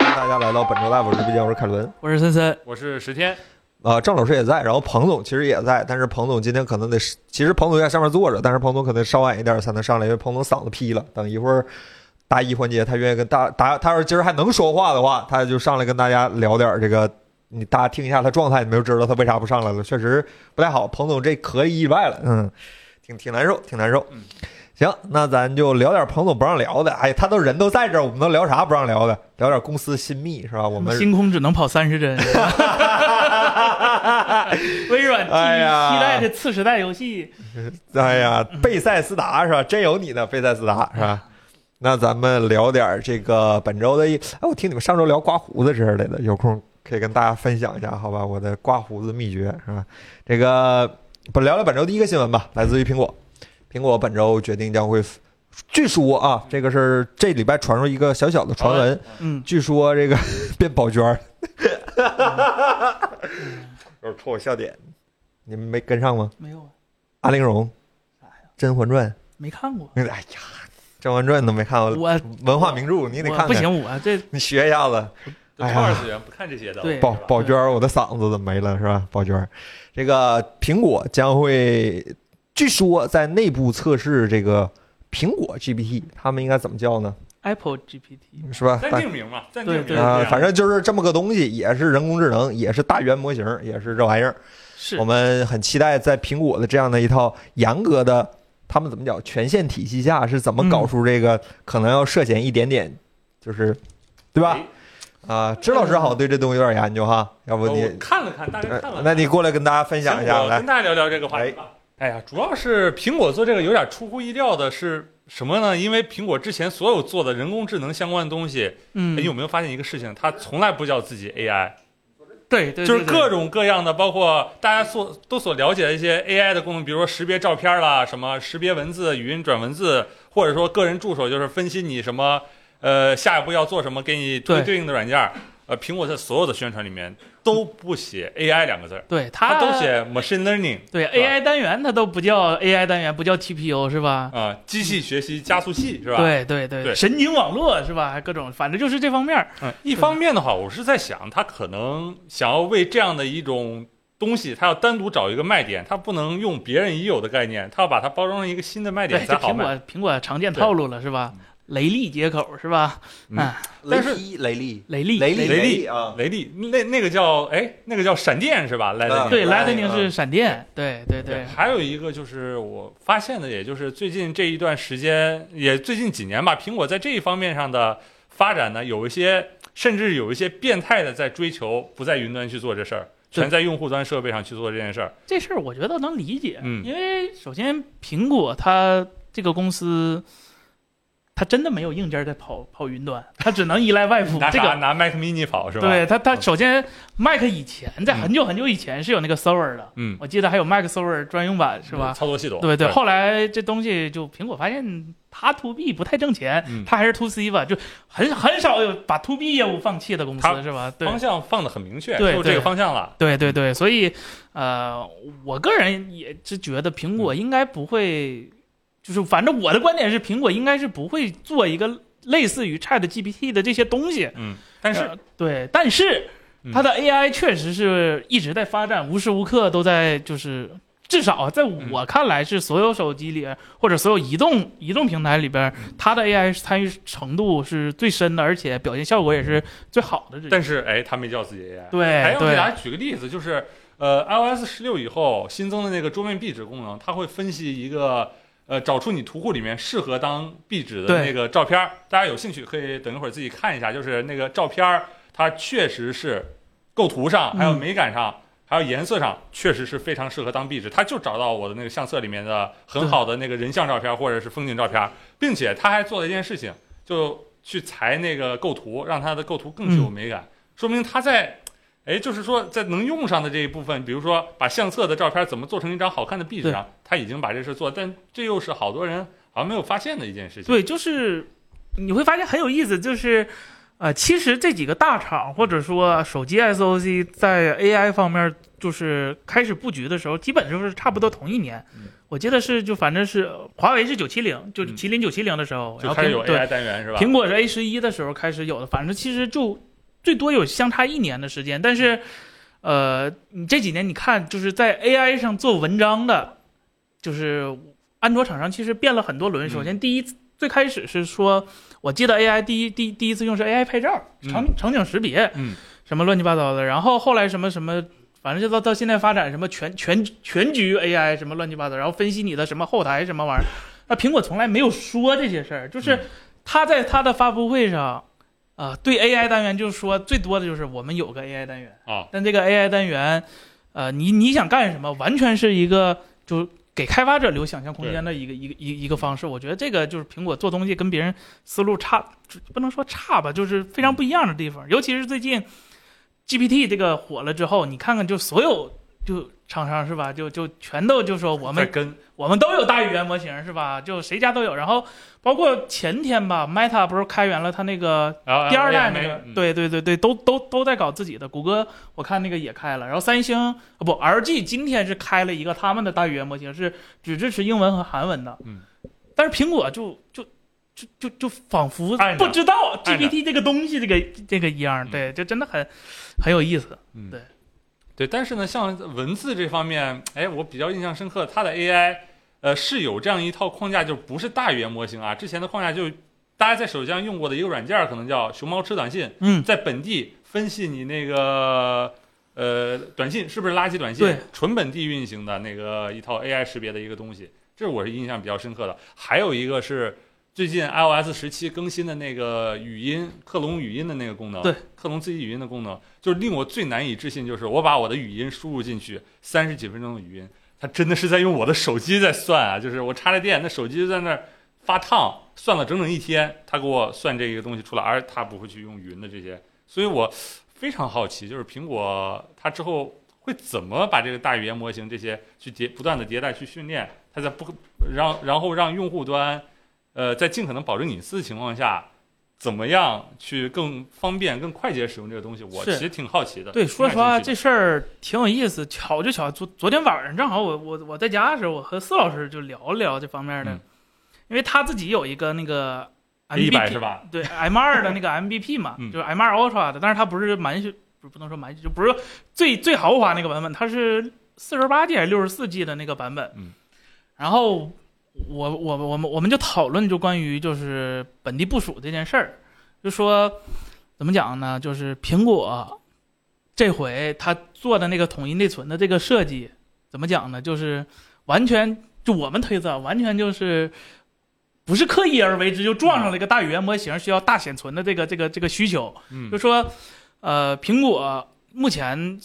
到本周 live 直播间，我是凯伦。我是森森，我是十天，啊，郑老师也在，然后彭总其实也在，但是彭总今天可能得，其实彭总在上面坐着，但是彭总可能稍晚一点才能上来，因为彭总嗓子劈了。等一会儿答疑环节，他愿意跟大大，他要是今儿还能说话的话，他就上来跟大家聊点儿这个，你大家听一下他状态，你们就知道他为啥不上来了，确实不太好。彭总这可以意外了，嗯，挺挺难受，挺难受嗯。行，那咱就聊点彭总不让聊的。哎，他都人都在这儿，我们能聊啥不让聊的？聊点公司新密是吧？我们星空只能跑三十帧。微软基哎于呀期待的次时代游戏， 哎呀，贝塞斯达是吧？真有你的贝塞斯达是吧？那咱们聊点儿这个本周的一，哎，我听你们上周聊刮胡子之类的，有空可以跟大家分享一下，好吧？我的刮胡子秘诀是吧？这个不聊聊本周第一个新闻吧，来自于苹果，苹果本周决定将会，据说啊，这个是这礼拜传出一个小小的传哦闻，嗯，据说这个 变宝娟儿， 有点戳我笑点，你们没跟上吗？没有啊，阿玲珑啥哎呀， 《甄嬛传》。 没看过。哎呀，《甄嬛传》都没看过，我文化名呃著你得看看，我不，行，我这你学一下子。都哎呀超二次元不看这些的，对吧宝宝娟儿，我的嗓子怎么没了是吧？宝娟儿，这个苹果将会，据说在内部测试这个苹果 GPT，他们应该怎么叫呢？ Apple GPT 是吧？暂大定名嘛，暂定对名对啊、啊，反正就是这么个东西，也是人工智能，也是大语言模型，也是这玩意儿。是我们很期待在苹果的这样的一套严格的，他们怎么讲权限体系下是怎么搞出这个、可能要涉嫌一点点，就是，对吧？哎？哦啊，支老师好像对这东西有点研究哈，要不你我，看了看，大概看呃了看，那你过来跟大家分享一行下我来跟。大家聊聊这个话题吧。哎呀，主要是苹果做这个有点出乎意料的是什么呢？因为苹果之前所有做的人工智能相关的东西，嗯哎，你有没有发现一个事情？它从来不叫自己 AI，对对，就是种各种各样的，包括大家所都所了解的一些 AI 的功能，比如说识别照片啦，什么识别文字、语音转文字，或者说个人助手，就是分析你什么呃下一步要做什么，给你推对对应的软件 儿。呃，苹果在所有的宣传里面都不写 AI 两个字儿，对它它都写 machine learning 对 AI 单元，它都不叫 AI 单元，不叫 TPU 是吧？啊、机器学习加速器是吧？对对对对神经网络是吧？各种，反正就是这方面儿。嗯，一方面的话，我是在想，他可能想要为这样的一种东西，他要单独找一个卖点，他不能用别人已有的概念，他要把它包装成一个新的卖对，点这才好苹卖。果苹果常见套路了是吧？雷利接口是吧？嗯啊，但是雷利，雷利雷雷利雷利利啊，雷利，那那个叫哎，那个叫闪电是吧？来啊的对雷，Lightning 是闪电，对对对，还有一个就是我发现的，也就是最近这一段时间，也最近几年吧，苹果在这一方面上的发展呢，有一些甚至有一些变态的在追求不在云端去做这事儿，对全在用户端设备上去做这件事儿。这事儿我觉得能理解，嗯因为首先苹果它这个公司，它真的没有硬件在跑跑云端，它只能依赖 外部嗯拿。这啥个拿 Mac Mini 跑是吧？对它，它嗯首先 Mac 以前在很久很久以前是有那个 server 的，嗯，我记得还有 Mac server 专用版是吧？操作系统，对对，对，后来这东西就苹果发现它 to B 不太挣钱，嗯它还是 to C 吧，就很很少有把 to B 业务放弃的公司它是吧？对，方向放的很明确，对就是这对个方向了。对对对，所以呃，我个人也是觉得苹嗯果应该不会，就是反正我的观点是，苹果应该是不会做一个类似于 Chat GPT 的这些东西。嗯，但是呃对，但是嗯它的 AI 确实是一直在发展，无时无刻都在就是。至少在嗯我看来，是所有手机里或者所有移动移动平台里边，嗯它的 AI 参与程度是最深的，而且表现效果也是最好的这种。但是哎，他没叫自己 AI。对还要给对大家举个例子，就是呃，iOS 十六以后新增的那个桌面壁纸功能，它会分析一个呃，找出你图库里面适合当壁纸的对那个照片儿。大家有兴趣可以等一会儿自己看一下，就是那个照片儿，它确实是构图上，嗯还有美感上。还有颜色上确实是非常适合当壁纸，它就找到我的那个相册里面的很好的那个人像照片或者是风景照片，并且他还做了一件事情，就去裁那个构图，让它的构图更嗯具有美感，说明他在，哎，就是说在能用上的这一部分，比如说把相册的照片怎么做成一张好看的壁纸上，他已经把这事做，但这又是好多人好像没有发现的一件事情。对，就是你会发现很有意思，就是呃，其实这几个大厂或者说手机 SOC 在 AI 方面就是开始布局的时候，基本就是差不多同一年。嗯我记得是就反正是华为是九七零，就是嗯麒麟九七零的时候，然就后开始苹有对 AI 单元是吧？苹果是 A 十一的时候开始有的，反正其实就最多有相差一年的时间。但嗯是，呃，你这几年你看，就是在 AI 上做文章的，就是安卓厂商其实变了很多轮。嗯首先，第一最开始是说，我记得 AI 第一第第一次用是 AI 拍照嗯场场景识别，嗯，什么乱七八糟的。然后后来什么什么，反正就到到现在发展什么全全全局 AI 什么乱七八糟，然后分析你的什么后台什么玩意儿。那苹果从来没有说这些事儿，就是嗯他在他的发布会上，啊、对 AI 单元就是说最多的就是我们有个 AI 单元啊，但这个 AI 单元，呃，你你想干什么，完全是一个就是给开发者留想象空间的一个一个一一个方式。我觉得这个就是苹果做东西跟别人思路差，不能说差吧，就是非常不一样的地方。尤其是最近 GPT 这个火了之后，你看看就所有就厂商是吧，就就全都就说我在们跟我们都有大语言模型是吧？就谁家都有。然后包括前天吧，Meta 不是开源了它那个啊第二代那没个，，对对对对，都都都在搞自己的。谷歌我看那个也开了，然后三星啊不，LG 今天是开了一个他们的大语言模型，是只支持英文和韩文的。嗯，但是苹果就就就就就仿佛按着不知道按着 GPT 这个东西这个这个一样，嗯对，就真的很很有意思。嗯对对，但是呢，像文字这方面，哎，我比较印象深刻，它的 AI，呃，是有这样一套框架，就不是大语言模型啊，之前的框架就大家在手机上用过的一个软件儿，可能叫熊猫吃短信，嗯，在本地分析你那个呃短信是不是垃圾短信对，纯本地运行的那个一套 AI 识别的一个东西，这是我是印象比较深刻的。还有一个是最近 iOS 十七更新的那个语音克隆语音的那个功能，对，克隆自己语音的功能，就是令我最难以置信，就是我把我的语音输入进去，三十几分钟的语音，它真的是在用我的手机在算啊， 就是我插着电，那手机就在那儿。发烫算了整整一天，他给我算这个东西出来，而他不会去用云的这些，所以我非常好奇，就是苹果它之后会怎么把这个大语言模型这些去迭不断的迭代去训练，它在不让然后让用户端，呃，在尽可能保证隐私的情况下，怎么样去更方便、更快捷使用这个东西？我其是实挺好奇的。对，说实挺感话兴趣这事儿挺有意思。巧就巧，昨昨天晚上正好我我我在家的时候，我和四老师就聊了聊这方面的，嗯因为他自己有一个那个 A 一百 MVP 是吧？对 M 二的那个 MVP 嘛，嗯就是 M 二 Ultra 的，但是它不是满血，不不能说满血，就不是最最豪华那个版本，它是四十八 G 还是六十四 G 的那个版本。嗯，然后我我我们我们就讨论就关于就是本地部署这件事儿，就说怎么讲呢？就是苹果这回他做的那个统一内存的这个设计，怎么讲呢？就是完全就我们推测，啊完全就是不是刻意而为之，就撞上了一个大语言模型需要大显存的这个这个这个需求。嗯就，说，呃，苹果目前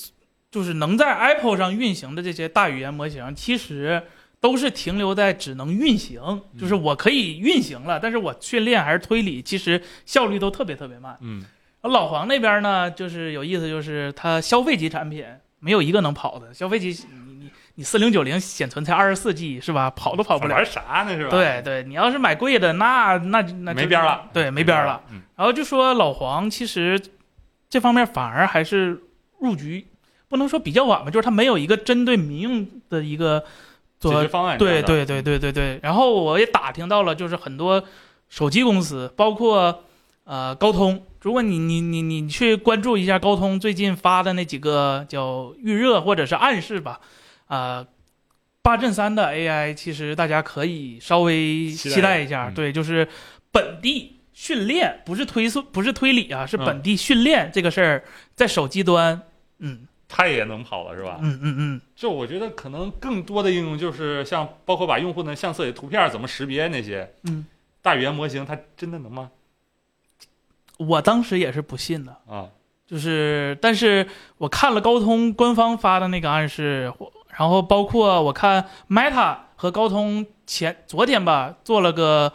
就是能在 Apple 上运行的这些大语言模型，其实都是停留在只能运行，嗯就是我可以运行了，但是我训练还是推理，其实效率都特别特别慢。嗯老黄那边呢，就是有意思，就是它消费级产品没有一个能跑的，消费级你你你四零九零显存才二十四 G 是吧？跑都跑不了玩。啥呢？是吧？，对对，你要是买贵的，那那那就没边儿了，对，没边儿了。。嗯然后就说老黄其实这方面反而还是入局，不能说比较晚吧，就是他没有一个针对民用的一个解做决方案这对样的对对，对对对。然后我也打听到了，就是很多手机公司，包括呃高通，如果你你你你去关注一下高通最近发的那几个叫预热或者是暗示吧，呃。八阵三的 AI，其实大家可以稍微期待期待一下，嗯对，就是本地训练，不是推算，不是推理啊，是嗯本地训练这个事儿，在手机端，嗯它也能跑了是吧？嗯嗯嗯，就我觉得可能更多的应用就是像包括把用户的相册里图片怎么识别那些，嗯，大语言模型它真的能吗？我当时也是不信的，啊，就是，但是我看了高通官方发的那个暗示，我然后包括我看 Meta 和高通前昨天吧做了个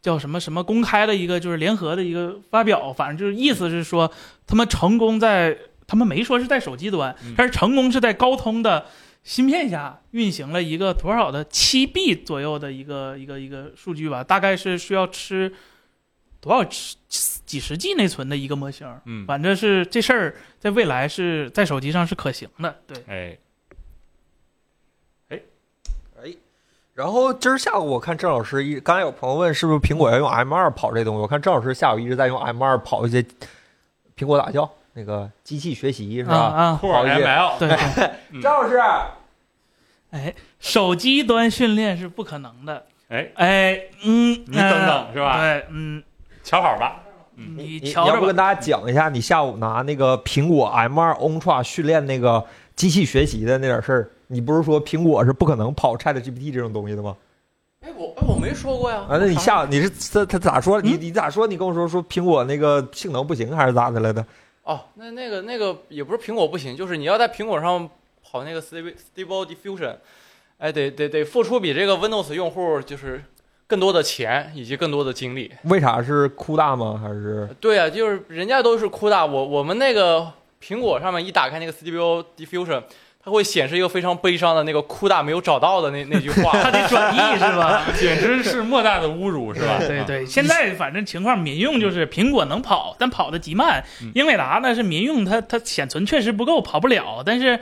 叫什么什么公开的一个就是联合的一个发表，反正就是意思是说他们成功在他们没说是在手机端嗯，但是成功是在高通的芯片下运行了一个多少的七 B 左右的一个一个一个数据吧，大概是需要吃多少吃几十 G 内存的一个模型。嗯，反正是这事儿在未来是在手机上是可行的，对，哎，哎，然后今儿下午我看郑老师一，刚才有朋友问是不是苹果要用 M 二跑这东西，我看郑老师下午一直在用 M 二跑一些苹果打校，那个机器学习是啊吧？啊，酷好儿一些 ML， 对，对嗯赵老师，哎，手机端训练是不可能的。哎哎，嗯，你等等是吧嗯呃对，嗯，瞧好吧，你你瞧要不着跟 吧。大家讲一下，你下午拿那个苹果 M2 Ultra 训练那个机器学习的那点事儿？你不是说苹果是不可能跑 Chat GPT 这种东西的吗？哎，我哎我没说过呀。啊，那你啥下你是他他咋说？嗯你你咋说？你跟我说说苹果那个性能不行还是咋的来的？哦，那那个那个也不是苹果不行，就是你要在苹果上跑那个 Stable Stable Diffusion，哎，得得得付出比这个 Windows 用户就是更多的钱以及更多的精力。为啥是酷大吗？还是对啊，就是人家都是哭大，我我们那个苹果上面一打开那个 Stable Diffusion，它会显示一个非常悲伤的那个哭大没有找到的那那句话。他得转译是吧？ 简直是莫大的侮辱，是吧？对对，现在反正情况民用就是苹果能跑，但跑的极慢嗯。英伟达呢是民用它，它显存确实不够，跑不了，但是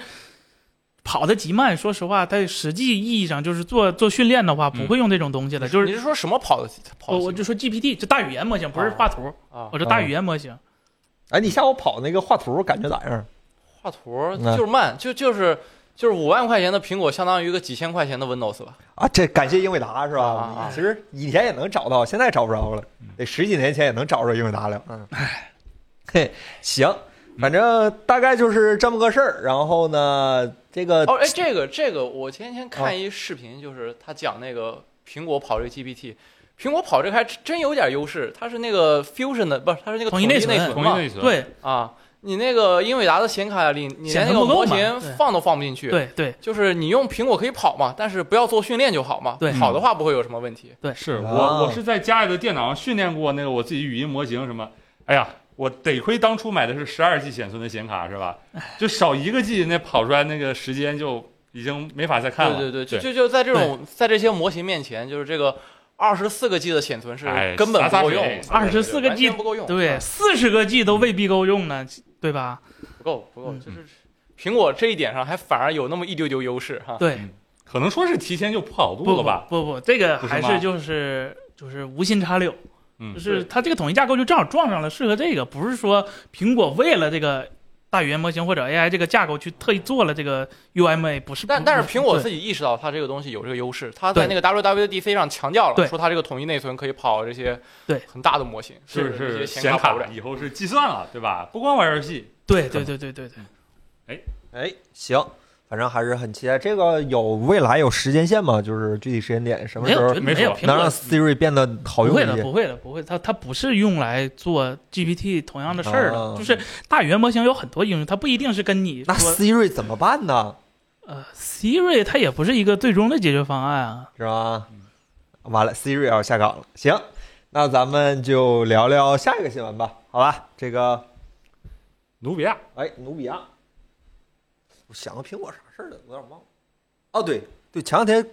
跑的极慢。说实话，它实际意义上就是做做训练的话，不会嗯用这种东西的。 就是你是说什么跑的跑我的我就说 GPT 就大语言模型，不是哦画图，啊我说大语言模型。哎，你下午跑那个画图感觉咋样？画图嗯就是慢，就就是就是五万块钱的苹果相当于一个几千块钱的 Windows 吧。啊，这感谢英伟达是吧？啊啊啊其实以前也能找到，现在找不着了，嗯得十几年前也能找着英伟达了。嗯，嘿，行，反正大概就是这么个事儿。然后呢，这个呃哦，哎，这个这个，我前几啊天看一视频，就是他讲那个苹果跑这个 GPT，苹果跑这个还真有点优势，它是那个 Fusion 的，不是，它是那个统统一一内存内存同意嘛那意思。，对啊，你那个英伟达的显卡里，你显存连那个不够模嘛型对放都放不进去。对对就是你用苹果可以跑嘛，但是不要做训练就好嘛。对跑的话不会有什么问题。是啊我我是在家里的电脑上训练过那个我自己语音模型什么，哎呀。我得亏当初买的是十二 G 显存的显卡，是吧？就少一个 G，那跑出来那个时间就已经没法再看了。对对对，就对，就就在这种在这些模型面前，就是这个二十四个 G 的显存是哎根撒本不撒够腿用， 24个 G 完全不够用，啊对，四十个 G 都未必够用呢，对吧？不够不够，嗯就是苹果这一点上还反而有那么一丢丢优势哈。对，可能说是提前就铺好不路了吧？不不，这个不是还吗是就是就是无心插柳，嗯就是对它这个统一架构就正好撞上了，适合这个，不是说苹果为了这个大语言模型或者 AI 这个架构去特意做了这个 UMA，不是？但但是苹果自己己意识到它这个东西有这个优势，它在嗯对那个 WWDC 上强调对了，说它这个统一内存可以跑这些对很大的模型，是这是啊些显跑不了。以后是计算了，对吧？不光玩游戏，对对对对对对，哎行，反正还是很期待。这个有未来有时间线吗？就是具体时间点什么没时候有绝对没没有说苹能让果。 Siri 变得好不用会一的，些？不会的，不会。它它不是用来做 GPT 同样的事儿的，哦就是大语言模型有很多应用，它不一定是跟你那说 Siri 怎么办呢？呃 Siri，它也不是一个最终的解决方案啊。是吧？嗯完了，Siri 要下岗了。行，那咱们就聊聊下一个新闻吧，好吧？这个，努比亚哎，努比亚，我想个苹果啥事儿了，我有点忘了。哦，对对，前两天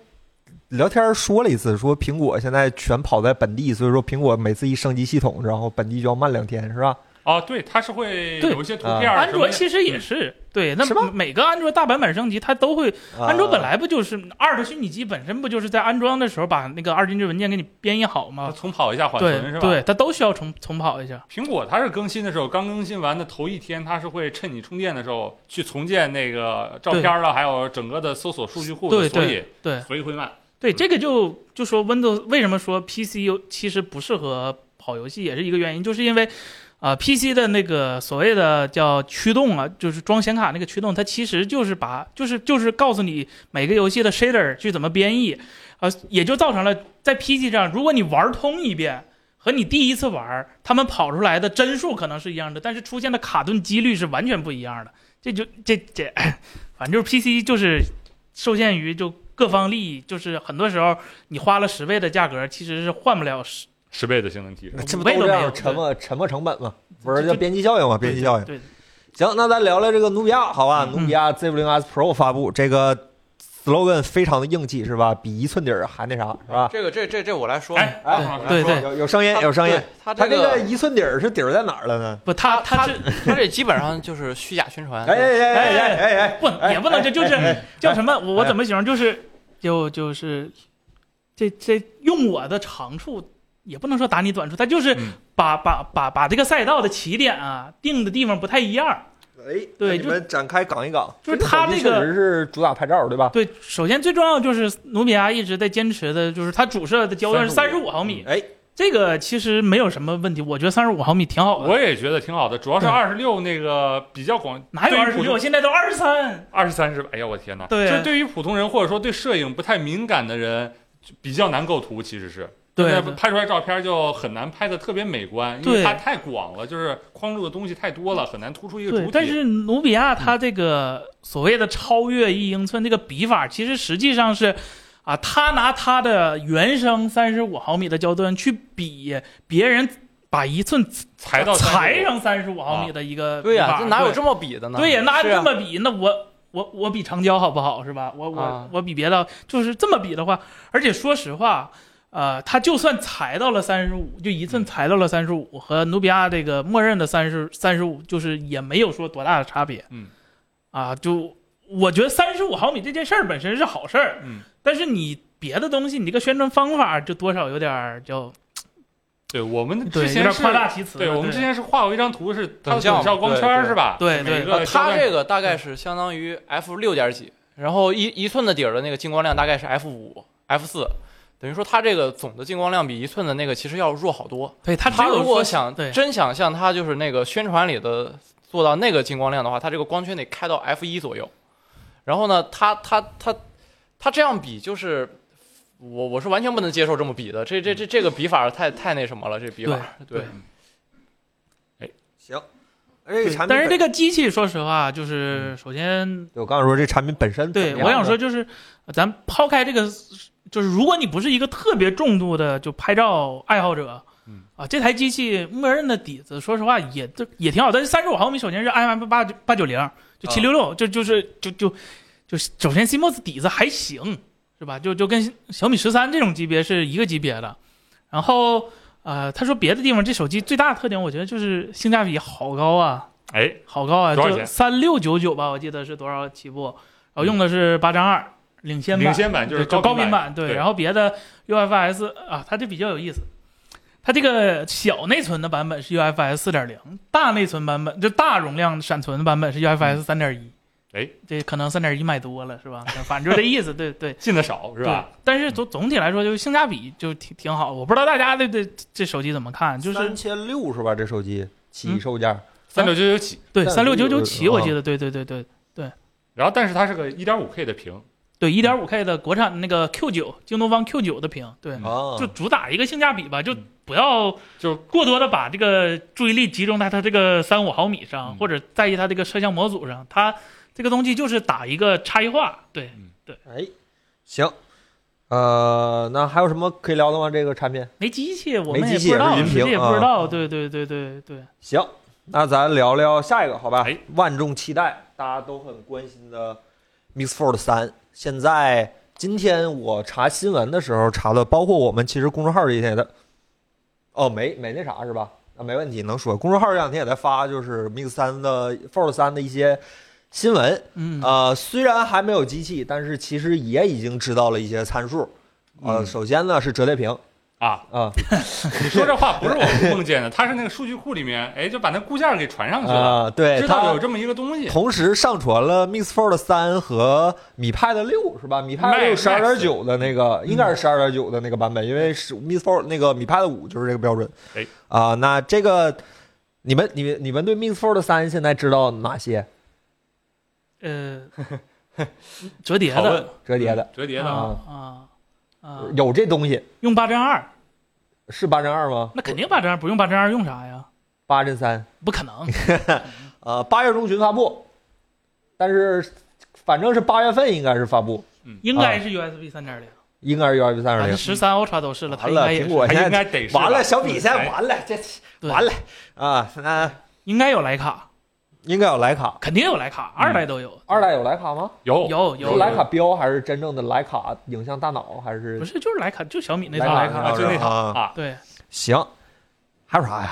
聊天说了一次，说苹果现在全跑在本地，所以说苹果每次一升级系统，然后本地就要慢两天，是吧？哦，对，它是会对有一些图啊片儿安什么卓的。其实也是，对，那嗯是吗每个安卓大版本升级，它都会。安卓本啊来不就是二的虚拟机本身不就是在安装的时候把那个二进制文件给你编译好它吗？重啊跑一下缓存对是吧？对，它都需要重重跑一下。苹果它是更新的时候，刚更新完的头一天，它是会趁你充电的时候去重建那个照片儿啊了，还有整个的搜索数据库的，对所以对所以会慢。对，这个就就说 Windows 为什么说 PC 游其实不适合跑游戏，也是一个原因，就是因为啊、p c 的那个所谓的叫驱动啊，就是装显卡那个驱动，它其实就是把就是就是告诉你每个游戏的 shader 去怎么编译，啊、也就造成了在 PC 上，如果你玩通一遍。和你第一次玩，他们跑出来的帧数可能是一样的，但是出现的卡顿几率是完全不一样的。这就这这， 反正就是 PC 就是受限于就各方利益，就是很多时候你花了十倍的价格，其实是换不了十十倍的性能提升，呃这五不倍都都这没有样沉没沉没成本嘛？不是就叫就边际效应嘛？边际效应。对，行，那咱聊聊这个努比亚，好吧？嗯努比亚 Z 5 0 S Pro 发布，这个 slogan 非常的硬气，是吧？比一寸底儿还那啥，是吧？这个这这这我来说，哎哎我来对说对有有声音，它有声音对。它它这这个个一寸底儿是底儿在哪儿了呢？不，他他是它这基本上就是虚假宣传。哎哎哎哎哎哎哎！不也不能就就是叫什么，我我哎怎么形容？就是就就是这这用我的长处也不能说打你短处，它就是嗯把把把把这个赛道的起点啊定的地方不太一样。哎，对那你就们展开讲一讲，就是它这那手机个确实是主打拍照，对吧？对，首先最重要就是努比亚一直在坚持的，就是它主摄的焦段是三十35五毫米，哎，这个其实没有什么问题，我觉得三十五毫米挺好的。我也觉得挺好的，主要是对二十六那个比较广，哪有二十六？现在都二十三。二十三是吧？哎呀，我天哪！对啊就是对于普通人或者说对摄影不太敏感的人，就比较难构图，其实是。对那，拍出来照片就很难拍的特别美观，因为对它太广了，就是框住的东西太多了，很难突出一个主对体。，但是努比亚它这个所谓的超越一英寸这个笔法，其实实际上是，啊，他拿他的原生三十五毫米的焦段去比别人把一寸裁到裁35上三十五毫米的一个啊对呀、呀，这哪有哎对这么比的呢？对呀，那是啊这么比，那我我我比长焦好不好是吧？我我、啊我比别的，就是这么比的话，而且说实话，呃，它就算裁到了三十五，就一嗯寸裁到了三十五，和努比亚这个默认的三十三十五，就是也没有说多大的差别。嗯，啊，就我觉得三十五毫米这件事儿本身是好事儿，嗯，但是你别的东西，你这个宣传方法就多少有点儿就对我们对之有前点是夸大其词了。对我们之前是画过一张图，是它的等效等嘛效光圈对是吧？对每对啊一呃，个焦它段这个大概是相当于 f 六点几，然后一一寸的底儿的那个进光量大概是 f 五、f 四，等于说它这个总的进光量比一寸的那个其实要弱好多。对他只它有如果说想对真想像它就是那个宣传里的做到那个进光量的话，它这个光圈得开到 f 一左右。然后呢，它它它它这样比就是。我我是完全不能接受这么比的，这这这这个比法太太那什么了，这比法对对对行，哎，对产品但是这本个机器，说实话，就是嗯首先对我刚才说这产品本身怎啊么对，样我想呢说就是，呃咱抛开这个，就是如果你不是一个特别重度的就拍照爱好者，嗯啊，这台机器默认的底子，说实话也都也挺好，但是三十五毫米首先是 IM 八九八九零，啊就七六六，就就是就就就是首先 CMOS 底子还行，是吧？就就跟小米十三这种级别是一个级别的，然后。呃，他说别的地方这手机最大的特点，我觉得就是性价比好高啊，哎，好高啊，多少就钱三六九九吧，我记得是多少起步，然后用的是八张二领先版，领先版就是对就高频频版，对，对然后别的 UFS 啊，它这比较有意思。它这个小内存的版本是 UFS 四点零，大内存版本就大容量闪存的版本是 UFS 三点一。嗯哎，这可能三点一买多了 是吧？反正就这意思，对对。进的少 是对，吧？嗯但是总总体来说，就是性价比就挺挺好。我不知道大家对这这手机怎么看，就是三千六是吧？这手机起嗯售价，三六九九起，对但三六九九是哦起，我记得，对对对对，然后但是它是个一点五 K 的屏，对，嗯一点五 K 的国产那个 Q 九，京东方 Q 九的屏，对，啊，嗯就主打一个性价比吧，就嗯不要就 过多的把这个注意力集中在它这个三五毫米上，嗯或者在意它这个摄像模组上，它这个东西就是打一个差异化，对，哎，行，呃，那还有什么可以聊的吗？这个产品？没机器我没们机也不器也知是道，云实屏际也不啊知道，对对对对对，行，那咱聊聊下一个，好吧？哎万众期待，大家都很关心的 Mix Fold 三，现在今天我查新闻的时候查的，包括我们其实公众号这几天也在，哦，没没那啥是吧？啊，没问题，能说。公众号这两天也在发，就是 Mix 三的 Fold 三的一些新闻。嗯，呃，虽然还没有机器，但是其实也已经知道了一些参数。呃，嗯首先呢是折叠屏啊，啊你说这话不是我们梦见的，它是那个数据库里面，哎，就把那固件给传上去了，啊，对，知道它有这么一个东西， 同时上传了 Mix Fold 三和米派的六是吧？米派的六 Max 十二点九的那个，应该是十二点九的那个版本，因为是 Mix Fold 那个米派的五就是这个标准。哎，啊、那这个你们、你们、你们对 Mix Fold 三现在知道哪些呃，折叠拷问的折叠的？嗯折叠的，啊啊啊，有这东西用八针二，是八针二吗？那肯定八针二，不用八针二用啥呀？八针三。不 可能，呃，八月中旬发布，但是反正是八月份应该是发布，应该是 USB 三点零。应该是 USB 三点零。十三 Ultra 都是了，它完应了，苹果该也是它现应在该得是完了，吧小米现在哎完了，这对完了啊！那、应该有徕卡，应该有徕卡，肯定有徕卡，二代都有。嗯二代有徕卡吗？有有是有徕卡标还是真正的徕卡影像大脑还是不？是就是徕卡，就小米那徕套卡徕啊卡。就那套啊啊，对行，还有啥呀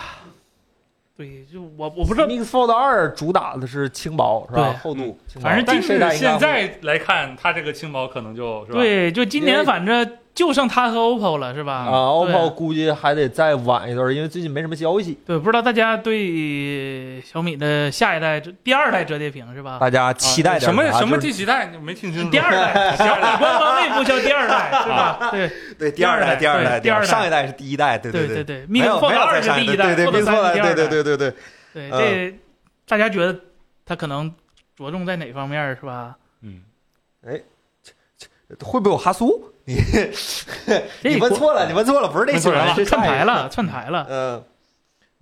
对，就我我不知道， ？Mix Fold 二主打的是轻薄是吧？对厚度轻薄，反正但但是这代应该现会在来看，它这个轻薄可能就是吧，对，就今因为年反正就剩它和 OPPO 了，是吧？啊对，OPPO 估计还得再晚一段，因为最近没什么消息。对，不知道大家对小米的下一代折第二代折叠屏是吧？大家期待点什啥么什么就是第几代？你没听清楚？第 二代，小米官方内部叫第二代是吧？对对第二代，第第二二代代，对第二代上一代是第一啊代，对对对，对没，Mi 有没 Fold 有再二是上第一一代对对，Fold 没三错是了，第对二对代。对对对对，对，嗯这大家觉得它可能着重在哪方面儿是吧？嗯，会不会有哈苏？你你问错了，你问错了，不是那啊款是问错人了串下一台个了，串台了。嗯，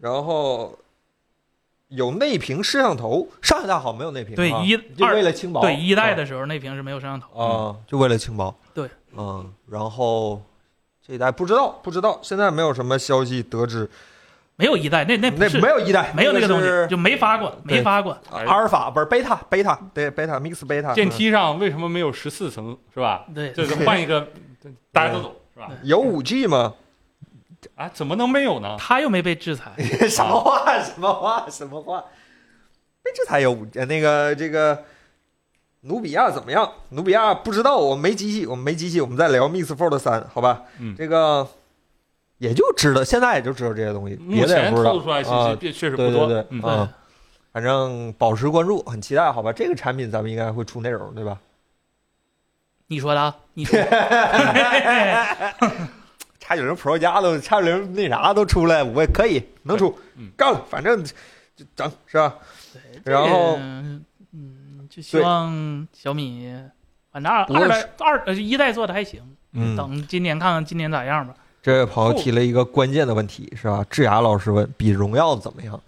然后有内屏摄像头，上一代好像没有内屏啊，对一就二为了轻薄，对一代的时候，那屏是没有摄像头的。啊，就为了轻薄，对，嗯，然后这一代不知道不知道，现在没有什么消息得知，没有一代，那那哎不那是没有一代，没有那个东是西，就没发过，对没发过。阿尔法不是贝塔贝塔对贝塔 mix 贝塔电梯上为什么没有十四层？是吧？对，就是换一个，大家都懂是吧？有五 G 吗？啊，怎么能没有呢？他又没被 制裁，什么话？什么话？什么话？哎，这才有五呃那个这个努比亚怎么样？努比亚不知道，我没机器，我们没机器，我们再聊 Mix Fold 三，好吧？嗯这个也就知道，现在也就知道这些东西，目别的也前不知透道露出来信息啊。并确实不对多对对，，嗯，嗯，反正保持关注，很期待，好吧？这个产品咱们应该会出内容，对吧？你说的啊，你说的。叉九零 Pro 加都叉九零那啥都出来，我可以能出嗯，干了，反正就整是吧？ 然后嗯嗯，就希望小米，反正二不过二是代二呃一代做的还行，嗯等今年看看今年咋样吧。这位朋友提了一个关键的问题，是吧？智雅老师问，比荣耀怎么样？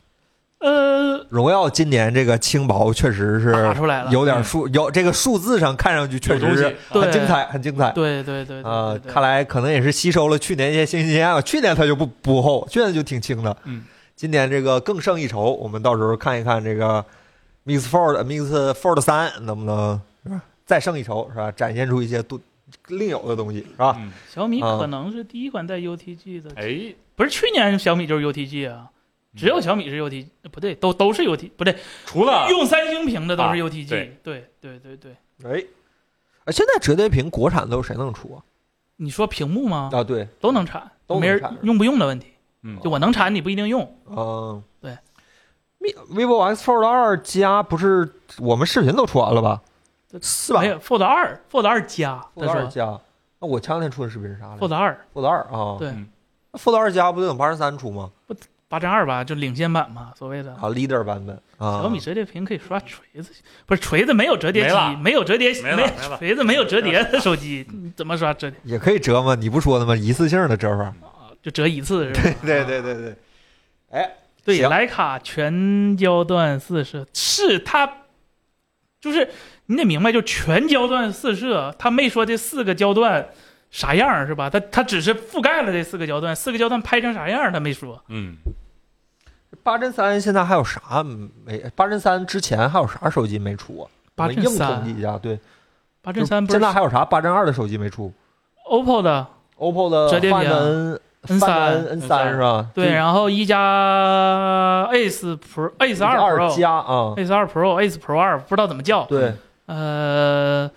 呃，荣耀今年这个轻薄确实打是出来了，嗯有点数，有这个数字上看上去确有东实西是对很精彩，很精彩。对对对啊、对，看来来可能也是吸收了去年一些信息经验吧。去年它就不不厚，去年就挺轻的。嗯，今年这个更胜一筹，我们到时候看一看这个 Mix Fold Mix Fold 三能不能是吧再胜一筹，是吧？展现出一些多另有的东西，是吧？嗯，小米啊可能是第一款带 UTG 的，哎，嗯不是去年小米就是 UTG 啊。只有小米是 UT，呃不对，都都是 UT，不对，除了用三星屏的都是啊 UTG，对对对对对。哎，啊，现在折叠屏国产都有谁能出啊？你说屏幕吗？啊，对，都能产，都能没产啊人用不用的问题。嗯就我能产，你不一定用。嗯，对。 vivo X Fold 二加不是我们视频都出完了吧？是吧没有哎 Fold 二，Fold 二加，他？Fold 二说加，那我前两天出的视频是啥来着 Fold 二 Fold 二啊，对嗯那 Fold 二加不就等八十三出吗？八加二吧，就领先版嘛，所谓的。啊，leader 版本啊，小米折叠屏可以刷锤子，不是锤子没有折叠没机了，没有折叠，没了没了锤子没有折叠的手机，你怎么刷折叠？也可以折吗？你不说的吗？一次性的折法。就折一次是吧？ 对对对对，哎，对，行徕卡全焦段四摄是它，就是你得明白，就全焦段四摄，它没说这四个焦段啥样儿是吧？它它只是覆盖了这四个焦段，四个焦段拍成啥样儿它没说。嗯，八针三现在还有啥没？八针三之前还有啥手机没出啊？八我针们硬统计三，一下，对，八八针三不是现在还有啥八针二的手机没出 OPPO 的？OPPO 的折叠 Find 屏 N N3 N 三是吧？对，就然后一加 Ace Pro、Ace 二二 Pro、加啊， Ace 二 Pro、Ace Pro 二，不知道怎么叫。对呃，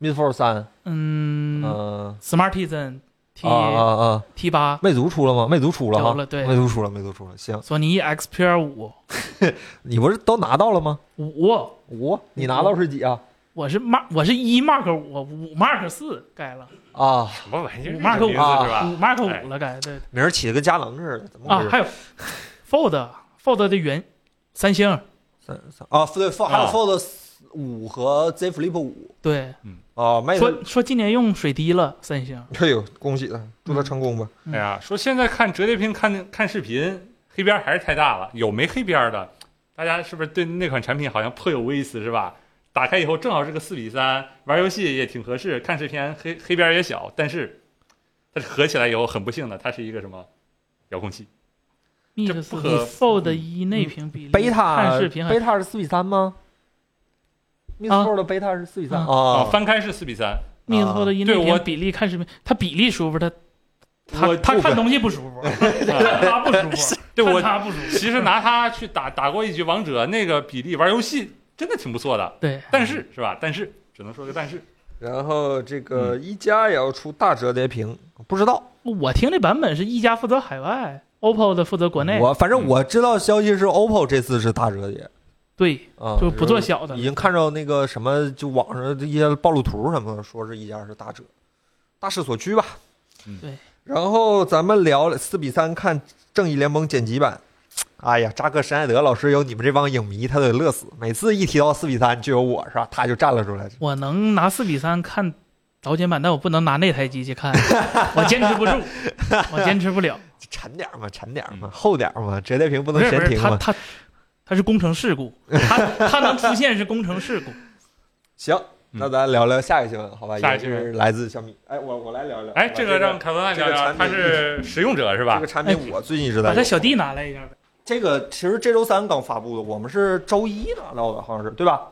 ，Mid Fold 三，嗯嗯， ，Smartisan T 啊啊啊， T 八，魅族出了吗？魅族出了有哈，了对魅族出了，魅族出了。行，索尼 XPR 五你不是都拿到了吗？五，五，你拿到是几啊？我是 Mark，我是一 Mark 五，五 Mark 四改了，啊，什么玩意五儿？ Mark 这五名字啊是吧？哎五 Mark 五了改对名儿起的跟佳能似的，怎么回啊，事？还有 Fold Fold 的原三星三三啊，对，Fold 还有啊 Fold 五和 Z Flip 五对，啊，魅族，说说今年用水滴了三星，哎呦，恭喜他，祝他成功吧。嗯哎呀，说现在看折叠屏看看视频，黑边儿还是太大了。有没黑边儿的？大家是不是对那款产品好像颇有微词是吧？打开以后正好是个四比三，玩游戏也挺合适，看视频黑黑边儿也小。但是它是合起来以后很不幸的，它是一个什么遥控器？ Mix 这不四可嗯 Fold 一内屏比例，贝塔看视频很贝塔是四比三吗？Mix 啊 Fold 的贝塔是四比三啊啊，哦翻开是四比三， Mix Fold 一内对我屏比例看视频，它比例舒服，它它我它不看东西不 舒服，看它不舒服，对我看它不舒服，其实拿它去打打过一局王嗯者，那个比例玩游戏真的挺不错的。对，但是是吧？但是只能说个但是，然后这个一加也要出大折叠屏，不知道我听的版本是一加负责海外，OPPO 的负责国内。我反正我知道消息是 OPPO 这次是大折叠对，啊，就不做是小的已。经看到那个什么，就网上这些暴露图什么的，说是一家是大折，大势所趋吧。嗯对。然后咱们聊四比三看《正义联盟》剪辑版。哎呀，扎克施耐德老师有你们这帮影迷，他得乐死。每次一提到四比三，就有我是吧？他就站了出来。我能拿四比三看导剪版，但我不能拿那台机 器看，我坚持不住，我坚持不了。沉点儿嘛，沉点儿嘛嗯，厚点儿嘛，折叠屏不不能是不悬是，停他嘛。他他是工程事故，他他能出现是工程 事故。行，嗯那咱聊聊下一个新闻，好吧？下一也个新闻是来自小米。哎，我我来聊一聊。哎，好吧这这个让凯文来聊这个聊，产他品是使用者是这吧个？产哎品，我最近一直在把用。他小弟拿来一下呗。这个其实这周三刚发布的，我们是周一拿到的，好像是对吧？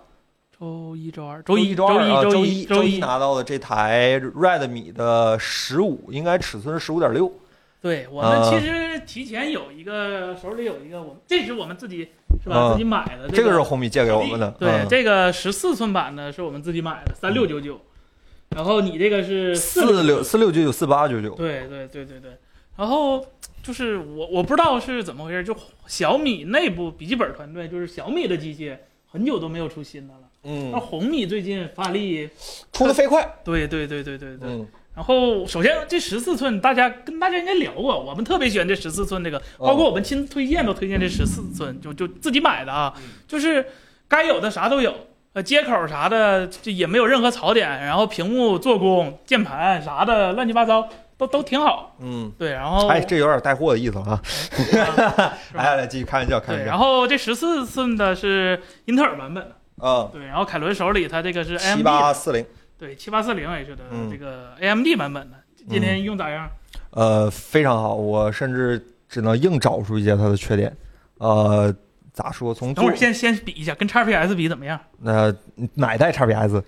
周一、周二、周一、周二啊周一、周周拿到的这台 Redmi 的十五，应该尺寸是十五点六。对我呃们其实提前有一个，手里有一个，我们这是我们自己是吧？嗯自己买的，这个个是红米借给我们的。对嗯，这个十四寸版的是我们自己买的，三六九九。然后你这个是四六六，四六九九四八九九，对对对对对。然后就是我我不知道是怎么回事，就小米内部笔记本团队，就是小米的机器很久都没有出新的了。那嗯，红米最近发力，出的飞快，对对对对对对。嗯，然后，首先这十四寸，大家跟大家应该聊过，我们特别喜欢这十四寸这个，包括我们亲推荐都推荐这十四寸，就就自己买的啊，就是该有的啥都有，呃，接口啥的这也没有任何槽点，然后屏幕做工、键盘啥的乱七八糟都都挺好，嗯，对，然后哎， 这有点带货的意思了啊！哦哎是吧来来来，继续开玩笑，开对，玩笑。然后这十四寸的是英特尔版本的，嗯，对，然后凯伦手里他这个是 AMD 七的八四零，对七八四零 H 的嗯这个 AMD 版本的，今天用咋样？呃，非常好，我甚至只能硬找出一些它的缺点。呃，咋说？从等做会呃儿先先比一下，跟 XPS 比怎么样？那哪一代 XPS？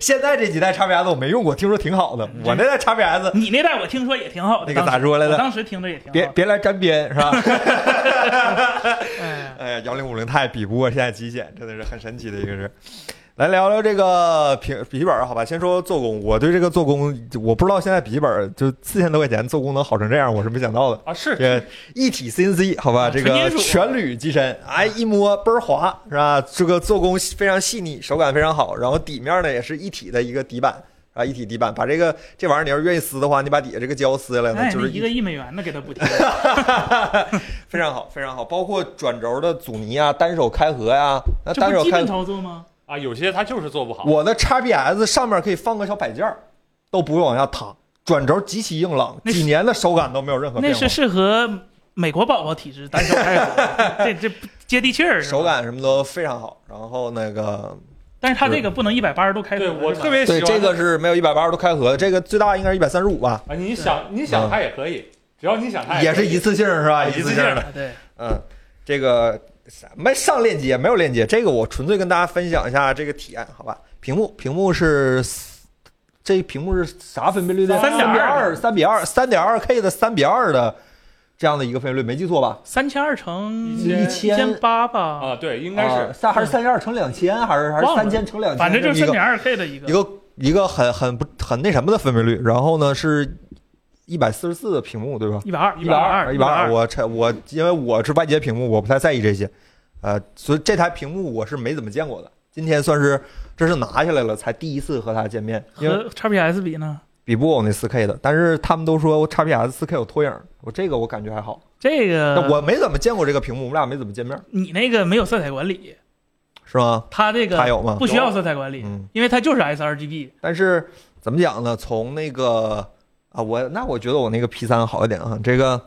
现在这几代 XPS 我没用过，听说挺好的。我那代 XPS 你那代我听说也挺好的，那个咋说来当时着？我当时听着也挺好。别别来沾边 是吧？ 哎，哎呀，幺零五零钛比不过现在极简，真的是很神奇的一个事。来聊聊这个平笔记本儿好吧？先说做工，我对这个做工，我不知道现在笔记本儿就四千多块钱做工能好成这样，我是没想到的。啊，是这一体 CNC 好吧，啊这个纯金属全铝机身，哎，一摸倍儿滑是吧？这个做工非常细腻，手感非常好。然后底面呢也是一体的一个底板啊，一体底板。把这个这玩意儿，你要是愿意撕的话，你把底下这个胶撕下来哎呢，就那是一个亿美元的给他补贴， 非常好，非常好。包括转轴的阻尼啊，单手开合呀、那这单不手基开本合，操作吗？啊，有些他就是做不好。我的 XPS 上面可以放个小摆件儿，都不会往下塌。转轴极其硬朗，那是几年的手感都没有任何那变化是。啊适合美国宝宝体质单手开合，这这不 接地气儿，是吧手。感什么都非常好，然后那个但是它这个不能一百八十度开合，对我是吧特别喜对欢这个是没有一百八十度开合的，这个最大应该是一百三十五吧，啊，你想嗯你想他也可以，只要你想他也可是以一次性是吧？啊一哎一次次性性的，啊对，嗯，这个什么上链接没有链接，这个我纯粹跟大家分享一下这个体验，好吧？屏幕屏幕是四这屏幕是啥分辨率的？ 3.2比二，三比二，三点二 K 的三比二的这样的一个分辨率，没记错吧？三千二乘一千千八吧，啊，对，应该啊是三还是三点二乘两千，还是还是忘了三千乘两千？反正就是这么一三个点二 K 的一一个，个一个很很不很那什么的分辨率，然后呢是一百四十四的屏幕，对吧？一百二，一百百二，二，一一百百二，。我拆我因为我是外接屏幕，我不太在意这些，呃，所以这台屏幕我是没怎么见过的。今天算是这是拿下来了，才第一次和他见面，因为和 XPS 比呢，比不过我那4 K 的，但是他们都说 XPS 4 K 有拖影，我这个我感觉还好，这但个我没怎么见过这个屏幕，我们俩没怎么见面，你那个没有色彩管理，是吗？它这他个有吗？不需要色彩管理，嗯，因为它就是 sRGB，但是怎么讲呢？从那个啊，我那我觉得我那个 P 3好一点啊，这个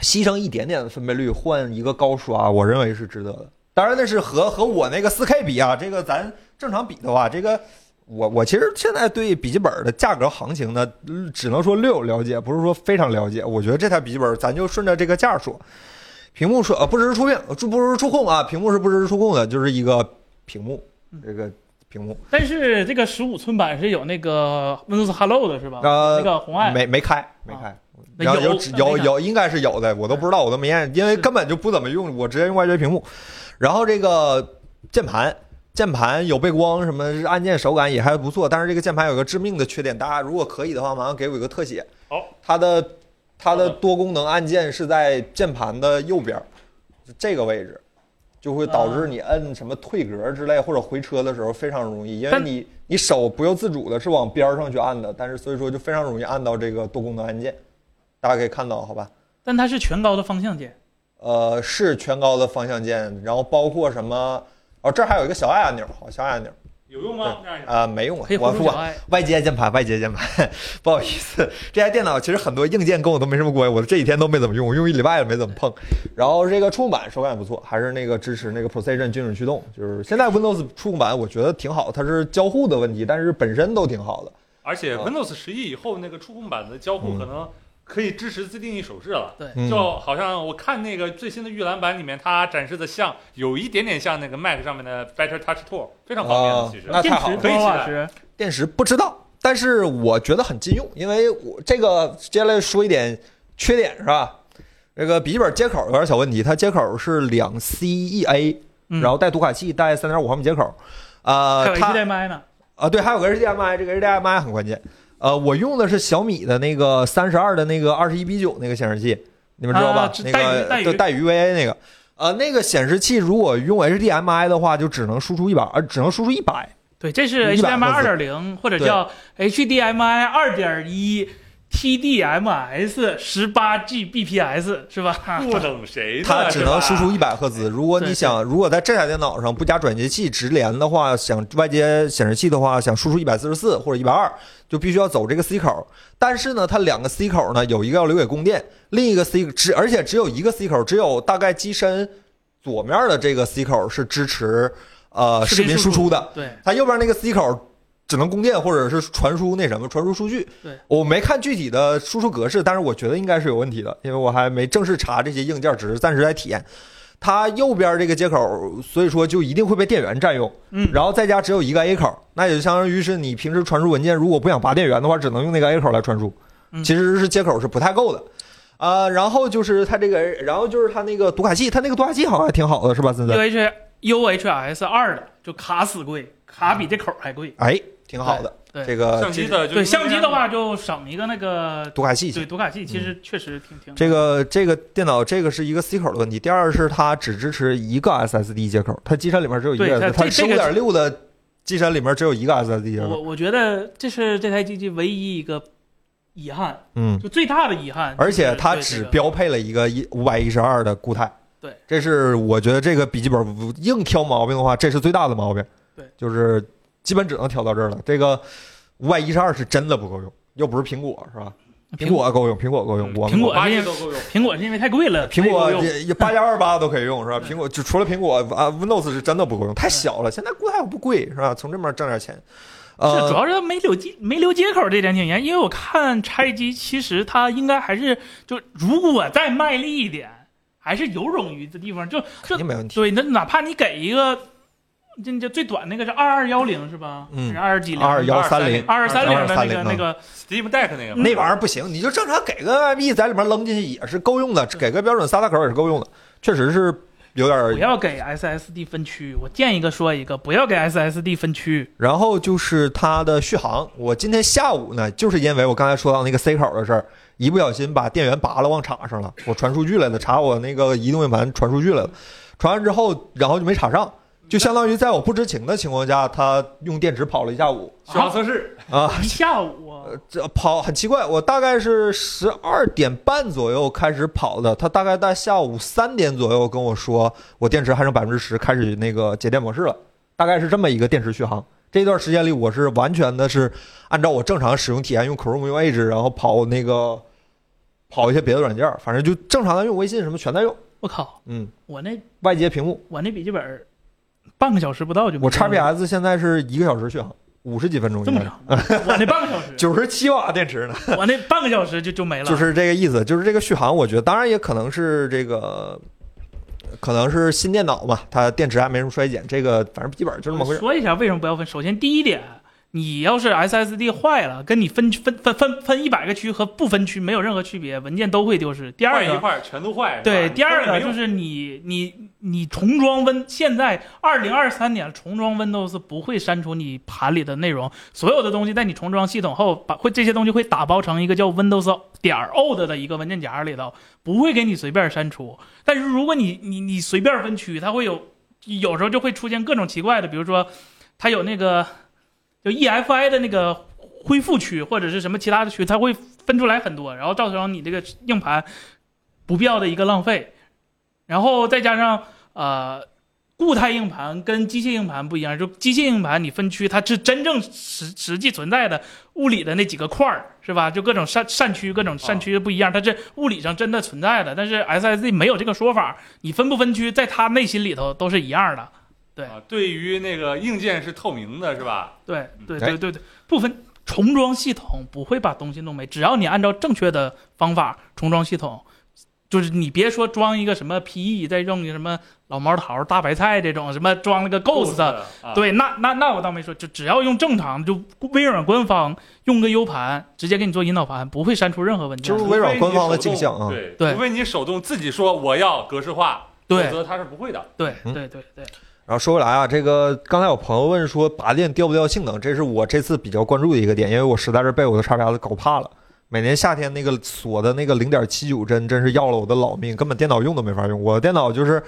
牺牲一点点的分辨率换一个高刷，我认为是值得的。当然那是和和我那个4 K 比啊，这个咱正常比的话，这个我我其实现在对笔记本的价格行情呢，嗯只能说略有了解，不是说非常了解。我觉得这台笔记本咱就顺着这个价说，屏幕说呃不支持触屏，呃不支持触控啊，屏幕是不支持触控的，就是一个屏幕嗯，这个屏幕。但是这个十五寸版是有那个 Windows Hello 的是吧？呃那个红外没没开，没开。那然后有有只那有没看有应该是有的，我都不知道，我都没验，因为是根本就不怎么用，我直接用外接屏幕。然后这个键盘键盘有背光，什么按键手感也还不错，但是这个键盘有个致命的缺点，大家如果可以的话，麻烦给我一个特写。好，它的它的多功能按键是在键盘的右边儿这个位置，就会导啊致你摁什么退格之类或者回车的时候非常容易，因为但你你手不由自主的是往边儿上去按的，但是所以说就非常容易按到这个多功能按键，大家可以看到，好吧？但它是全高的方向键，呃，是全高的方向键，然后包括什么？哦，这儿还有一个小爱按钮，好，小爱按钮，有用吗？这样一下啊、没用啊可以，我回住我小爱。外接键盘，外接键盘， 不好意思，这台电脑其实很多硬件跟我都没什么关系，我这几天都没怎么用，我用一礼拜也没怎么碰。然后这个触控板手感也不错，还是那个支持那个 Precision 精准驱动，就是现在 Windows 触控板我觉得挺好，它是交互的问题，但是本身都挺好的。而且啊 Windows 十一以后那个触控板的交互嗯可能可以支持自定义手势了。嗯，就好像我看那个最新的预览版里面，它展示的像有一点点像那个 Mac 上面的 Better Touch Tool，非常方便的。啊其实那太电好池了，可以多少起来瓦时？电池不知道，但是我觉得很禁用，因为我这个接下来说一点缺点是吧？这个笔记本接口有点小问题，它接口是两 CEA，嗯然后带读卡器，带三点五毫米接口，呃还有，它 HDMI 呢，啊对，还有个 HDMI，这个 HDMI 很关键。呃，我用的是小米的那个三十二的那个二十一比九那个显示器，你们知道吧？啊这那带鱼带鱼个就带鱼 VA 那个，呃，那个显示器如果用 HDMI 的话，就只能输出一百，呃，只能输出一百，对，这是100 HDMI 二赫兹点零或者叫 HDMI 二点一 TDMS 十八 Gbps 是吧？不等谁呢？它只能是输吧出一百赫兹。如果对你对想，如果在这台电脑上不加转接器直连的话，想外接显示器的话，想输出一百四十四或者一百二，就必须要走这个 C 口。但是呢，它两个 C 口呢，有一个要留给供电，另一个 C 只而且只有一个 C 口，只有大概机身左面的这个 C 口是支持呃视视频频输输出出的， 对，它右边那个 C 口只能供电或者是传输那什么传输数据。对，我没看具体的输出格式，但是我觉得应该是有问题的，因为我还没正式查这些硬件，只是暂时在体验。它右边这个接口，所以说就一定会被电源占用，嗯，然后再加只有一个 A 口，那也就相当于是你平时传输文件，如果不想拔电源的话，只能用那个 A 口来传输嗯，其实是接口是不太够的。啊，然后就是它这个，然后就是它那个读卡器，它那个读卡器好像还挺好的，是吧，森森？ UH UHS 二的就卡死贵，卡比这口还贵。哎，挺好的。对对这个相机的就对相机的，话，就省一个那个读卡器嗯对读卡器，其实确实挺挺这个这个电脑这个是一个 C 口的问题，第二是它只支持一个 SSD 接口，它机身里面只有一对它个，它这十这五个哦点六的机身里面只有一个 SSD 接我口，我觉得这是这台机器唯一一个遗憾，嗯，就最大的遗憾。而且它就是只对这个标配了一个一五百一十二的固态，对，这是我觉得这个笔记本硬挑毛病的话，这是最大的毛病，对，就是基本只能挑到这儿了，这个五百一十二是真的不够用，又不是苹果是吧？苹果够用，苹果够用，我们嗯苹果八 G 都够用。苹果是因为太贵了，苹所果以我用八幺二八都可以用是吧？对苹果就除了苹果啊，Windows 是真的不够用，太小了。现在固态又不贵是吧？从这面挣点钱，是，主呃，要是它没留接没留接口这点挺严，因为我看拆机，其实它应该还是就如果再卖力一点，还是有冗余的地方。就肯就定没问题。对，那哪怕你给一个，这这最短那个是二二幺零是吧？嗯还是二几零？二幺三零二二三零的那2230个啊那个， Steam Deck 那个那玩意儿不行，你就正常给个 IME 在里面扔进去也是够用的，给个标准三大口也是够用的，确实是有点不要给 SSD 分区。我见一个说一个，不要给 SSD 分区。然后就是它的续航，我今天下午呢，就是因为我刚才说到那个 C 口的事儿，一不小心把电源拔了，忘插上了。我传数据来的，查我那个移动硬盘传数据来了，传完之后，然后就没插上，就相当于在我不知情的情况下，它用电池跑了一下午续航测试，啊。一下午啊，呃这跑很奇怪，我大概是十二点半左右开始跑的，他大概在下午三点左右跟我说，我电池还剩百分之十，开始那个节电模式了，大概是这么一个电池续航。这段时间里，我是完全的是按照我正常使用体验，用 Chrome 用 Edge，然后跑那个跑一些别的软件，反正就正常的用微信什么全在用，我靠，嗯，我那外接屏幕。我我那笔记本半个小时不到就没我电了 XPS 现在是一个小时续航，五十几分钟这应么该是，长， 我那半个小时。九十七瓦电池呢。我那半个小时就就没了。就是这个意思，就是这个续航，我觉得当然也可能是这个，可能是新电脑嘛，它电池还没什么衰减，这个反正笔记本就这么回事。说一下为什么不要分。首先，第一点，你要是 SSD 坏了，跟你分分分分分一百个区和不分区没有任何区别，文件都会丢失。第二换一个，块全都坏。是吧对，第二个就你是你你你重装 Win，现在二零二三年重装 Windows 不会删除你盘里的内容，所有的东西在你重装系统后，把会这些东西会打包成一个叫 Windows 点 old 的一个文件夹里头，不会给你随便删除。但是如果你你你随便分区，它会有有时候就会出现各种奇怪的，比如说它有那个就 EFI 的那个恢复区或者是什么其他的区，它会分出来很多，然后造成你这个硬盘不必要的一个浪费。然后再加上呃，固态硬盘跟机械硬盘不一样，就机械硬盘你分区它是真正实实际存在的物理的那几个块儿是吧？就各种扇扇区、各种扇区不一样，它是物理上真的存在的，但是 SSD 没有这个说法，你分不分区，在它内心里头都是一样的。对啊，对于那个硬件是透明的，是吧？对对哎对对对，不分重装系统不会把东西弄没，只要你按照正确的方法重装系统，就是你别说装一个什么 PE，再用什么老毛桃、大白菜这种什么装了个 Ghost，的、啊，对，那那那我倒没说，就只要用正常，就微软官方用个 U 盘直接给你做引导盘，不会删除任何文件就的。是除非微软你手动，官方的镜像啊对，对除非你手动自己说我要格式化，否对则它是不会的。对嗯对对对，然后说回来啊，这个刚才有朋友问说拔电掉不掉性能，这是我这次比较关注的一个点，因为我实在是被我的叉 P S 搞怕了。每年夏天那个锁的那个零点七九帧，真是要了我的老命，根本电脑用都没法用。我的电脑就是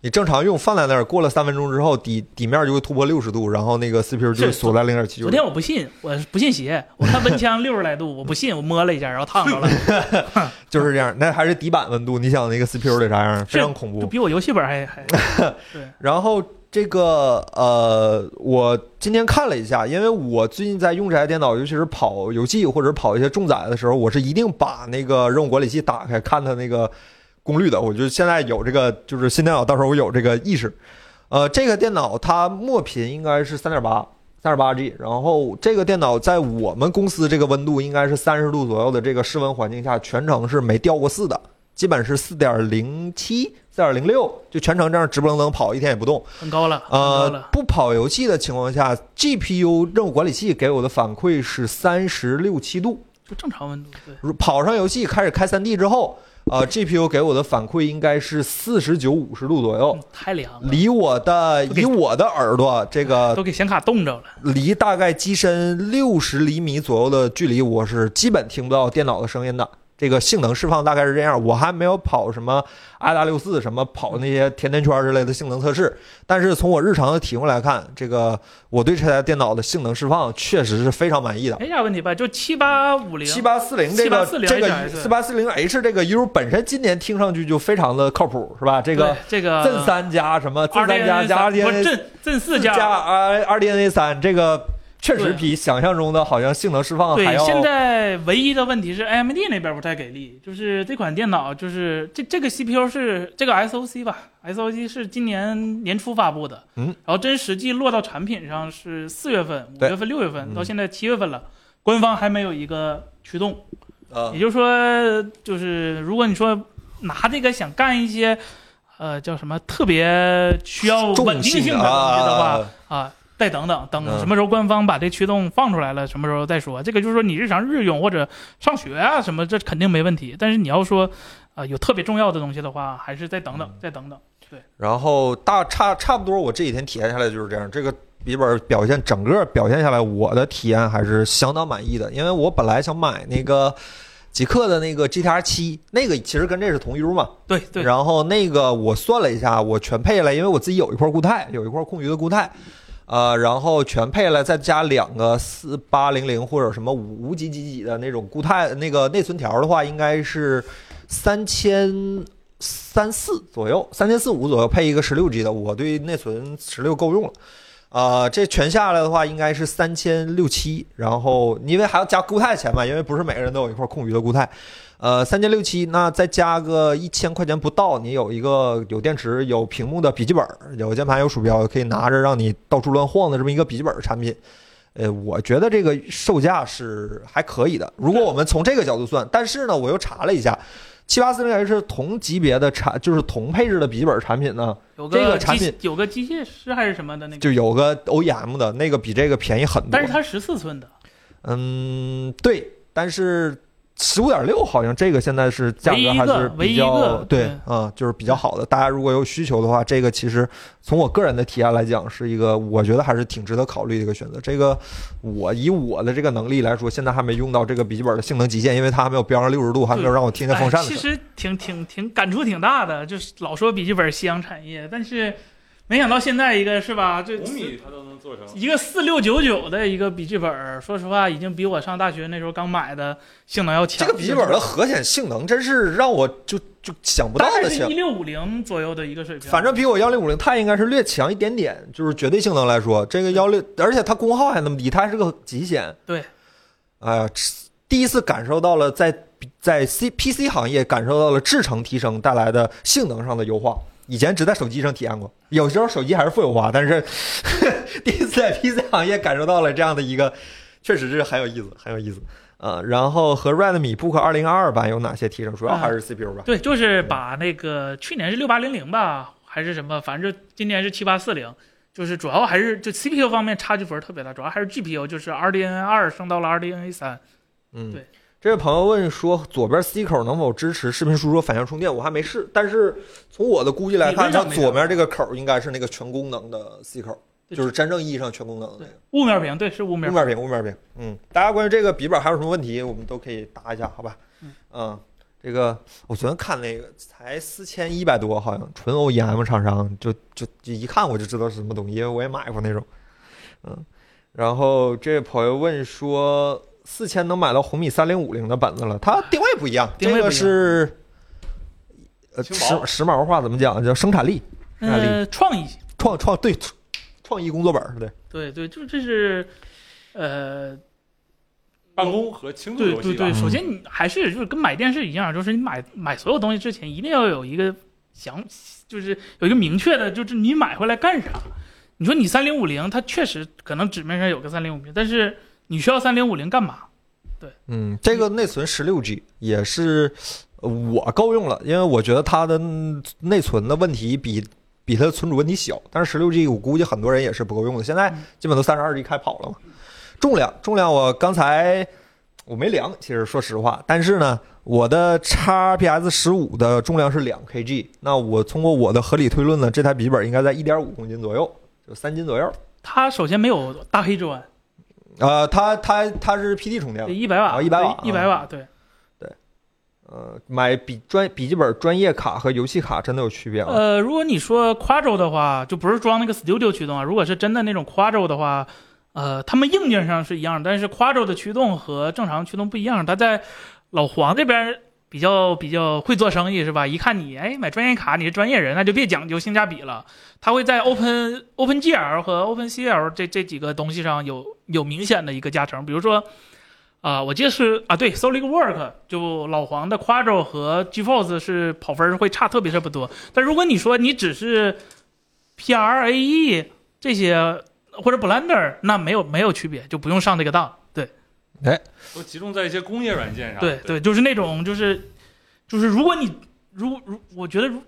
你正常用放在那儿，过了三分钟之后，底底面就会突破六十度，然后那个 CPU 就会锁在零点七九昨。天我不信，我不信邪，我看温枪六十来度，我不信，我摸了一下，然后 烫着了，就是这样，那还是底板温度，你想那个 CPU 得啥样，非常恐怖就。比我游戏本 还还然后这个呃，我今天看了一下，因为我最近在用这台电脑，尤其是跑游戏或者跑一些重载的时候，我是一定把那个任务管理器打开看它那个功率的。我就现在有这个，就是新电脑，到时候我有这个意识。呃，这个电脑它墨频应该是三点八。三十八 G，然后这个电脑在我们公司这个温度应该是三十度左右的这个室温环境下，全程是没掉过四的，基本是四点零七、四点零六，就全程这样直不愣登跑一天也不动。很高了，很高呃了，，不跑游戏的情况下，GPU 任务管理器给我的反馈是三十六七度。就正常温度。对，如跑上游戏开始开三 D 之后，呃，GPU 给我的反馈应该是四十九五十度左右嗯，太凉了，离呃我的都给以我的耳朵这个都给显卡冻着了。离大概机身六十厘米左右的距离，我是基本听不到电脑的声音的。这个性能释放大概是这样，我还没有跑什么 IDA 六四什么跑那些甜甜圈之类的性能测试，但是从我日常的体用来看，这个我对这台电脑的性能释放确实是非常满意的。没哎啥问题吧？就七八五零，七八四零这个7840这个 H 四八四零 H 这个 U 本身今年听上去就非常的靠谱，是吧？这这个这个震三加什么震三加加呃二 R 不 D N A 是震震四加啊加。 R R D N A 三这个确实对比想象中的好像性能释放还对，要现在唯一的问题是 AMD 那边不太给力，就是这款电脑就是这这个 CPU 是这个 SOC 吧，SOC 是今年年初发布的，嗯，然后真实际落到产品上是四月份、五对月份、六月份，嗯到现在七月份了，官方还没有一个驱动。啊也就是说，就是如果你说拿这个想干一些，呃，叫什么特别需要稳重定性的东西的话，啊，啊，再等等，等嗯什么时候官方把这驱动放出来了，什么时候再说。这个就是说你日常日用或者上学啊什么，这肯定没问题。但是你要说，呃，有特别重要的东西的话，还是再等嗯等，再等等。然后大差差不多，我这几天体验下来就是这样。这个笔记本表现整个表现下来，我的体验还是相当满意的，因为我本来想买那个。极客的那个 GTR 七，那个其实跟这是同 U 嘛，对对，然后那个我算了一下，我全配了，因为我自己有一块固态，有一块空余的固态，呃，然后全配了，再加两个四八零零或者什么五五几几几的那种固态，那个内存条的话应该是三千三四左右，三千四五左右配一个十六 G 的，我对内存十六够用了。呃，这全下来的话应该是三千六七，然后因为还要加固态钱嘛，因为不是每个人都有一块空余的固态，呃，三千六七，那再加个一千块钱不到，你有一个有电池、有屏幕的笔记本，有键盘、有鼠标，可以拿着让你到处乱晃的这么一个笔记本产品。呃，我觉得这个售价是还可以的。如果我们从这个角度算，但是呢，我又查了一下，七八四零 H 同级别的产，就是同配置的笔记本产品呢，有这个个产机品有个机械师还是什么的那个，就有个 OEM 的那个比这个便宜很多。但是它十四寸的，嗯，对，但是十五点六好像这个现在是价格还是唯一比一个唯一一较个对对，嗯，就是比较好的。大家如果有需求的话，这个其实从我个人的体验来讲，是一个我觉得还是挺值得考虑的一个选择。这个我以我的这个能力来说，现在还没用到这个笔记本的性能极限，因为它还没有标上六十度，还没有让我听见风扇哎的其声音。实挺挺挺感触挺大的，就是老说笔记本夕阳产业，但是没想到现在一个是吧？这五米它都能做成。一个四六九九的一个笔记本，说实话已经比我上大学那时候刚买的性能要这强。个笔记本的核显性能真是让我就就想不到大概的是性一。六五零左右的一个水平，反正比我幺零五零钛应该是略强一点点，就是绝对性能来说，这个幺六，而且它功耗还那么低，它还是个极限。对，哎呀，第一次感受到了在在 C P C 行业感受到了制程提升带来的性能上的优化。以前只在手机上体验过，有时候手机还是负优化，但是 第一次在 PC 行业感受到了这样的一个，确实是很有意思，很有意思。呃，然后和 Redmi Book 二零二二版有哪些提升？主要还是 CPU 吧。对，就是把那个去年是六八零零吧，还是什么，反正就今年是七八四零，就是主要还是就 CPU 方面差距不是特别大，主要还是 GPU，就是 RDNA 二升到了 RDNA 三。嗯，对。这位朋友问说，左边 C 口能否支持视频输出反向充电？我还没试，但是从我的估计来看，理论它上没有左面这个口应该是那个全功能的 C 口，对就是真正意义上全功能的对，雾面屏，对，是雾那面个。屏雾。面屏，雾面屏。嗯，大家关于这个笔记本还有什么问题，我们都可以答一下，好吧？嗯这个我昨天看那个才四千一百多，好像纯 OEM 厂商，就就就一看我就知道是什么东西，因为我也买过那种。嗯，然后这位朋友问说，四千能买到红米三零五零的本子了，它定位不一样，定位这不一个样是呃轻时薄时髦话怎么讲？叫生产力、生产力、呃，创意，创创对创意工作本儿对。对对，就这是，呃，办公和轻度对游对戏吧对，嗯，首先你还是就是跟买电视一样，就是你买买所有东西之前一定要有一个想，就是有一个明确的，就是你买回来干啥。你说你三零五零，它确实可能纸面上有个三零五零，但是你需要三零五零干嘛？嗯，这个内存十六 G 也是呃我够用了，因为我觉得它的嗯内存的问题比比它的存储问题小，但是十六 G 我估计很多人也是不够用的，现在嗯基本都三十二 G 开跑了嘛。重量，重量我刚才我没量，其实说实话，但是呢，我的 XPS 十五的重量是两 kg，那我通过我的合理推论呢，这台笔记本应该在一点五公斤左右，就三斤左右。它首先没有大黑砖，呃，它它它是 PT 充电的。一百瓦，哦100瓦一百瓦，对。呃，买笔专笔记本专业卡和游戏卡真的有区别吗？呃，如果你说 Quadro 的话，就不是装那个 Studio 驱动啊，如果是真的那种 Quadro 的话，呃，他们硬件上是一样，但是 Quadro 的驱动和正常驱动不一样，它在老黄这边。比较比较会做生意是吧？一看你哎买专业卡，你是专业人，那就别讲究性价比了。他会在 Open Open GL 和 Open CL 这这几个东西上有有明显的一个加成，比如说啊、我记得是啊，对，SolidWork 就老黄的 Quadro 和 GeForce 是跑分儿会差特别特别多。但如果你说你只是 PRAE E 这些或者 Blender，那没有没有区别，就不用上这个当。对都集中在一些工业软啊件上。对对，对，就是那种就是就是如果你如如我觉得如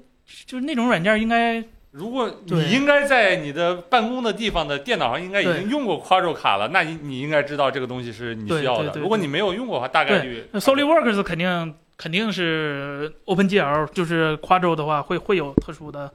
就是那种软件应该如果对你应该在你的办公的地方的电脑上应该已对经用过 Quadro 卡了，那你你应该知道这个东西是你需要对对对的。对如果你没有用过的话，大概率那 SolidWorks 肯定肯定是 OpenGL，就是 Quadro 的话会会有特殊的，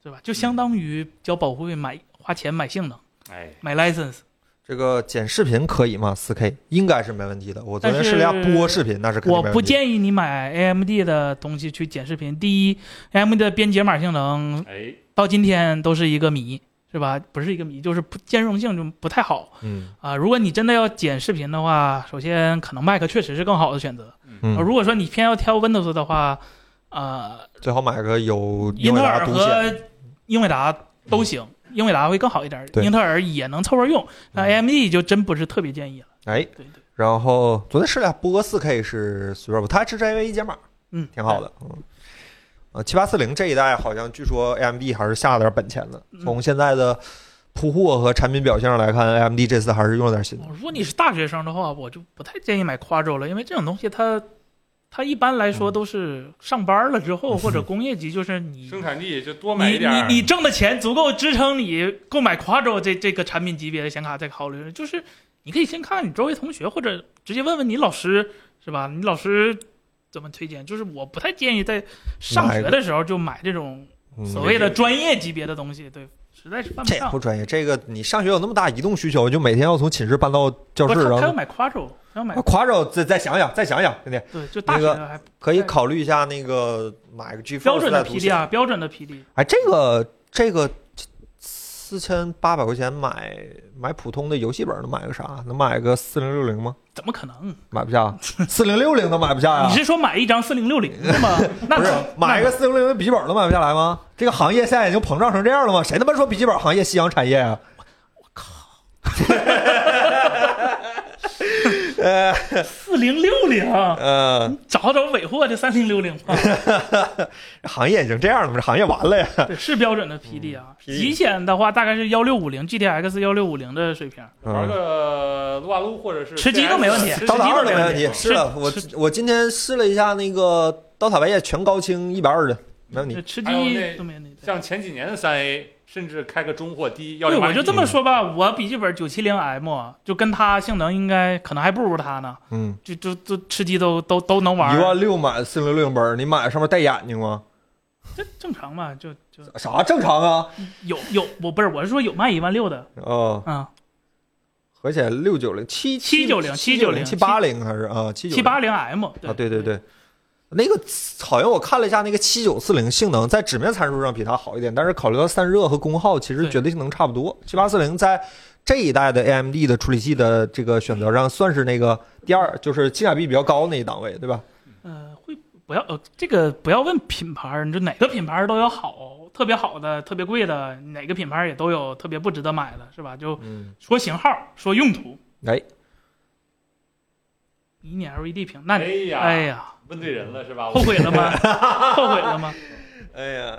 对嗯吧？就相当于交保护费买花钱买性能哎，买 license。这个剪视频可以吗？4 K 应该是没问题的。我昨天但是试了一下播视频，那是肯定我没不问题的。建议你买 AMD 的东西去剪视频。第一，AMD 的编解码性能哎，到今天都是一个谜，是吧？不是一个谜，就是不兼容性就不太好嗯啊、如果你真的要剪视频的话，首先可能 Mac 确实是更好的选择。呃嗯，如果说你偏要挑 Windows 的话，呃，最好买个有英英伟特达尔独显。和英伟达都行，英伟达会更好一点，对英特尔也能凑合用，那嗯 AMD 就真不是特别建议了。哎，对对，然后昨天试了一下播4 K 是随便播，它支持 AV 解码，嗯，挺好的。嗯，呃，七八四零这一代好像据说 AMD 还是下了点本钱的，嗯从现在的铺货和产品表现上来看，AMD 这次还是用了点心。如果你是大学生的话，我就不太建议买 Quadro 了，因为这种东西它它一般来嗯说都是上班了之后、或者工业级，就是你生产力就多买你一点你儿。你挣的钱足够支撑你购买 Quadro 这这个产品级别的显卡再考虑，就是你可以先看你周围同学，或者直接问问你老师，是吧？你老师怎么推荐？就是我不太建议在上学的时候就买这种嗯所谓的专业级别的东西，对，实在是犯这不也上。不专业，这个你上学有那么大移动需求，就每天要从寝室搬到教不室，是然他他要后买 Quadro，他要买啊夸着再再想想，再想想，兄弟对，就大那学个还可以考虑一下那个买个 G 标准的 P D PD 啊，标准的 PD。哎，这个这个四千八百块钱买买普通的游戏本能买个啥？能买个四零六零吗？怎么可能？买不 下，啊四零六零都买不下呀、你是说买一张四零六零 是吗？那啊不是那买一个四零六零笔记本都买不下来吗？这个行业现在已经膨胀成这样了吗？谁他妈说笔记本行业夕阳产业啊？四零六零，啊嗯呃，找找尾货的三零六零吧，行业已经这样了吗？这行业完了呀！ 对，是标嗯准的 PD 啊。 PD 极限的话大概是幺六五零 GTX 幺六五零的水平，嗯玩个撸啊撸或者是吃鸡都没问题 CS 刀塔二没没问问题题，是的，我我今天试了一下那个刀塔白夜全高清一百二的，没问题这。吃还有那鸡都没那。对像前几年的三 A，甚至开个中货低幺对，零八，嗯我就这么说吧，我笔记本九七零 M 就跟它性能应该可能还不如它呢，嗯，就就就吃鸡都都都能玩一儿，万六买四零六零本，你买上面带眼睛吗？这正常吧？就就啥正常啊？有有我不是我是说有卖一万六的哦，啊，合起来六九零七790七790七八零还是啊七七八零 M 啊？对对对，那个好像我看了一下，那个七九四零性能在纸面参数上比它好一点，但是考虑到散热和功耗，其实对绝对性能差不多。七八四零在这一代的 AMD 的处理器的这个选择上，算是那个第二，就是性价比比较高那一档位，对吧？呃，会不要呃，这个不要问品牌儿，你就哪个品牌儿都有好，特别好的、特别贵的，哪个品牌儿也都有特别不值得买的，是吧？就嗯，说型号，说用途，哎，迷你 LED 屏，那哎你呀哎呀，问对人了是吧？后悔了 吗？后悔了吗？哎呀，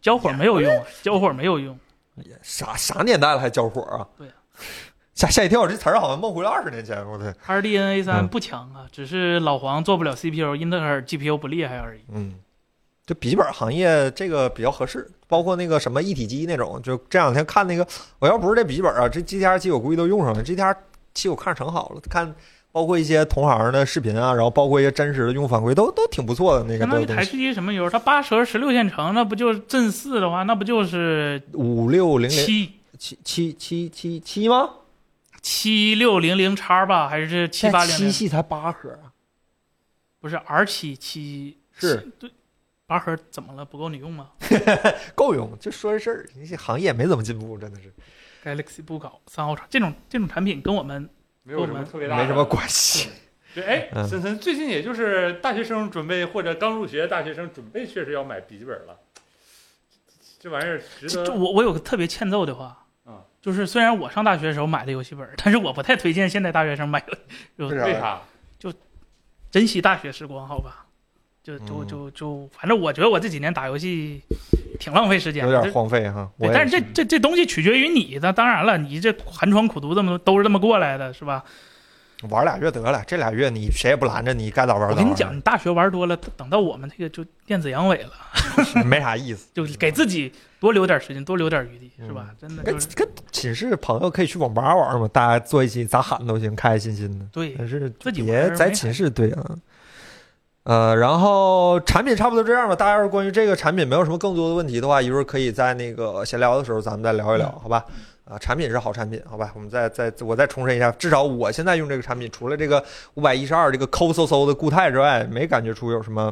交火没有 用，啊交火没有用。啥啥年代了还交火啊？对呀 吓吓一跳，这词儿好像梦回了二十年前，我的， RDNA 三嗯不强啊，只是老黄做不了 CPU，英特尔 GPU 不厉害而已。嗯。就笔记本行业这个比较合适，包括那个什么一体机那种，就这两天看那个，我要不是这笔记本啊，这 GTR 七我估计都用上了。GTR 七我看着成好了，看包括一些同行的视频啊，然后包括一些真实的用户反馈，都都挺不错的那个相当于东台西。式机什么油，它八核十六线程，那不就是正四的话，那不就是五六零零七七七七七七吗？七六零零叉吧，还是七八零七零？系才八核啊，不是 R 七七是七对，拔河怎么了？不够你用吗够用，就说这事儿，这行业没怎么进步，真的是？Galaxy 不搞三号厂这种这种产品跟我们没有什么特别大的，没什么关系。对，哎，嗯森森最近也就是大学生准备或者刚入学的大学生准备确实要买笔记本了，这这玩意儿值这这得我我有个特别欠揍的话啊，就是虽然我上大学的时候买的游戏本，但是我不太推荐现在大学生买游，为啊啥为呀？啥？珍惜大学时光，好吧？就就嗯就就，反正我觉得我这几年打游戏挺浪费时间有的，这点荒废哈。我对，也但是这是这这东西取决于你，那当然了，你这寒窗苦读这么多都是这么过来的，是吧？玩俩月得了，这俩月你谁也不拦着你，该咋玩我咋玩。跟你讲，你大学玩多了，等到我们这个就电子阳痿了。没啥意思。就给自己多留点时间，多留点余地，是吧？真的跟就是跟哎寝室朋友可以去网吧玩嘛，大家坐一起咋喊都行，开开心心的。对，但是自己玩别儿在没寝室对啊。呃，然后产品差不多这样吧。大家要是关于这个产品没有什么更多的问题的话，一会儿可以在那个闲聊的时候咱们再聊一嗯聊，好吧？啊、产品是好产品，好吧？我们再再我再重申一下，至少我现在用这个产品，除了这个五百一十二这个抠搜搜的固态之外，没感觉出有什么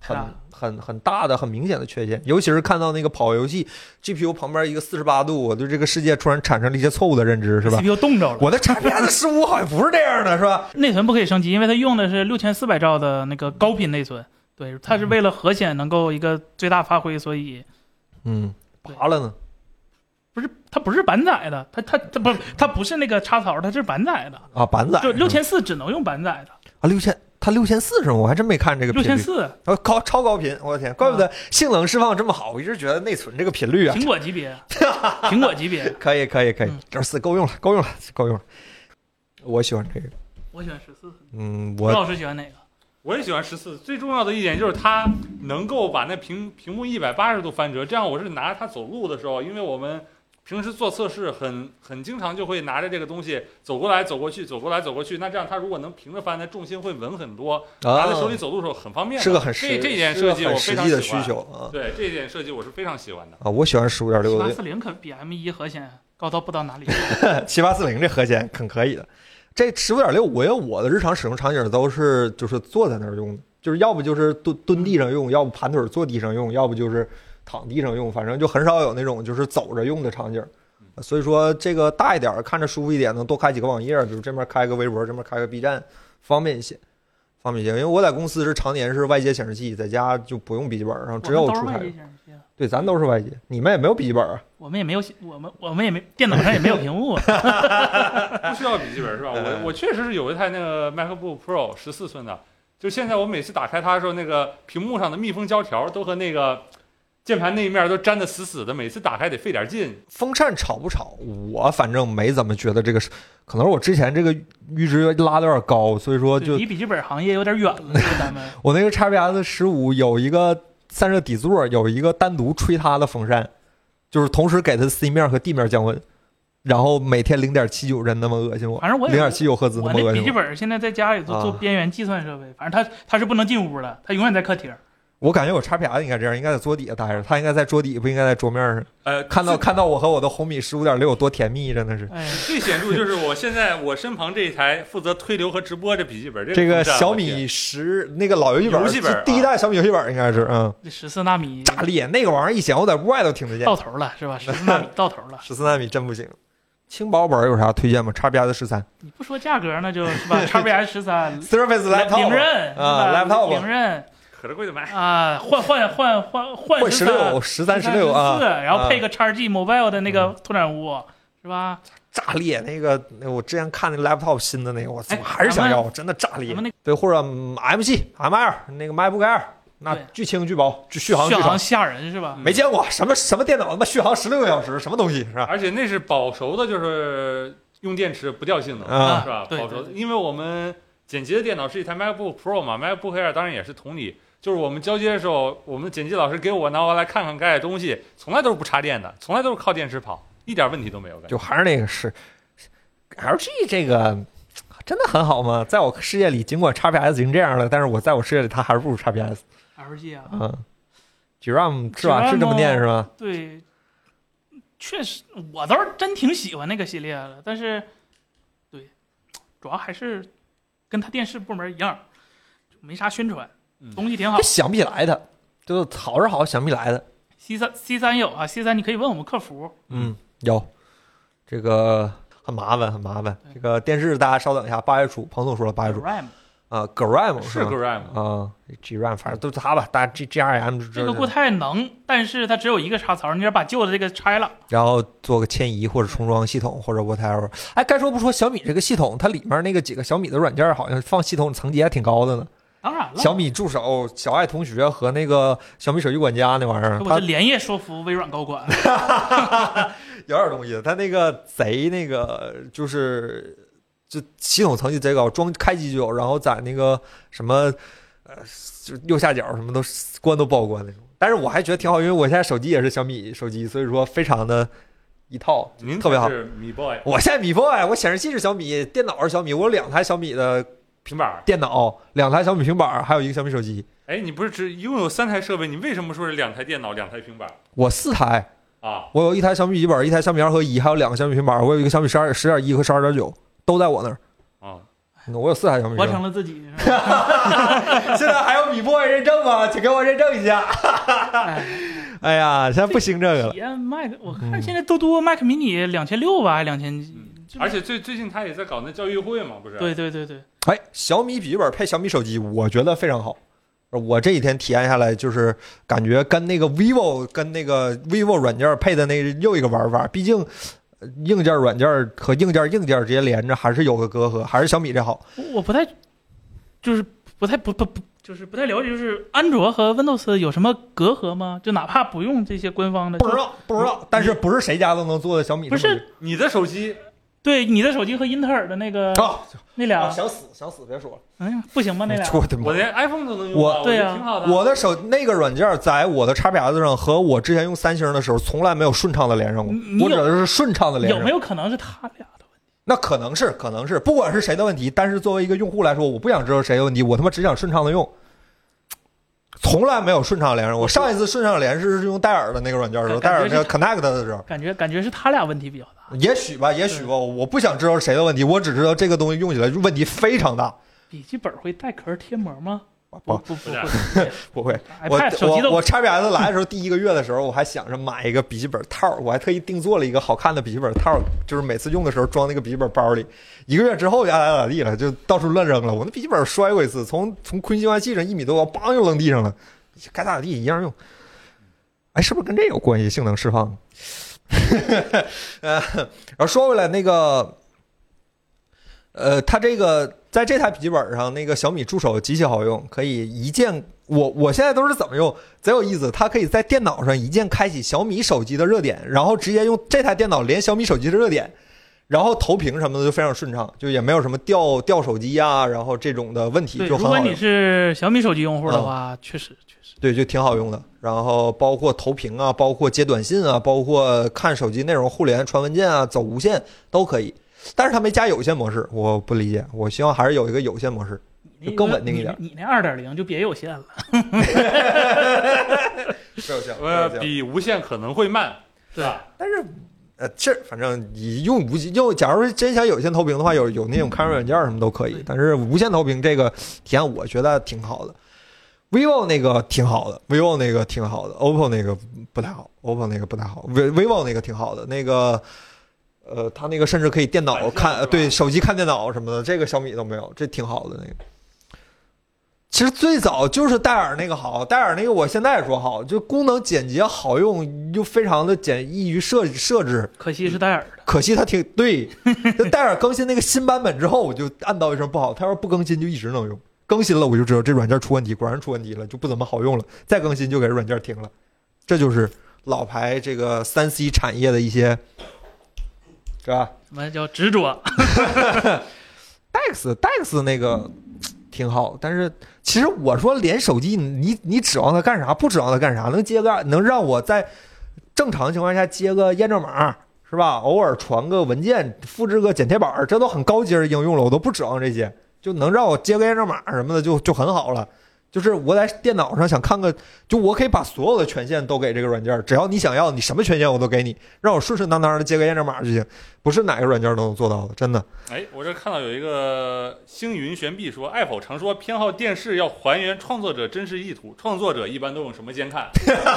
很是啊很很大的、很明显的缺陷。尤其是看到那个跑游戏 GPU 旁边一个四十八度，我对这个世界突然产生了一些错误的认知，是吧？ CPU 冻着了，我的 产品的失误好像不是这样的，是吧？内存不可以升级，因为它用的是六千四百兆的那个高频内存。对，它是为了核显能够一个最大发挥，所以嗯，对拔了呢。不是它不是板载的，它它它不它不是那个插槽，它是板载的，啊，板载就六千四只能用板载的。啊，六千，它六千四是吗？我还真没看这个频六率。千四，哦，高超高频，我的天，怪不嗯得性能释放这么好。我一直觉得内存这个频率啊苹，果级 别，苹果级别，可以可以可以嗯，这四够用了，够用了，够用了。我喜欢这个，我喜欢十四。嗯，周哦我老师喜欢哪个？我也喜欢十四，最重要的一点就是它能够把那屏屏幕一百八十度翻折，这样我是拿着它走路的时候，因为我们平时做测试很很经常就会拿着这个东西走过来走过去，走过来走过去，那这样它如果能平着翻，那重心会稳很多，拿在手里啊走路的时候很方便的。是个很这实这一点是个设计我很非实常际的喜需欢求啊对这一点设计我是非常喜 欢的。啊！我喜欢十五点七六八的四零可比 M 一核显高到不知道 哪里去。七八四零这核显很可以的。这十五点六，我因为我的日常使用场景都是就是坐在那儿用的，就是要不就是蹲蹲地上用，要不盘腿坐地上用，要不就是躺地上用，反正就很少有那种就是走着用的场景。所以说这个大一点儿，看着舒服一点，能多开几个网页，比如这边开个微博，这边开个 B 站，方便一些，方便一些。因为我在公司是常年是外接显示器，在家就不用笔记本，然后只有我们都出是差外。接显示器啊，对，咱都是外接，你们也没有笔记本啊？我们也没有，我们我们也没电脑上也没有屏幕啊。不需要笔记本是吧？嗯我我确实是有一台那个 MacBook Pro 十四寸的，就现在我每次打开它的时候，那个屏幕上的密封胶条都和那个键盘那一面都粘得死死的，每次打开得费点劲。风扇吵不吵？我反正没怎么觉得这个是，可能是我之前这个阈值拉的有点高，所以说 就离笔记本行业有点远了，这个咱们我那个 XPS 十五有一个散热底座，有一个单独吹它的风扇，就是同时给它 C 面和 D 面降温，然后每天零点七九帧那么恶 心我，反正我也零点七九赫兹那我么那恶笔心记我，本现在在家里都做啊边缘计算设备，反正它它是不能进屋了，它永远在客厅。我感觉我 XPS 应该这样，应该在桌底下待着，它应该在桌底，不应该在桌面上。呃，看到最看到我和我的红米十五点六有多甜蜜，真的是。哎，最显著就是我现在我身旁这一台负责推流和直播这笔记本，这个个风扇小我天米十那个老游戏本，游戏本就第一代小米游戏本应该是嗯。这十四纳米炸裂，那个玩意儿一响，我在屋外都听得见到。头了是吧？十四纳米到头 了，十四纳米真不行。轻薄本有啥推荐吗？XPS 十三你不说价格那就是吧？XPS 十三 Surface 领 Laptop 刃啊是吧 laptop 领刃可着贵的买。啊，换换换换换换十六、十三、十六啊，嗯四，然后配个个 XG Mobile 的那个拓展坞是吧？炸裂。那个那我之前看那 Laptop 新的那个，我操哎，还是想要，真的炸咱裂们。那个对，或者嗯 M 七、M 二那个 MacBook Air，那对巨轻巨薄，巨续航巨续长航，吓人是吧？没见过什么什么电脑他妈续航十六个小时，什么东西是吧？而且那是保熟的，就是用电池不掉性能，啊是吧？对保熟的对，对因为我们剪辑的电脑是一台 MacBook Pro 嘛，MacBook Air 当然也是同理。就是我们交接的时候，我们剪辑老师给我拿过来看看盖的东西，从来都是不插电的，从来都是靠电池跑，一点问题都没有。感觉就还是那个是 LG 这个真的很好吗？在我世界里，尽管 XPS 已经这样了，但是我在我世界里它还是不如 XPS。 LG 啊，嗯 g r a m 啊是吧？是这么念是吧？对，确实，我倒是真挺喜欢那个系列的，但是，对，主要还是跟他电视部门一样，就没啥宣传嗯，东西挺好这。想不起来的，就好是好，想不起来的。 C 三 C 三有啊，C 三你可以问我们客服，嗯，有这个很麻烦，很麻烦。对这个电视大家稍等一下，八月初，彭总说了哎八月初 RAM 啊 g r a m 是吧 Gram，啊 g r a m 反正都是它吧，大家 G G R M 就知这道个固态能，但是它只有一个插槽，你得把旧的这个拆了。然后做个迁移或者重装系统或者 whatever。哎，该说不说，小米这个系统它里面那个几个小米的软件好像放系统层级还挺高的呢。当然了，小米助手、小爱同学和那个小米手机管家那玩意儿，我它是连夜说服微软高管，有点东西。它那个贼那个就是就系统层级贼高，装开机就有，然后在那个什么呃就右下角什么都关都不好关那种。但是我还觉得挺好，因为我现在手机也是小米手机，所以说非常的一套，您特别好才。是米 Boy 我现在米 boy，我显示器是小米，电脑是小米，我有两台小米的平板儿。电脑，两台小米平板儿，还有一个小米手机。哎，你不是只拥有三台设备，你为什么说是两台电脑、两台平板儿我四台，啊？我有一台小米笔记本，一台小米二合一，还有两个小米平板儿，我有一个小米十二十点一和十二点九，都在我那儿。啊，我有四台小米平活板。成了自 己。是吧现在还有米 boy 认证吗？请给我认证一下。哎哎呀，现在不兴这个了体。验 Mac，我看现在多多 Mac mini 两千六吧，还两千几嗯，这而且最最近他也在搞那教育会嘛，不是？对对对对。哎，小米笔记本配小米手机，我觉得非常好。我这几天体验下来，就是感觉跟那个 vivo 跟那个 vivo 软件配的那又一个玩法，毕竟呃硬件、软件和硬件、硬件直接连着还是有个隔阂，还是小米这好。我我不太就是不不太不不不，就是不太了解，就是安卓和 Windows 有什么隔阂吗？就哪怕不用这些官方的，不知道不知嗯道，但是不是谁家都能做的小米不这么是你的手机对你的手机和英特尔的那个、牛啊那俩，想死想死，别说了，哎呀，不行吗？那俩 我的妈我连 iPhone 都能用我到，对觉啊得挺好的。我的手那个软件在我的 XPS 上和我之前用三星的时候，从来没有顺畅的连上过你。我指有的是顺畅的连有没上，有可能是他俩的问题？那可能是可能是，不管是谁的问题，但是作为一个用户来说，我不想知道谁的问题，我他妈只想顺畅的用。从来没有顺畅连上过。我上一次顺畅连是是用戴尔的那个软件的时候，戴感尔感那觉个 Connect 的时候，感觉感觉是他俩问题比较大，也许吧，也许吧，我不想知道是谁的问题，我只知道这个东西用起来问题非常大。笔记本会带壳贴膜吗？不不不不带不，不会，哦 我 iPad 手机我都我 XPS 来的时候，第一个月的时候，我还想着买一个笔记本套儿，我还特意定做了一个好看的笔记本套儿，就是每次用的时候装那个笔记本包里。一个月之后，呀咋咋地了，就到处乱扔了。我那笔记本摔过一次，从从坤星外系上一米多高，梆又扔地上了，该咋咋地一样用。哎，是不是跟这有关系？性能释放？ 呃，然后说回来，那个，呃，它这个在这台笔记本上，那个小米助手极其好用，可以一键。我我现在都是怎么用，贼有意思。它可以在电脑上一键开启小米手机的热点，然后直接用这台电脑连小米手机的热点，然后投屏什么的就非常顺畅，就也没有什么掉掉手机啊，然后这种的问题对，就如很好果用。嗯你是小米手机用户的话，确实确实，对，就挺好用的。然后包括投屏啊，包括接短信啊，包括看手机内容互联、传文件啊，走无线都可以。但是它没加有线模式，我不理解。我希望还是有一个有线模式。你那就更个稳定一点你你那二点零就别有线了，是有线呃，比无线可能会慢，是对吧？但是呃，这反正你用无线，用假如真想有线投屏的话，有有那种看软件什么都可以对。但是无线投屏这个体验，我觉得挺好的。vivo 那个挺好的，vivo 那个挺好的，OPPO 那个不太好，OPPO 那个不太好，vi-，vivo 那个挺好的，那个。呃，它那个甚至可以电脑反向看，是呃吧对手机看电脑什么的，这个小米都没有，这挺好的那个。其实最早就是戴尔那个好，戴尔那个我现在说好，就功能简洁好用，又非常的简易于设设置。可惜是戴尔的。可惜它挺对， 就戴尔更新那个新版本之后，我就暗道一声不好。它要是不更新就一直能用，更新了我就知道这软件出问题，果然出问题了，就不怎么好用了。再更新就给软件停了，这就是老牌这个三 C 产业的一些，是吧？什么叫执着？ Dex Dex 那个挺好，但是其实我说连手机你你指望它干啥？不指望它干啥？能接个能让我在正常情况下接个验证码是吧？偶尔传个文件，复制个剪贴板儿，这都很高阶的应用了，我都不指望这些，就能让我接个验证码什么的就就很好了。就是我在电脑上想看个，就我可以把所有的权限都给这个软件儿，只要你想要，你什么权限我都给你，让我顺顺当当的接个验证码就行，不是哪个软件儿都能做到的，真的。哎，我这看到有一个星云玄碧说，爱否常说偏好电视要还原创作者真实意图，创作者一般都用什么监看？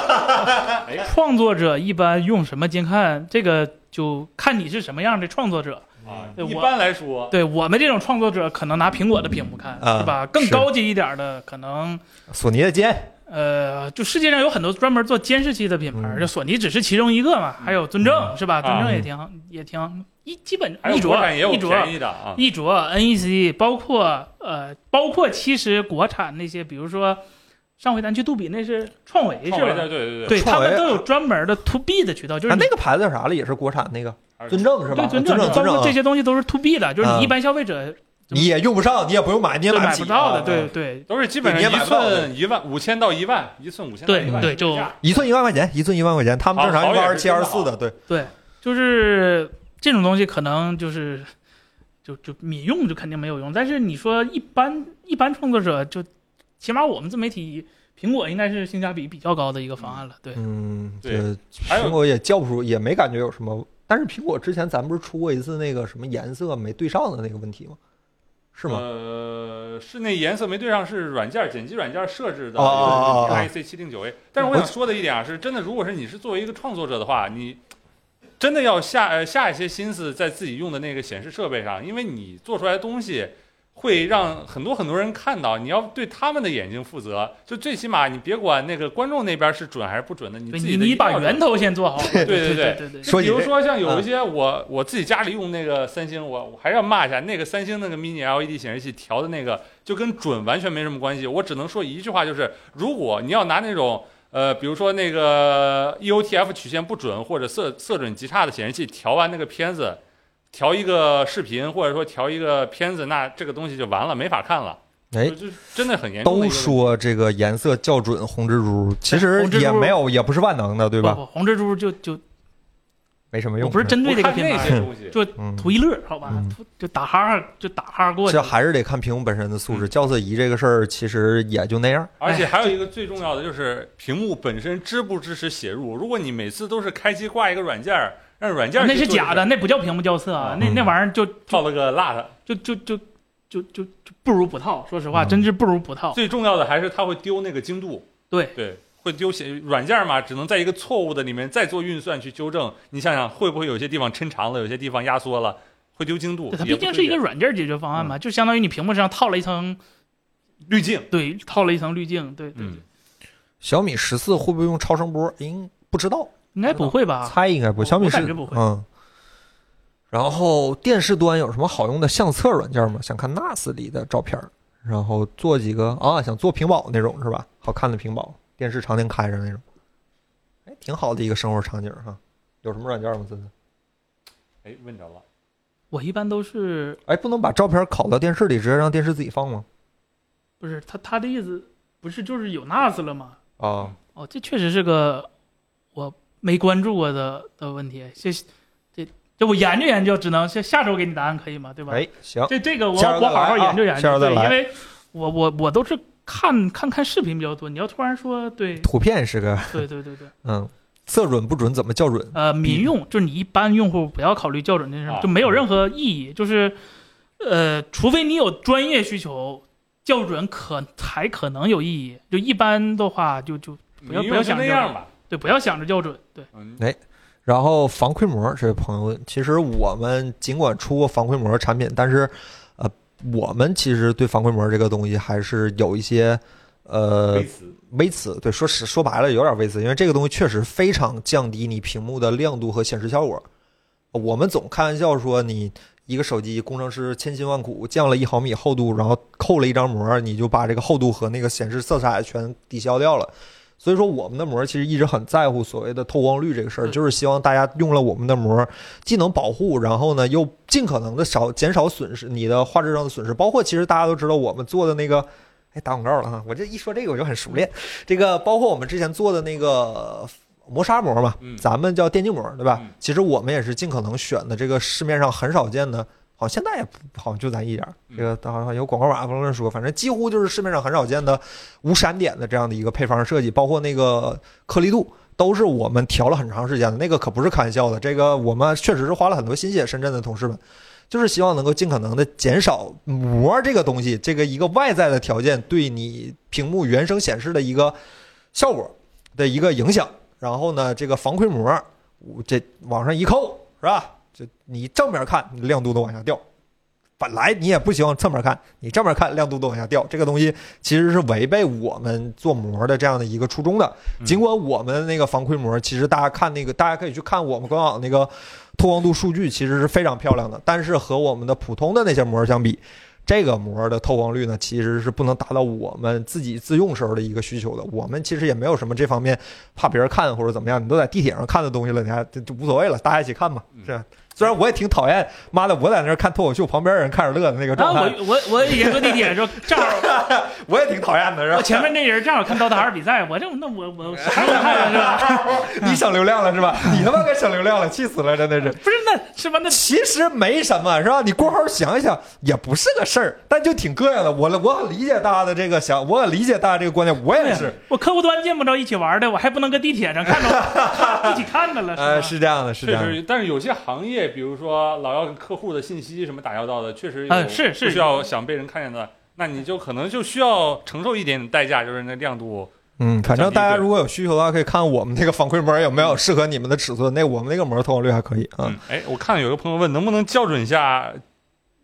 哎，创作者一般用什么监看？这个就看你是什么样的创作者。啊，对一嗯我般来说，对我们这种创作者，可能拿苹果的屏幕看，啊是吧？更是高级一点的，可能索尼的肩，呃，就世界上有很多专门做监视器的品牌，嗯这索尼只是其中一个嘛。还有尊正，是吧？嗯啊尊正也挺好，也挺好一基本还有一国卓产也有一卓便宜的啊，一卓 NEC，包括呃，包括其实国产那些，比如说上回咱去杜比那是创维是创维啊吧的，？对对对他创维们都有专门的 to B 的渠道，就是啊，你那个牌子叫啥了？也是国产那个还是尊正是吧？对，尊尊正，正包尊正括这啊，些东西都是 to B 的，就是嗯你一般消费者你也用不上，你也不用买，你也是买买起不到的，啊对啊对都是基本你也上买一不到的寸一万五千到一万，一寸五千到对一万对就这样一寸一万块钱，一寸一万块钱，他们正常好好用也二是十七、二十四的，对，对，就是这种东西可能就是就就民用就肯定没有用，但是你说一般一般创作者就起码我们自媒体，苹果应该是性价比比较高的一个方案了，对。嗯，对这还有苹果也叫不出，也没感觉有什么。但是苹果之前咱们不是出过一次那个什么颜色没对上的那个问题吗？是吗？呃，室内颜色没对上是软件剪辑软件设置的哦哦哦哦 IC 七零九 A。但是我想说的一点啊，是真的，如果是你是作为一个创作者的话，你真的要下呃下一些心思在自己用的那个显示设备上，因为你做出来的东西会让很多很多人看到，你要对他们的眼睛负责。就最起码你别管那个观众那边是准还是不准的，你对自你己的你把源源头先做好。对对对对对说嗯比起如这说像有一些我我自己家里用那个三星，我我还是要骂一下那个三星那个 mini LED E 显示器调的那个，就跟准完全没什么关系。我只能说一句话，就是如果你要拿那种呃，比如说那个 E EOTF 曲线不准或者色色准极差的显示器调完那个片子，调一个视频或者说调一个片子，那这个东西就完了，没法看了。哎就，就真的呃很严重的一都个问题。说这个颜色校准红蜘蛛，其实红蜘蛛也没有，也不是万能的，对对吧？不红蜘蛛就就没什么我用。不是针对这个我看品那牌，些东西，嗯，图一乐，好吧嗯，图就打哈哈就打哈哈过去这。还是得看屏幕本身的嗯素质。校色仪这个事儿其实也就那样。而且哎还有一个最重要的就是屏幕本身支不支持写入。如果你每次都是开机挂一个软件儿，让软件儿啊那去是做这假的，，那不叫屏幕校色啊，那嗯那玩意儿就套了个辣的。就就就就就就不如不套。说实话，嗯真是不如不套。最重要的还是它会丢那个精度，对，对，会丢写软件儿嘛，只能在一个错误的里面再做运算去纠正。你想想，会不会有些地方抻长了，有些地方压缩了，会丢精度对？它毕也不竟对是一个软件解决方案嗯嘛，就相当于你屏幕上套了一层，滤镜，对，套了一层滤镜，对对，嗯，小米十四会不会用超声波？应不知道，应该不会吧？猜应该不。啊我小米我十感觉不会嗯。然后电视端有什么好用的相册软件吗？想看 NAS 里的照片儿，然后做几个啊，想做屏保那种是吧？好看的屏保，电视常年开着那种，哎，挺好的一个生活场景哈。有什么软件吗？这是？哎，问着了，我一般都是哎，不能把照片拷到电视里，直接让电视自己放吗？不是他他的意思不是就是有 NAS 了吗？啊，哦，这确实是个我没关注过的的问题，这这这我研究研究，只能下下周给你答案可以吗？对吧？哎，行，这这个我下周再我好好来啊研究研下周究，再对，来因为我我我都是看看看视频比较多，你要突然说对图片是个对对对对，嗯，色准不准怎么校准？呃，民用就是你一般用户不要考虑校准这事啊儿，就没有任何意义，就是呃，除非你有专业需求。校准可才可能有意义，就一般的话就就不要你不要用就想那这样个吧，对，不要想着校准，对，嗯，然后防窥膜，这位朋友问，其实我们尽管出过防窥膜产品，但是呃，我们其实对防窥膜这个东西还是有一些呃微词微词。对，说实说白了有点微词，因为这个东西确实非常降低你屏幕的亮度和显示效果。我们总开玩笑说，你一个手机工程师千辛万苦降了一毫米厚度，然后扣了一张膜，你就把这个厚度和那个显示色彩全抵消掉了。所以说，我们的膜其实一直很在乎所谓的透光率这个事儿，对就是希望大家用了我们的膜，既能保护，然后呢又尽可能的少减少损失你的画质上的损失。包括其实大家都知道我们做的那个，哎，打广告了哈，我这一说这个我就很熟练。这个包括我们之前做的那个呃磨砂膜嘛，嗯咱们叫电竞膜，对吧嗯？其实我们也是尽可能选的这个市面上很少见的，好像现在也不好像就咱一家儿，嗯这个好像有广告码不能乱说，反正几乎就是市面上很少见的无闪点的这样的一个配方设计，包括那个颗粒度。都是我们调了很长时间的，那个可不是开玩笑的。这个我们确实是花了很多心血，深圳的同事们，就是希望能够尽可能的减少膜这个东西，这个一个外在的条件对你屏幕原生显示的一个效果的一个影响。然后呢，这个防窥膜，我这往上一扣是吧？这你正面看，你亮度都往下掉。本来你也不希望侧面看，你正面看亮度都往下掉，这个东西其实是违背我们做膜的这样的一个初衷的。嗯尽管我们那个防窥膜，其实大家看那个，大家可以去看我们官网那个透光度数据，其实是非常漂亮的。但是和我们的普通的那些膜相比，这个膜的透光率呢，其实是不能达到我们自己自用时候的一个需求的。我们其实也没有什么这方面怕别人看或者怎么样，你都在地铁上看的东西了，你还这就无所谓了，大家一起看嘛，嗯是吧。虽然我也挺讨厌，妈的，我在那儿看脱口秀，旁边人看着乐的那个然状后啊态，我我我也坐地铁的时候，正好 我也挺讨厌的，是吧啊我？前面那人正好看刀塔二比赛，我这那我我啥时候看了是吧？ 你省流量了是吧？你他妈该省流量了，气死了，真的是。不是那是 吧？那其实没什么，是吧？你过后想一想，也不是个事儿，但就挺膈应的。我我很理解大家的这个想，我很理解大家这个观点，我也 是。我客户端见不着一起玩的，我还不能搁地铁上看 着一起看着了，呃，啊是吧？是这样的，是这确样的。实，但是有些行业，比如说老要跟客户的信息什么打交道的，确实有、啊嗯是是不需要想被人看见的，那你就可能就需要承受一点点代价，就是那亮度。嗯，反正降低大家对如果有需求的话，可以看我们那个反馈膜有没有适合你们的嗯尺寸。那我们那个膜透光率还可以啊。嗯，哎，我看有个朋友问能不能校准一下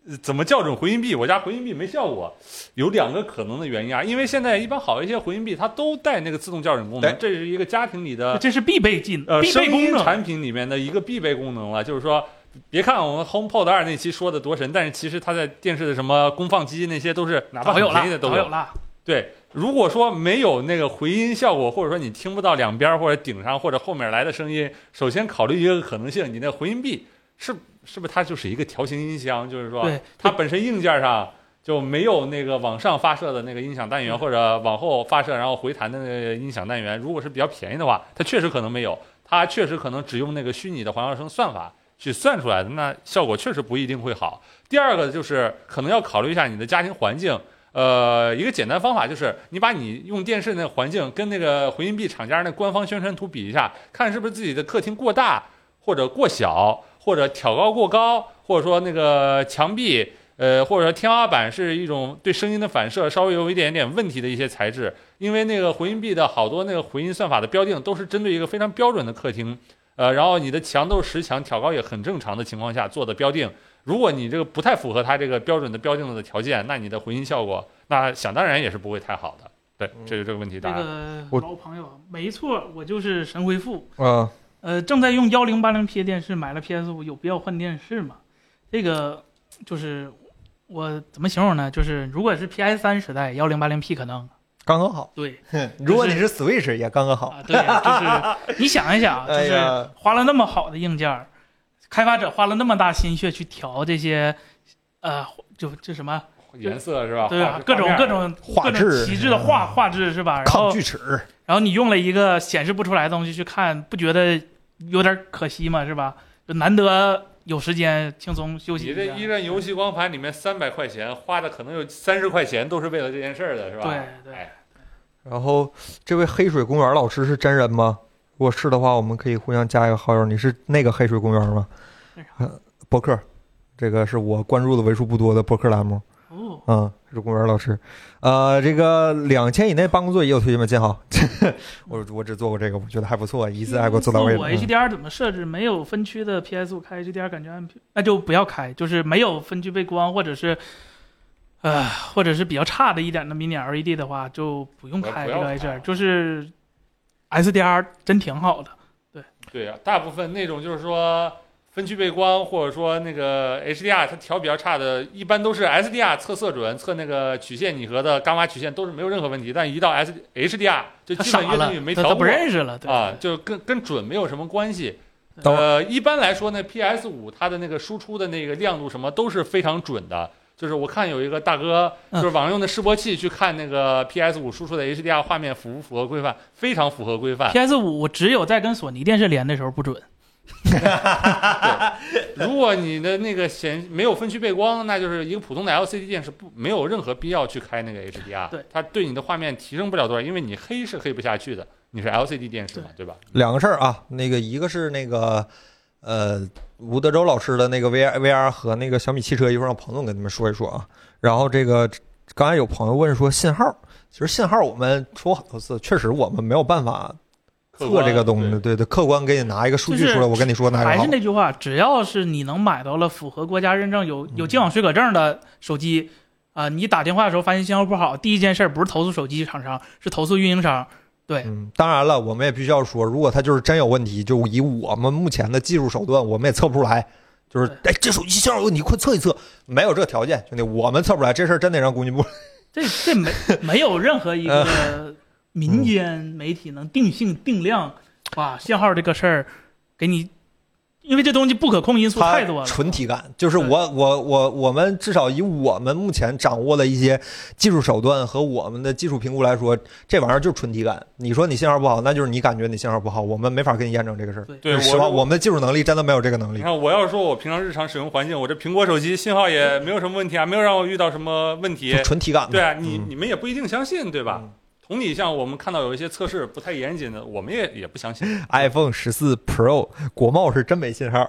呃怎么校准回音壁？我家回音壁没效果，有两个可能的原因啊，因为现在一般好一些回音壁它都带那个自动校准功能对，这是一个家庭里的这是必备技能、呃必声备功音能。产品里面的一个必备功能了，啊就是说。别看我们 HomePod 二那期说的多神，但是其实它在电视的什么功放机那些都是哪怕早很有便宜的了，都早有了，对，如果说没有那个回音效果，或者说你听不到两边儿或者顶上或者后面来的声音，首先考虑一个可能性，你那回音壁是是不是它就是一个条形音箱？就是说对，它本身硬件上就没有那个往上发射的那个音响单元，或者往后发射然后回弹的那个音响单元。如果是比较便宜的话，它确实可能没有，它确实可能只用那个虚拟的环绕声算法去算出来的，那效果确实不一定会好。第二个就是可能要考虑一下你的家庭环境。呃，一个简单方法就是你把你用电视那个环境跟那个回音壁厂家那官方宣传图比一下，看是不是自己的客厅过大或者过小，或者挑高过高，或者说那个墙壁。呃，或者说天花板是一种对声音的反射，稍微有一点点问题的一些材质，因为那个回音壁的好多那个回音算法的标定都是针对一个非常标准的客厅，呃，然后你的墙都是实墙，挑高也很正常的情况下做的标定，如果你这个不太符合它这个标准的标定的条件，那你的回音效果，那想当然也是不会太好的。对，这是这个问题答嗯这案。个我老朋友，没错，我就是神回复。嗯，呃，正在用幺零八零 P 电视买了 PS 五，有必要换电视吗？这个就是我怎么形容呢？就是如果是 PS 三时代，幺零八零 P 可能刚刚好。对如果你是 Switch 也刚刚好。啊，对，就是你想一想，啊就哎是呀花了那么好的硬件儿，开发者花了那么大心血去调这些，呃，就这什么颜色是吧？对啊画吧？各种各种画各种质旗帜的画画质是吧？然抗后锯齿，然后你用了一个显示不出来的东西去看，不觉得有点可惜吗？是吧？就难得有时间轻松休息你一这一下。任游戏光盘里面三百块钱花的，可能有三十块钱都是为了这件事儿的，是吧？对对哎，然后这位黑水公园老师是真人吗？如果是的话，我们可以互相加一个好友。你是那个黑水公园吗那啥？呃博客，这个是我关注的为数不多的博客栏目。哦，嗯，黑水公园老师，呃，这个两千以内办公座椅有推荐吗？建好， 我我只做过这个，我觉得还不错，一次爱过自到位。我嗯 HDR 怎么设置？没有分区的 PS 五开 HDR 感觉按那就不要开，就是没有分区背光或者是。呃，或者是比较差的一点的 mini LED 的话，就不用不要开不这要个开 HDR，就是 SDR 真挺好的。对啊，大部分那种就是说分区背光，或者说那个 HDR 它调比较差的，一般都是 SDR 测色准、测那个曲线拟合的伽马曲线都是没有任何问题，但一到 S HDR 就他基傻本了乐，没他调他不过。认识了，对啊，就跟跟准没有什么关系。等会呃，一般来说呢，PS 五它的那个输出的那个亮度什么都是非常准的。就是我看有一个大哥，嗯就是网上用的示波器去看那个 PS 五输出的 HDR 画面符不符合规范，非常符合规范。 PS 五只有在跟索尼电视连的时候不准，如果你的那个显没有分区背光，那就是一个普通的 LCD 电视不没有任何必要去开那个 HDR，对它对你的画面提升不了多少，因为你黑是黑不下去的，你是 LCD 电视嘛，对吧？两个事儿啊，那个一个是那个呃吴德州老师的那个 VR VR 和那个小米汽车，一会儿让彭总跟你们说一说啊。然后这个刚才有朋友问说信号，其实信号我们说过很多次，确实我们没有办法客测观这个东西，对对对客观给你拿一个数据出就来，是我跟你说哪还个是好。那句话，只要是你能买到了符合国家认证、嗯有有进网许可证的手机，啊、你打电话的时候发现信号不好，第一件事不是投诉手机厂商，是投诉运营商。嗯，当然了，我们也必须要说，如果它就是真有问题，就以我们目前的技术手段，我们也测不出来。就是，哎，这手机信号有问题，快测一测。没有这个条件，兄弟，我们测不出来，这事儿真得让工信部这这没没有任何一呃个民嗯间媒体能定性定量把信号这个事儿给你，因为这东西不可控因素它太多了。纯体感，就是我我我我们至少以我们目前掌握的一些技术手段和我们的技术评估来说，这玩意儿就是纯体感。你说你信号不好，那就是你感觉你信号不好，我们没法给你验证这个事儿。对，实话，我我们的技术能力真的没有这个能你力。看，我要说我平常日常使用环境，我这苹果手机信号也没有什么问题啊，没有让我遇到什么问题就。纯体感嘛，对啊，你嗯你们也不一定相信，对吧？嗯同理，像我们看到有一些测试不太严谨的，我们也也不相信。 iPhone 十四 Pro 国贸是真没信号。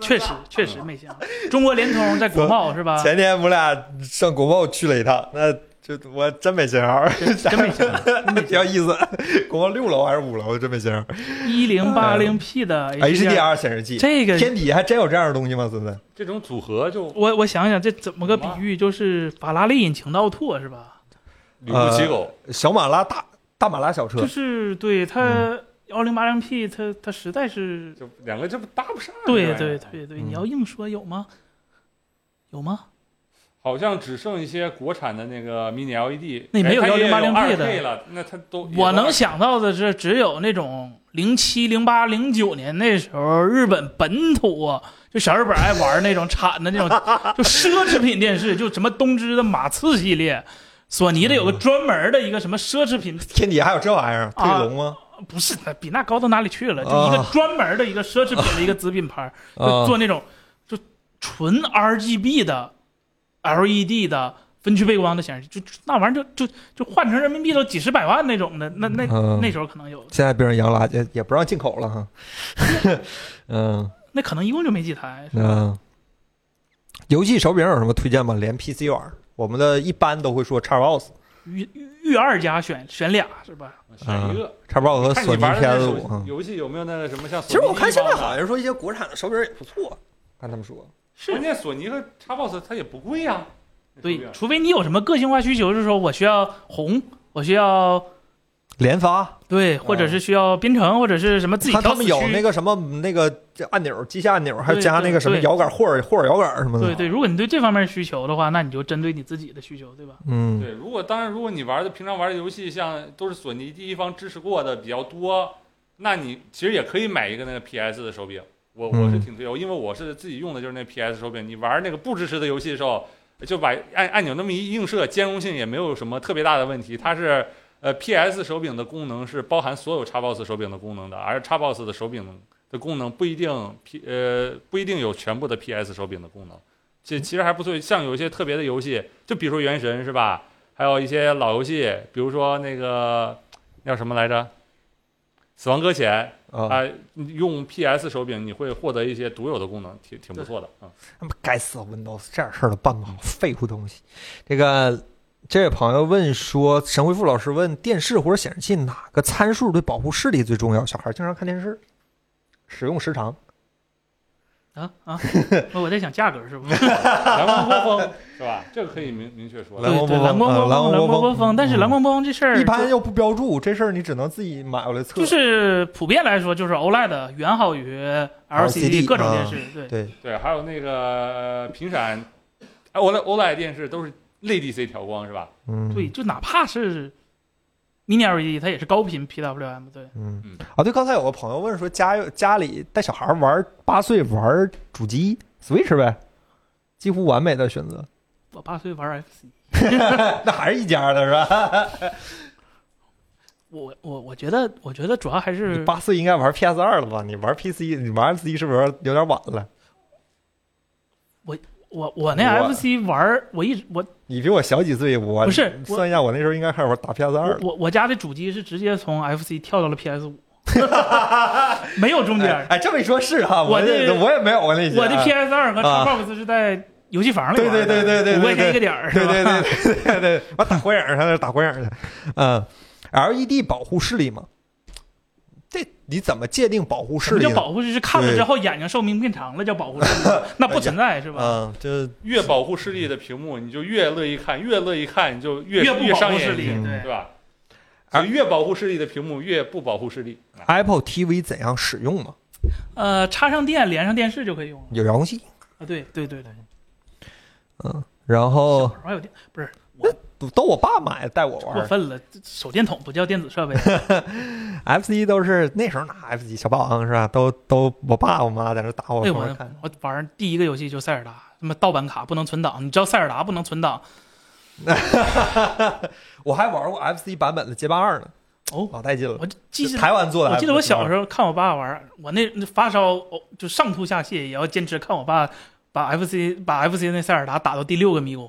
确实确实没信号。中国联通在国贸是吧？前天我俩上国贸去了一趟，那这我真没信 号，真没想挺有意思。我六楼还是五楼，真没信号。一零八嗯零 P 的哎 HDR 显示器，这个天底还真有这样的东西吗？孙子，这种组合就我我想想，这怎么个比喻？就是法拉利引擎倒拓是吧？吕布骑狗，小马拉大大马拉小车就，是对它幺零八零 P，它它实在是呃就两个这不搭不上。对这玩意儿对，对对，嗯你要硬说有吗？有吗？好像只剩一些国产的那个 mini LED，那没有哎它也有 1080p 的 2K 了，那它都我能想到的是，只有那种零七、零八、零九年那时候，日本本土啊，就小日本爱玩那种产 的那种，就奢侈品电视，就什么东芝的马刺系列，索尼的有个专门的一个什么奢侈品，天底还有这玩意儿，啊退龙吗？不是比那高到哪里去了，就一个啊专门的一个奢侈品的一个子品牌，就做那种就纯 RGB 的 LED 的分区背光的显示器，就就那玩意儿就就就换成人民币都几十百万那种的，那那嗯那时候可能有。现在变成洋垃圾，也不让进口了 哈。嗯那可能一共就没几台，是吧嗯，游戏手柄有什么推荐吗？连 PC 玩，我们的一般都会说 Xbox、遇遇二家选选俩是吧？选一个。 Xbox 和看啊索你尼玩的那 PS 手五。嗯游戏有没有那个什么像索尼其实我看现在一帮的好像说一些国产的手柄也不错，看他们说。关键索尼和 Xbox 它也不贵啊呀、对，除非你有什么个性化需求，就是说我需要红，我需要联发，对，或者是需要编程，或者是什么自己看挑他死们区。有那个什么那个按钮，机械按钮，还有对加那个什么对摇杆霍尔霍尔摇杆什么的。对对，如果你对这方面需求的话，那你就针对你自己的需求，对吧？嗯，对，如果当然，如果你玩的平常玩的游戏像都是索尼第一方支持过的比较多，那你其实也可以买一个那个 PS 的手柄。我我是嗯挺推荐，因为我是自己用的就是那 PS 手柄。你玩那个不支持的游戏的时候，就把按按钮那么一映射，兼容性也没有什么特别大的问题。它是呃 PS 手柄的功能是包含所有 Xbox 手柄的功能的，而 Xbox 的手柄的功能不一定 P 呃不一定有全部的 PS 手柄的功能。这其实还不错，像有一些特别的游戏，就比如说《原神》是吧？还有一些老游戏，比如说那个叫什么来着，《死亡搁浅》啊，啊，你用 PS 手柄你会获得一些独有的功能，挺挺不错的啊。 他们该死的 Windows 这点事儿都办不好，废物东西。这个这位朋友问说，神回复老师问，电视或者显示器哪个参数对保护视力最重要？小孩经常看电视，使用时长。啊啊， 我在想价格是不是？蓝光波峰是吧？这个可以明明确说蓝的。光对波对，峰蓝光啊波蓝光峰，蓝波峰光波峰，但是嗯蓝光波峰这事儿一般就又不标注，这事儿你只能自己买回来测。就是普遍来说，就是 E OLED 远好于 LCD LCD 各种啊电视，对对，对，还有那个呃屏闪哎，OLED OLED 电视都是类 DC 调光是吧？嗯，对，就哪怕是 Mini E LED，它也是高频 PWM，对。嗯嗯啊，对，刚才有个朋友问说家有家里带小孩玩八岁玩主机 Switch 呗，几乎完美的选择， 我八岁玩 FC，那还是一家的是吧？我我我觉得我觉得主要还你是八岁应该玩 PS 二了吧？你玩 PC，你玩 FC 是不是有点晚了？我我那我 FC 玩儿，我一直我你比我小几岁，我不是我算一下，我那时候应该开始玩打 PS 二我了。我我家的主机是直接从 FC 跳到了 PS 五，没有中间哎儿。哎，这么一说，是哈，我我的这我也没有那些。我的哎 PS 二和啊 Xbox 是在游戏房里对玩对的，对对对五块对钱对一个点儿，对是吧对对对对对，我打火影上那打火影去，嗯，LED 保护视力嘛，这你怎么界定保护什视么力叫呢？保护？就是看了之后眼睛寿命变长了叫 保护视力，那不存在是吧？嗯，就是越保护视力的屏幕，你就越乐意看，越乐意看你就越越不越保伤护眼视睛，力，睛对对。吧？所以越保护视力的屏幕越不保护视力。啊 Apple TV 怎样使用嘛？呃，插上电，连上电视就可以用了有遥控器，啊！对对对对，嗯，然后还有电不是都我爸买带我过玩分了，这手电筒不叫电子设备， ，FC 都是那时候拿 FC 小霸王是吧？都都我爸我妈在那打我，哎，旁边我看，我玩儿第一个游戏就塞尔达，他妈盗版卡不能存档，你知道塞尔达不能存档我还玩过 FC 版本的街霸二呢，哦。老带劲了，我这记是得，台湾做的，我记得我小时候看我爸玩儿，我那那发烧哦就上吐下泻也要坚持看我爸把 FC 把 FC 那塞尔达打到第六个 迷宫，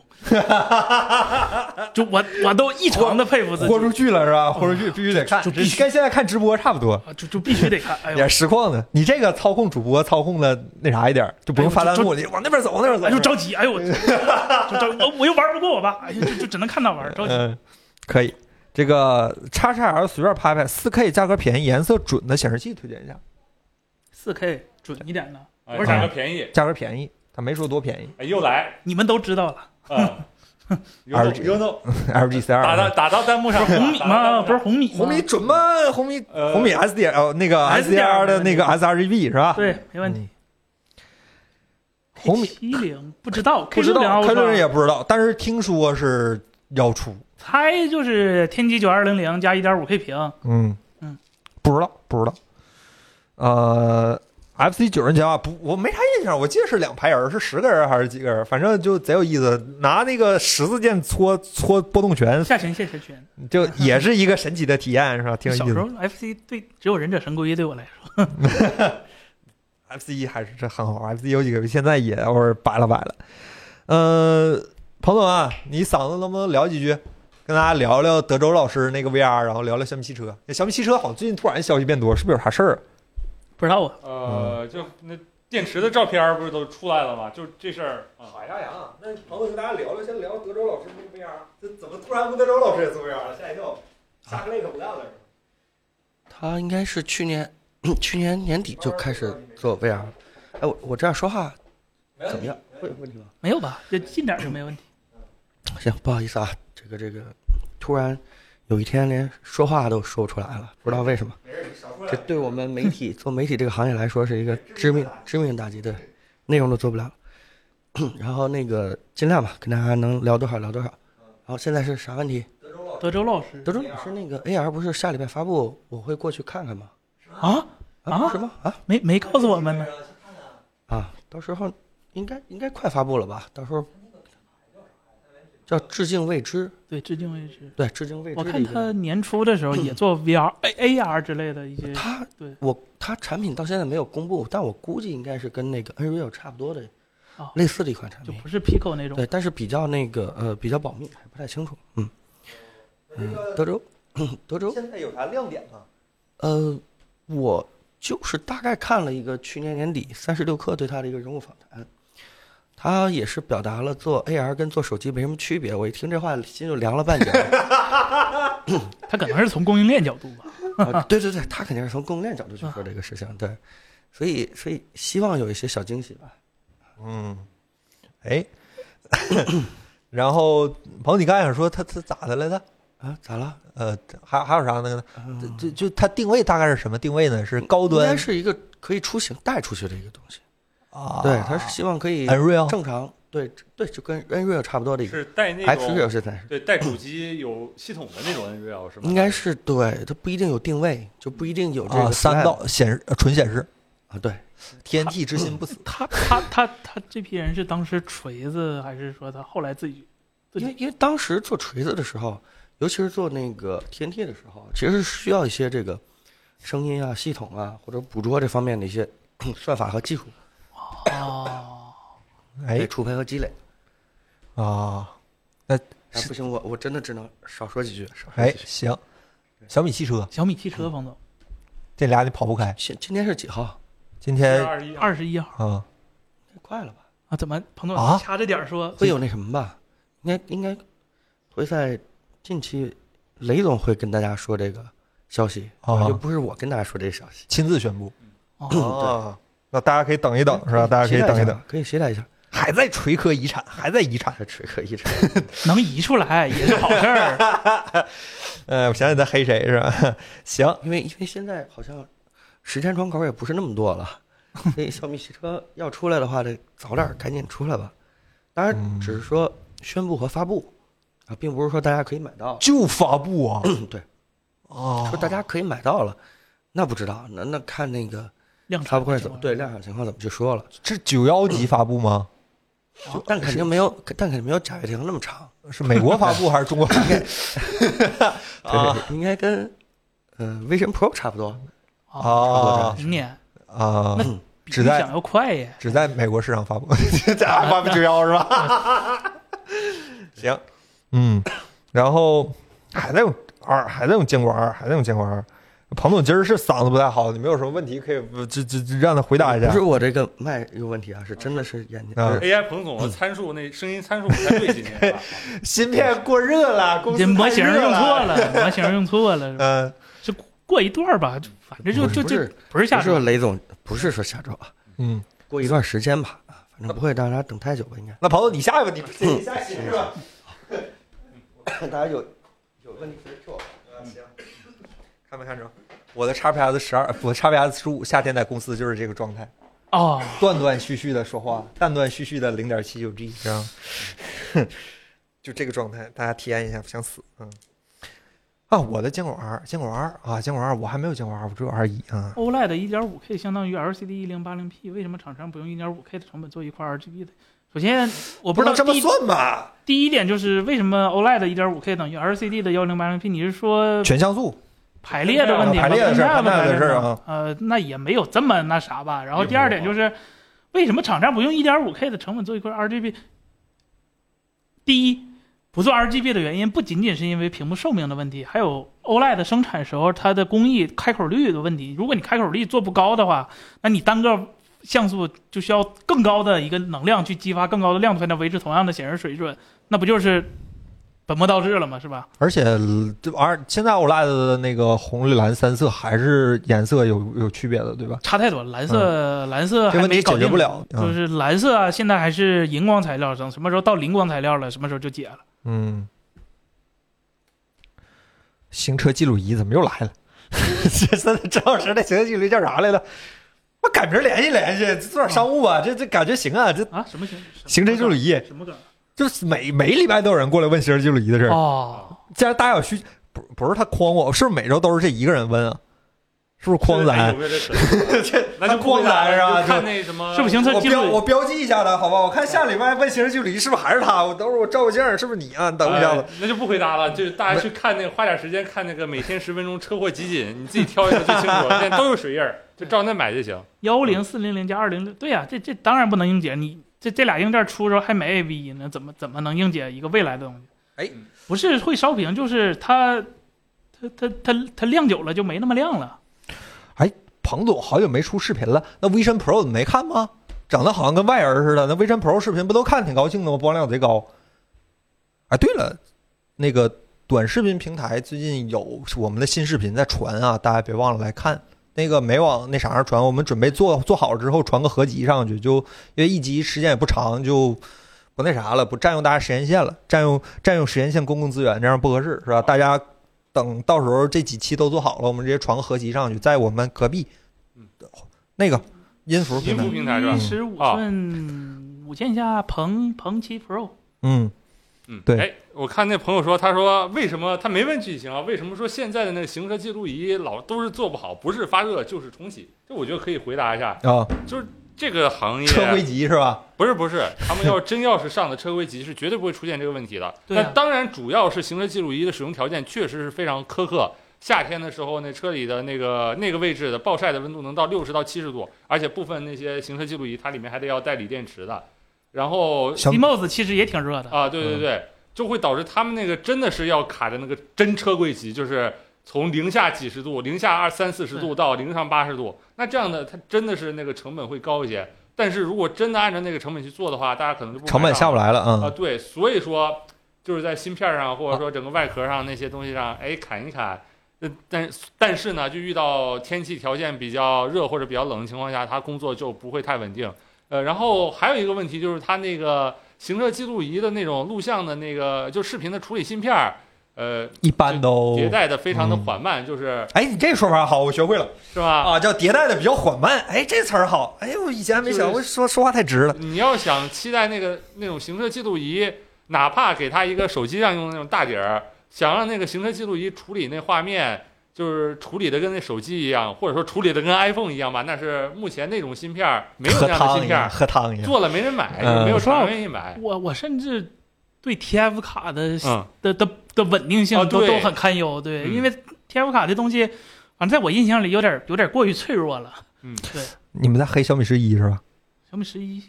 就我我都异常的佩服自己哦豁，出去了是吧？豁出去必须得看，就必须跟现在看直播差不多，啊就就必须得看，哎也呦，是实况的。你这个操控主播操控的那啥一哎点儿，就不用发弹幕，你往那边走，往那边走哎，呦着急，哎呦，我就着我我又玩不过我爸，哎呀，就就只能看他玩，着急。嗯，可以。这个叉叉 L 随便拍拍，4 K 价格便宜、颜色准的显示器推荐一下，四 K 准一点的，哎不是价格便宜，价格便宜，他没说多 便宜哎又来，你们都知道了。嗯 RG ，U no， ，LG C 打到二。打到弹幕上，红米打到弹幕吗？上不是红米吗，红米准嗯吗？红米呃红米 SDR 哦，那个 SDR SDR 的那个 sRGB 是吧？，对，没问题。嗯。红米七零不知道，不知道， K 开六路人零也不知道，但是听说是要出，猜就是天玑九二零零加一点五 K 屏，嗯嗯，不知道，不知道。呃，FC 九人节啊，不，我没啥印象，我记得是两排人，是十个人还是几个人？反正就贼有意思，拿那个十字键搓搓波动拳，下群下下群。 就也是一个神奇的体验，是吧？挺有小意时思候。FC 对只有忍者神龟对我来说， FC 还是这很好，FC 有几个现在也偶尔摆了摆了。呃，彭总啊，你嗓子能不能聊几句？跟大家聊聊德州老师那个 VR，然后聊聊小米汽车。小米汽车好像最近突然消息变多，是不是有啥事儿啊？不知道啊。呃，就那电池的照片儿不是都出来了吗？就这事儿啊，海大洋，那朋友跟大家聊聊，先聊德州老师那个 VR，这怎么突然不德州老师也做 VR 了？吓一跳，下啊个类可不干了。他应该是去年去年年底就开始做 VR。哎，我我这样说话怎么样？会有问题吗？没有吧？就近点就没问题。行，不好意思啊，这个这个，突然有一天连说话都说不出来了，不知道为什么。这对我们媒体做媒体这个行业来说是一个致命致命打击，对，内容都做不了。 然后那个尽量吧，跟大家能聊多少聊多少。然后现在是啥问题？德州老师德州老师那个 AR 不是下礼拜发布，我会过去看看吗？啊，啊什么啊没没告诉我们呢。啊？到时候应该应该快发布了吧？到时候叫致敬未知，对，致敬未知。对，致敬未知。我看他年初的时候也做 VR、A AR 之类的一些，它对我它产品到现在没有公布，但我估计应该是跟那个 Unreal 差不多的，哦类似的一款产就品。不是 Pico 那种。对，但是比较那个呃比较保密，还不太清楚。嗯，嗯德州，德州，现在有啥亮点吗？呃，我就是大概看了一个去年年底三十六氪对他的一个人物访谈，他也是表达了做 AR 跟做手机没什么区别。我一听这话，心就凉了半截。 他可能是从供应链角度吧。啊，对对对，他肯定是从供应链角度去说这个事情，对，所以所以希望有一些小惊喜吧。嗯，哎， 然后朋友，你刚才想说他他咋的来着？啊，咋了？呃，还还有啥呢？嗯就就它定位大概是什么定位呢？是高应该端是一个可以出行带出去的一个东西，啊？对，他是希望可以 Unreal 正常，对对，就跟 Unreal 差不多的一个是带那 X 种 Real 现在是，对带主机有系统的那种 Unreal 是吗？应该是对，它不一定有定位，就不一定有这啊，个三 flag 道显示呃纯显示，啊，对，天地之心不死。他他他他这批人是当时锤子，还是说他后来自己自因为己因为当时做锤子的时候，尤其是做那个 TNT 的时候，其实是需要一些这个声音啊、系统啊或者捕捉这方面的一些 算法和技术哦，对哎储备和积累。啊，啊，不行，我我真的只能少说几句。少说哎几句行，小米汽车小米汽车冯总这俩你跑不开。现今天是几号？今是天二一二十一号啊，快了吧？啊？怎么彭总啊掐着点儿说会有那什么吧？应该应该会在近期，雷总会跟大家说这个消息，啊就不是我跟大家说这个消息。亲自宣布哦，啊。那大家可以等一等，是吧？大家可以嗯期待一等下一等，，可以期待一下。还在锤科遗产，还在遗产。还吃可以吃，能移出来也是好事儿。 呃，我想想在黑谁是吧？ 行，因为因为现在好像时间窗口也不是那么 多了，所以小米汽车要出来的话，得早点赶紧出来吧。嗯当然，只是说宣布和发布啊，并不是说大家可以买 到。就发布啊对，啊！说大家可以买到了，那不知道，那那看那个量发产布会怎么对量产情况怎么去说了。这九幺级发布吗？哦就但肯定没有，但肯定没有贾跃亭那么长，是美国发布还是中国发布 啊对，应该跟呃 Vision Pro 差不多。啊，啊明年啊？比只在你想要快呀，只在美国市场发布， 这啊 iPhone 九幺是吧？ 行，嗯，然后还在用二，还在用坚果二，还在用坚果二。彭总今儿是嗓子不太好，你们有什么问题可以呃这这这让他回答一啊下不是？我这个麦有问题啊，是真的是眼睛。啊不是 AI 彭总的参数那声音参数不太对啊劲，是吧芯片过热了，公你司这模型太热用错了。 了，模型用错了，嗯，就过一段儿吧，就反正就就不就是不是不下是手说雷总，不是说下周啊，嗯，过一段时间吧，啊，反正不会让大家等太久吧，应该。那彭总你下一个，你你下一个是吧？大家有有问题直接 Q 我。呃看没看着？我的 XPS 十二，我 XPS 十五，夏天在公司就是这个状态，哦，断断续续的说话，断断续续的零点七九 G，这样， 就这个状态，大家体验一下，不想死，嗯。啊，我的坚果二，坚果二啊，坚果二，我还没有坚果二，我只有二一啊。 OLED 的 1.5K 相当于 LCD 1080P，为什么厂商不用 1.5K 的成本做一块 RGB 的？首先，我我不知道这么第一算吧？第一点就是为什么 E OLED 的 1.5K 等于 LCD 的 1080P？你是说全像素，排列的问题吗？排列的事儿那排列的事儿啊呃，那也没有这么那啥吧。然后第二点就是，为什么厂商不用 1.5K 的成本做一块 RGB？第一，不做 RGB 的原因不仅仅是因为屏幕寿命的问题，还有 OLED 生产时候它的工艺开口率的问题。如果你开口率做不高的话，那你单个像素就需要更高的一个能量去激发更高的亮度才能维持同样的显示水准，那不就是本末倒置了吗？是吧？而且这玩意儿现在 OLED 的那个红绿蓝三色还是颜色有有区别的，对吧？差太多了，蓝色、蓝色嗯这还问没题搞解决定不，了。就嗯是蓝色啊，现在还是荧光材料上，什么时候到磷光材料了，什么时候就解了。嗯，行车记录仪怎么又来了？ 这这张老师那行车记录仪叫啥来着？我赶明儿联系联系，做点商务哦吧。这这感觉行啊，这啊？什么行？行车记录仪什么梗？就是每每礼拜都有人过来问行车记录仪的事儿。哦，既然大家有需，不不是他诓我，是不是每周都是这一个人问啊？是不是诓哎有咱？啊没有这可能？这那就诓咱是吧？就看那什么，是不是行车我记标我录仪？标记一下他，好吧？我看下礼拜问行车记录仪是不是还是他？我等会儿我照个镜儿，是不是你啊？你等一下子哎。那就不回答了，就大家去看那个，花点时间看那个每天十分钟车祸集锦，你自己挑一个最清楚。现在都有水印儿，就照那买就行。幺零四零零加二零六，对呀、这这当然不能硬解。你这这俩硬件出的时候还没 A V 呢，怎么怎么能硬解一个未来的东西？哎，不是会烧屏，就是它它它它它亮久了就没那么亮了。彭总好久没出视频了，那 Vision Pro 你没看吗？整的好像跟外人似的。那 Vision Pro 视频不都看挺高兴的吗？播放量贼高。哎，对了，那个短视频平台最近有我们的新视频在传啊，大家别忘了来看。那个没往那啥上传，我们准备做做好之后传个合集上去，就因为一集时间也不长，就不那啥了，不占用大家时间线了，占用占用时间线公共资源，这样不合适，是吧？大家等到时候这几期都做好了，我们直接传个合集上去，在我们隔壁嗯那个音符平音台符，平台是吧一十五啊寸五线下鹏鹏七 Pro。嗯，嗯，对哎，我看那朋友说，他说为什么他没问剧情啊？为什么说现在的那个行车记录仪老都是做不好，不是发热就是重启？这我觉得可以回答一下，啊，就是这个行业车规级是吧？不是不是，他们要真要是上的车规级，是绝对不会出现这个问题的。对啊但当然，主要是行车记录仪的使用条件确实是非常苛刻。夏天的时候，那车里的那个那个位置的暴晒的温度能到六十到七十度，而且部分那些行车记录仪它里面还得要带锂电池的。然后小 CMOS 其实也挺热的，啊，对对对，就会导致他们那个真的是要卡着那个真车柜级，就是从零下几十度、零下二三四十度到零上八十度，那这样的它真的是那个成本会高一些。但是如果真的按照那个成本去做的话，大家可能就不成本下不来来了啊、啊，对，所以说就是在芯片上或者说整个外壳上那些东西上，哎，砍一砍。呃但但是呢，就遇到天气条件比较热或者比较冷的情况下，它工作就不会太稳定。呃，然后还有一个问题就是它那个行车记录仪的那种录像的那个就视频的处理芯片儿，呃，一般都。迭代的非常的缓慢，就是哎，你这说法好，我学会了是吧？啊，叫迭代的比较缓慢。哎，这词儿好。哎，我以前还没想过，说说话太直了。你要想期待那个那种行车记录仪，哪怕给它一个手机上用的那种大底儿，想让那个行车记录仪处理那画面，就是处理的跟那手机一样，或者说处理的跟 iPhone 一样吧，那是目前那种芯片儿没有喝那样的芯汤一片样，儿，喝汤一样。做了没人买，嗯就没有厂商愿意买。我我甚至对 TF 卡的、嗯，的的的稳定性啊都、对都很堪忧，对，嗯因为 TF 卡这东西，反正在我印象里有点有点过于脆弱了。你们在黑小米十一是吧？小米十一，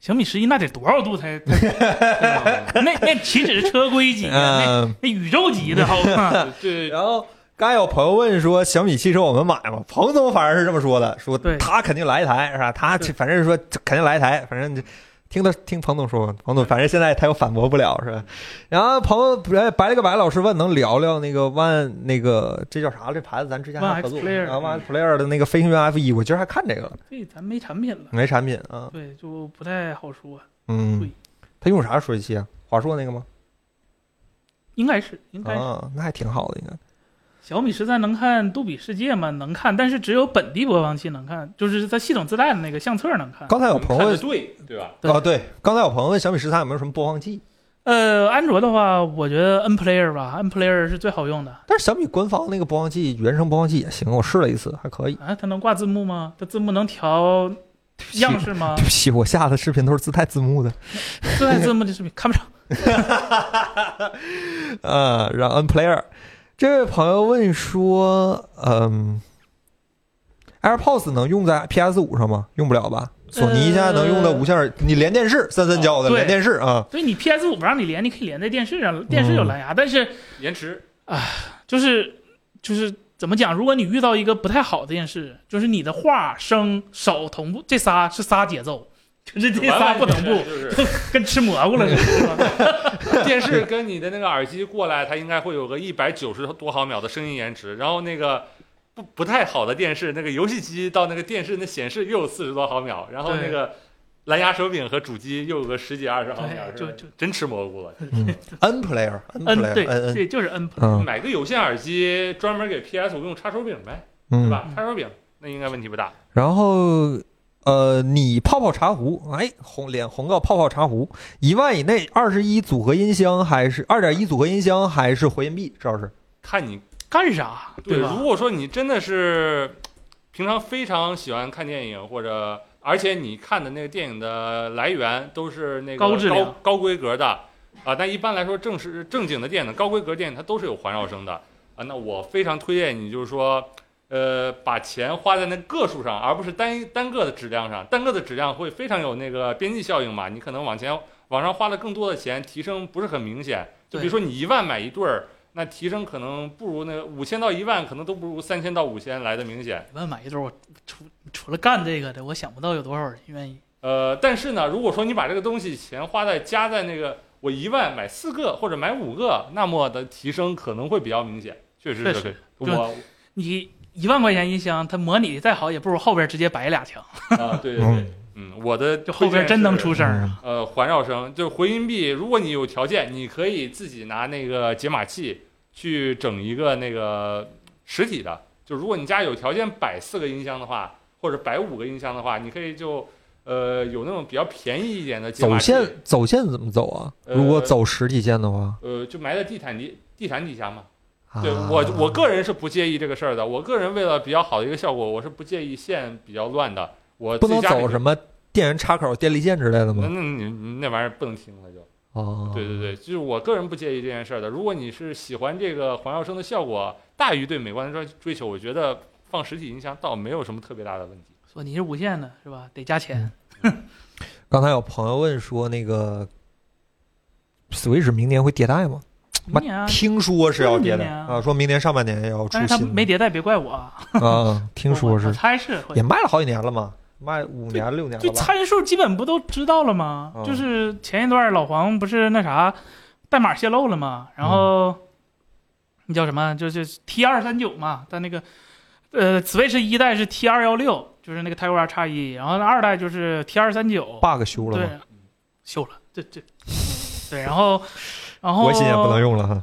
小米十一那得多少度才？才 那那岂止是车规级啊，那嗯。那宇宙级的好 吗？嗯对，然后刚才有朋友问说小米汽车我们买吗？彭总反而是这么说的，说对他肯定来一台是吧？他对反正是说肯定来一台，反正听他听彭总说，彭总反正现在他又反驳不了是吧？然后朋友白白了个白老师问能聊聊那个万那个这叫啥这牌子咱之前还 One 合作 X Player 啊万 Player 的那个飞行员 F 一，我今儿还看这个了，这咱没产品了，没产品啊，对，就不太好说，嗯对，他用啥处理器啊？华硕那个吗？应该是应该是。啊，那还挺好的，应该。小米十三能看杜比世界吗？能看，但是只有本地播放器能看，就是它系统自带的那个相册能看。刚才有朋友问对对吧？对哦，对，刚才有朋友问小米十三有没有什么播放器，呃，安卓的话，我觉得 N Player 吧，N Player 是最好用的。但是小米官方那个播放器原生播放器也行，我试了一次，还可以。 啊，它能挂字幕吗？它字幕能调样式吗 对？不起，我下的视频都是自带字幕的。 自带字幕的视频看不上。呃，让 N Player 这位朋友问说，嗯，AirPods 能用在 PS 五上吗？用不了吧？索尼现在能用的无线耳，你连电视，三三焦的呃对连电视啊。对你 PS 五不让你连，你可以连在电视上，电视有蓝牙，但是 延迟就是就是怎么讲？如果你遇到一个不太好的电视，就是你的话、声、手同步，这仨是仨节奏，就是这完仨完不同全步全，就是跟吃蘑菇了似的。电视跟你的那个耳机过来，它应该会有个一百九十多毫秒的声音延迟。然后那个不不太好的电视，那个游戏机到那个电视那显示又有四十多毫秒，然后对那个蓝牙手柄和主机又有个十几二十毫秒，对是吧就就真吃蘑菇了。 N Player，N N 对 Player，N N，对，就是 N 嗯买个有线耳机专门给 PS 五用插手柄呗，对嗯。吧？嗯插手柄那应该问题不大。然后，呃，你泡泡茶壶，哎，红脸红个泡泡茶壶，一万以内，二十一组合音箱还是二点一组合音箱还是回音壁？这是看你干啥？对，吧如？果说你真的是平常非常喜欢看电影，或者而且你看的那个电影的来源都是那个高质量高高规格的啊，但一般来说正式正经的电影、高规格电影它都是有环绕声的啊。那我非常推荐你，就是说。呃，把钱花在那个数上，而不是单一单个的质量上。单个的质量会非常有那个边际效应嘛？你可能往前往上花了更多的钱，提升不是很明显。就比如说你一万买一对儿，那提升可能不如那五千到一万，可能都不如三千到五千来的明显。一万买一对儿，我除除了干这个的，我想不到有多少人愿意。呃，但是呢，如果说你把这个东西钱花在加在那个我一万买四个或者买五个，那么的提升可能会比较明显。确实确是实我对你一万块钱音箱，它模拟的再好，也不如后边直接摆俩强，啊，对对对，嗯，我的就后边真能出声声。啊。呃，环绕声就是回音壁，如果你有条件，你可以自己拿那个解码器去整一个那个实体的。就如果你家有条件摆四个音箱的话，或者摆五个音箱的话，你可以就呃有那种比较便宜一点的解走码器，线走线怎么走啊？呃如果走实体线的话，呃，就埋在地毯底地毯底下嘛。啊对我我个人是不介意这个事儿的，我个人为了比较好的一个效果，我是不介意线比较乱的。我不能走么？什么电源插口、电力线之类的那吗？那你你那玩意儿不能听了就。哦，嗯对对对，就是我个人不介意这件事儿的。如果你是喜欢这个环绕声的效果大于对美观的追追求，我觉得放实体音箱倒没有什么特别大的问题。说你是无线的是吧？得加嗯钱。刚才有朋友问说那个 Switch 明年会迭代吗？明年啊，听说是要迭就是明代年啊啊，说明年上半年要出但是它新的没迭代，别怪我啊。啊，听我说我是猜是会也。卖了好几年了嘛，卖五年六年就了吧？参数基本不都知道了吗？嗯就是前一段老黄不是那啥代码泄露了吗？然嗯后那叫什么？就是 T 二三九嘛，它那个呃，Switch 一代是 T 二幺六，就是那个泰国 R 叉一，然后那二代就是 T 二三九， bug 修了对吗？，修了，对对对，然后然后我心也不哦能用了哈。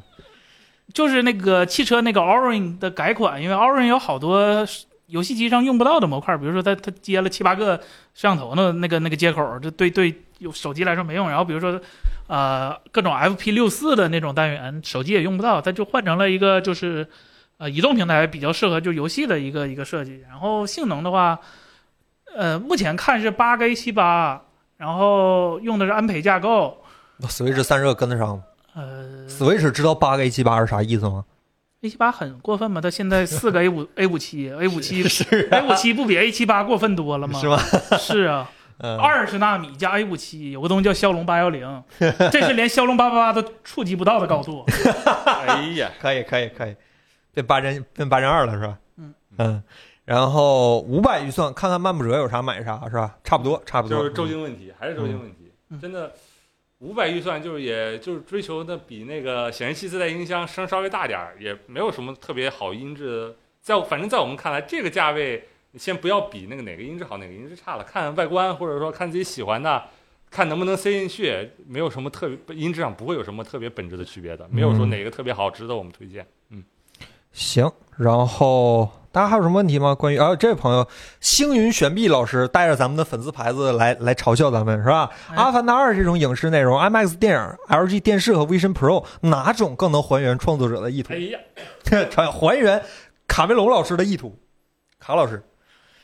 就是那个汽车那个 Orin 的改款，因为 Orin 有好多游戏机上用不到的模块，比如说它它接了七八个摄像头的那个那个接口，这对对有手机来说没用。然后比如说，呃，各种 FP 六四的那种单元，手机也用不到，它就换成了一个就是呃移动平台比较适合就游戏的一个一个设计。然后性能的话，呃，目前看是八个 A 七八，然后用的是安培架构， Switch 散热跟得上吗呃， ？Switch 知道八个 A 七八是啥意思吗？ A 7 8很过分吗？它现在四个 A 5 A 5 7 A 5 7 A 5 7不比 A 7 8过分多了吗？啊是吗？ 是啊，嗯，二十纳米加 A 5 7有个东西叫骁龙八 幺零，这是连骁龙八八八都触及不到的高度。 哎呀，可以可以可以，变八针变八针二了是吧？嗯嗯，然后五百预算看看漫步者有啥买啥是吧？差不多差不多，嗯就是周经问题，还是周经问题，嗯真的。五百预算就是，也就是追求的比那个显示器自带音箱声稍微大点儿，也没有什么特别好音质的。在我反正在我们看来，这个价位你先不要比那个哪个音质好，哪个音质差了，看外观或者说看自己喜欢的，看能不能塞进去，没有什么特别音质上不会有什么特别本质的区别的，没有说嗯哪个特别好值得我们推荐。嗯，行，然后大家还有什么问题吗？关于啊，这位朋友星云玄碧老师带着咱们的粉丝牌子来来嘲笑咱们是吧？哎阿凡达二》这种影视内容，IMAX 电影、LG 电视和 Vision Pro 哪种更能还原创作者的意图 哎？呀，还还原卡梅隆老师的意图。卡老师，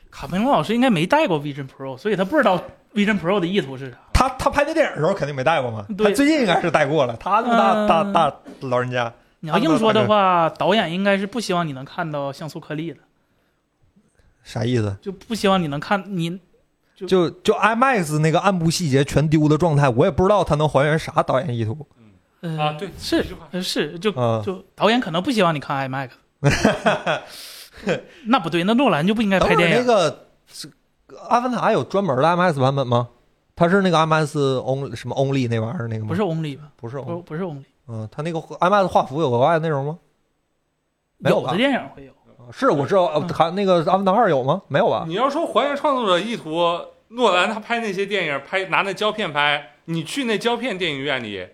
卡梅隆老师应该没带过 Vision Pro，所以他不知道 Vision Pro 的意图是啥。他他拍那电影的时候肯定没带过嘛，对他最近应该是带过了。他这么大、嗯大大老人家，你要硬说的话，导演应该是不希望你能看到像素颗粒的，啥意思？就不希望你能看你就就 IMAX 那个暗部细节全丢的状态，我也不知道他能还原啥导演意图呃啊，对，是这句话呃是就啊。就导演可能不希望你看 IMAX，那不对，那诺兰就不应该等拍会儿电那影。个是阿凡达有专门的 IMAX 版本吗？它是那个 IMAX only 什么 only 那玩意儿那个吗？不是 Only 吧？不是 only，不不是 Only，嗯，它那个 IMAX 画幅有额外的内容吗？没有有吧的电影会有。啊是我知道，呃嗯卡、那个阿凡达二有吗？没有吧？你要说还原创作者意图，诺兰他拍那些电影，拍拿那胶片拍，你去那胶片电影院里，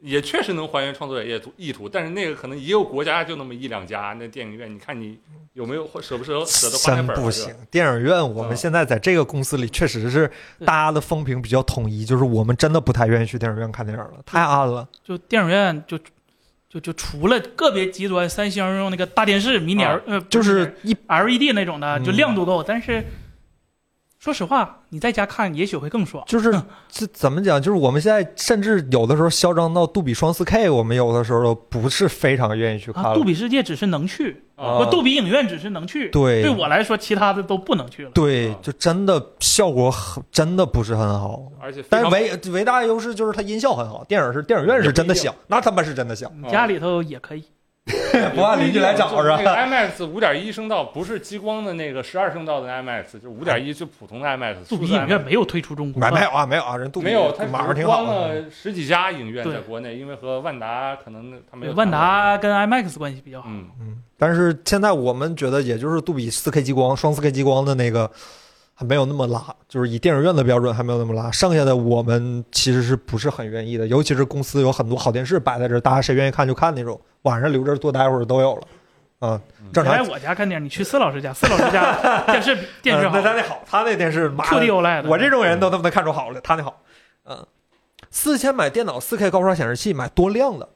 也确实能还原创作者意图意图，但是那个可能也有国家就那么一两家，那电影院你看你有没有或舍不舍舍得花那真本儿？啊不行，电影院我们嗯现在在这个公司里确实是对大家的风评比较统嗯一，就是我们真的不太愿意去电影院看电影了，太暗了。就电影院就就就除了个别极端，三星用那个大电视迷你、啊呃就不是一 LED 那种的，嗯就亮度够，但是说实话，你在家看也许会更爽。就是这怎么讲？就是我们现在甚至有的时候嚣张到杜比双四 K，我们有的时候都不是非常愿意去看啊，了。杜比世界只是能去，啊不，杜比影院只是能去。对对我来说，其他的都不能去了。对啊，就真的效果很真的不是很好。而且非但是常唯唯大的优势就是它音效很好，电影是电影院是真的响，那他妈是真的响，你嗯家里头也可以，不按邻居来找是那个吧？ IMAX 五点一声道不是激光的那个十二声道的 IMAX，就五点一就普通的 IMAX。杜比影院没有退出中国。没没有啊没有啊，人杜比没有，它马上只挺是好关的。了十几家影院对在国内，因为和万达可能它没有万谈拢，达啊跟 IMAX 关系比较好。嗯，嗯，但是现在我们觉得，也就是杜比四 K 激光、双四 K 激光的那个还没有那么拉，就是以电影院的标准还没有那么拉。剩下的我们其实是不是很愿意的？尤其是公司有很多好电视摆在这儿，大家谁愿意看就看那种，晚上留着多待会儿都有了。啊、嗯正你常来我家看电影，你去四老师家，四老师 家电视电视嗯好那他那好，他那电视妈，2D 的， OLED E 的。我这种人都他妈能看出好来，他那好，嗯，四千买电脑四 K 高刷显示器，买多亮的，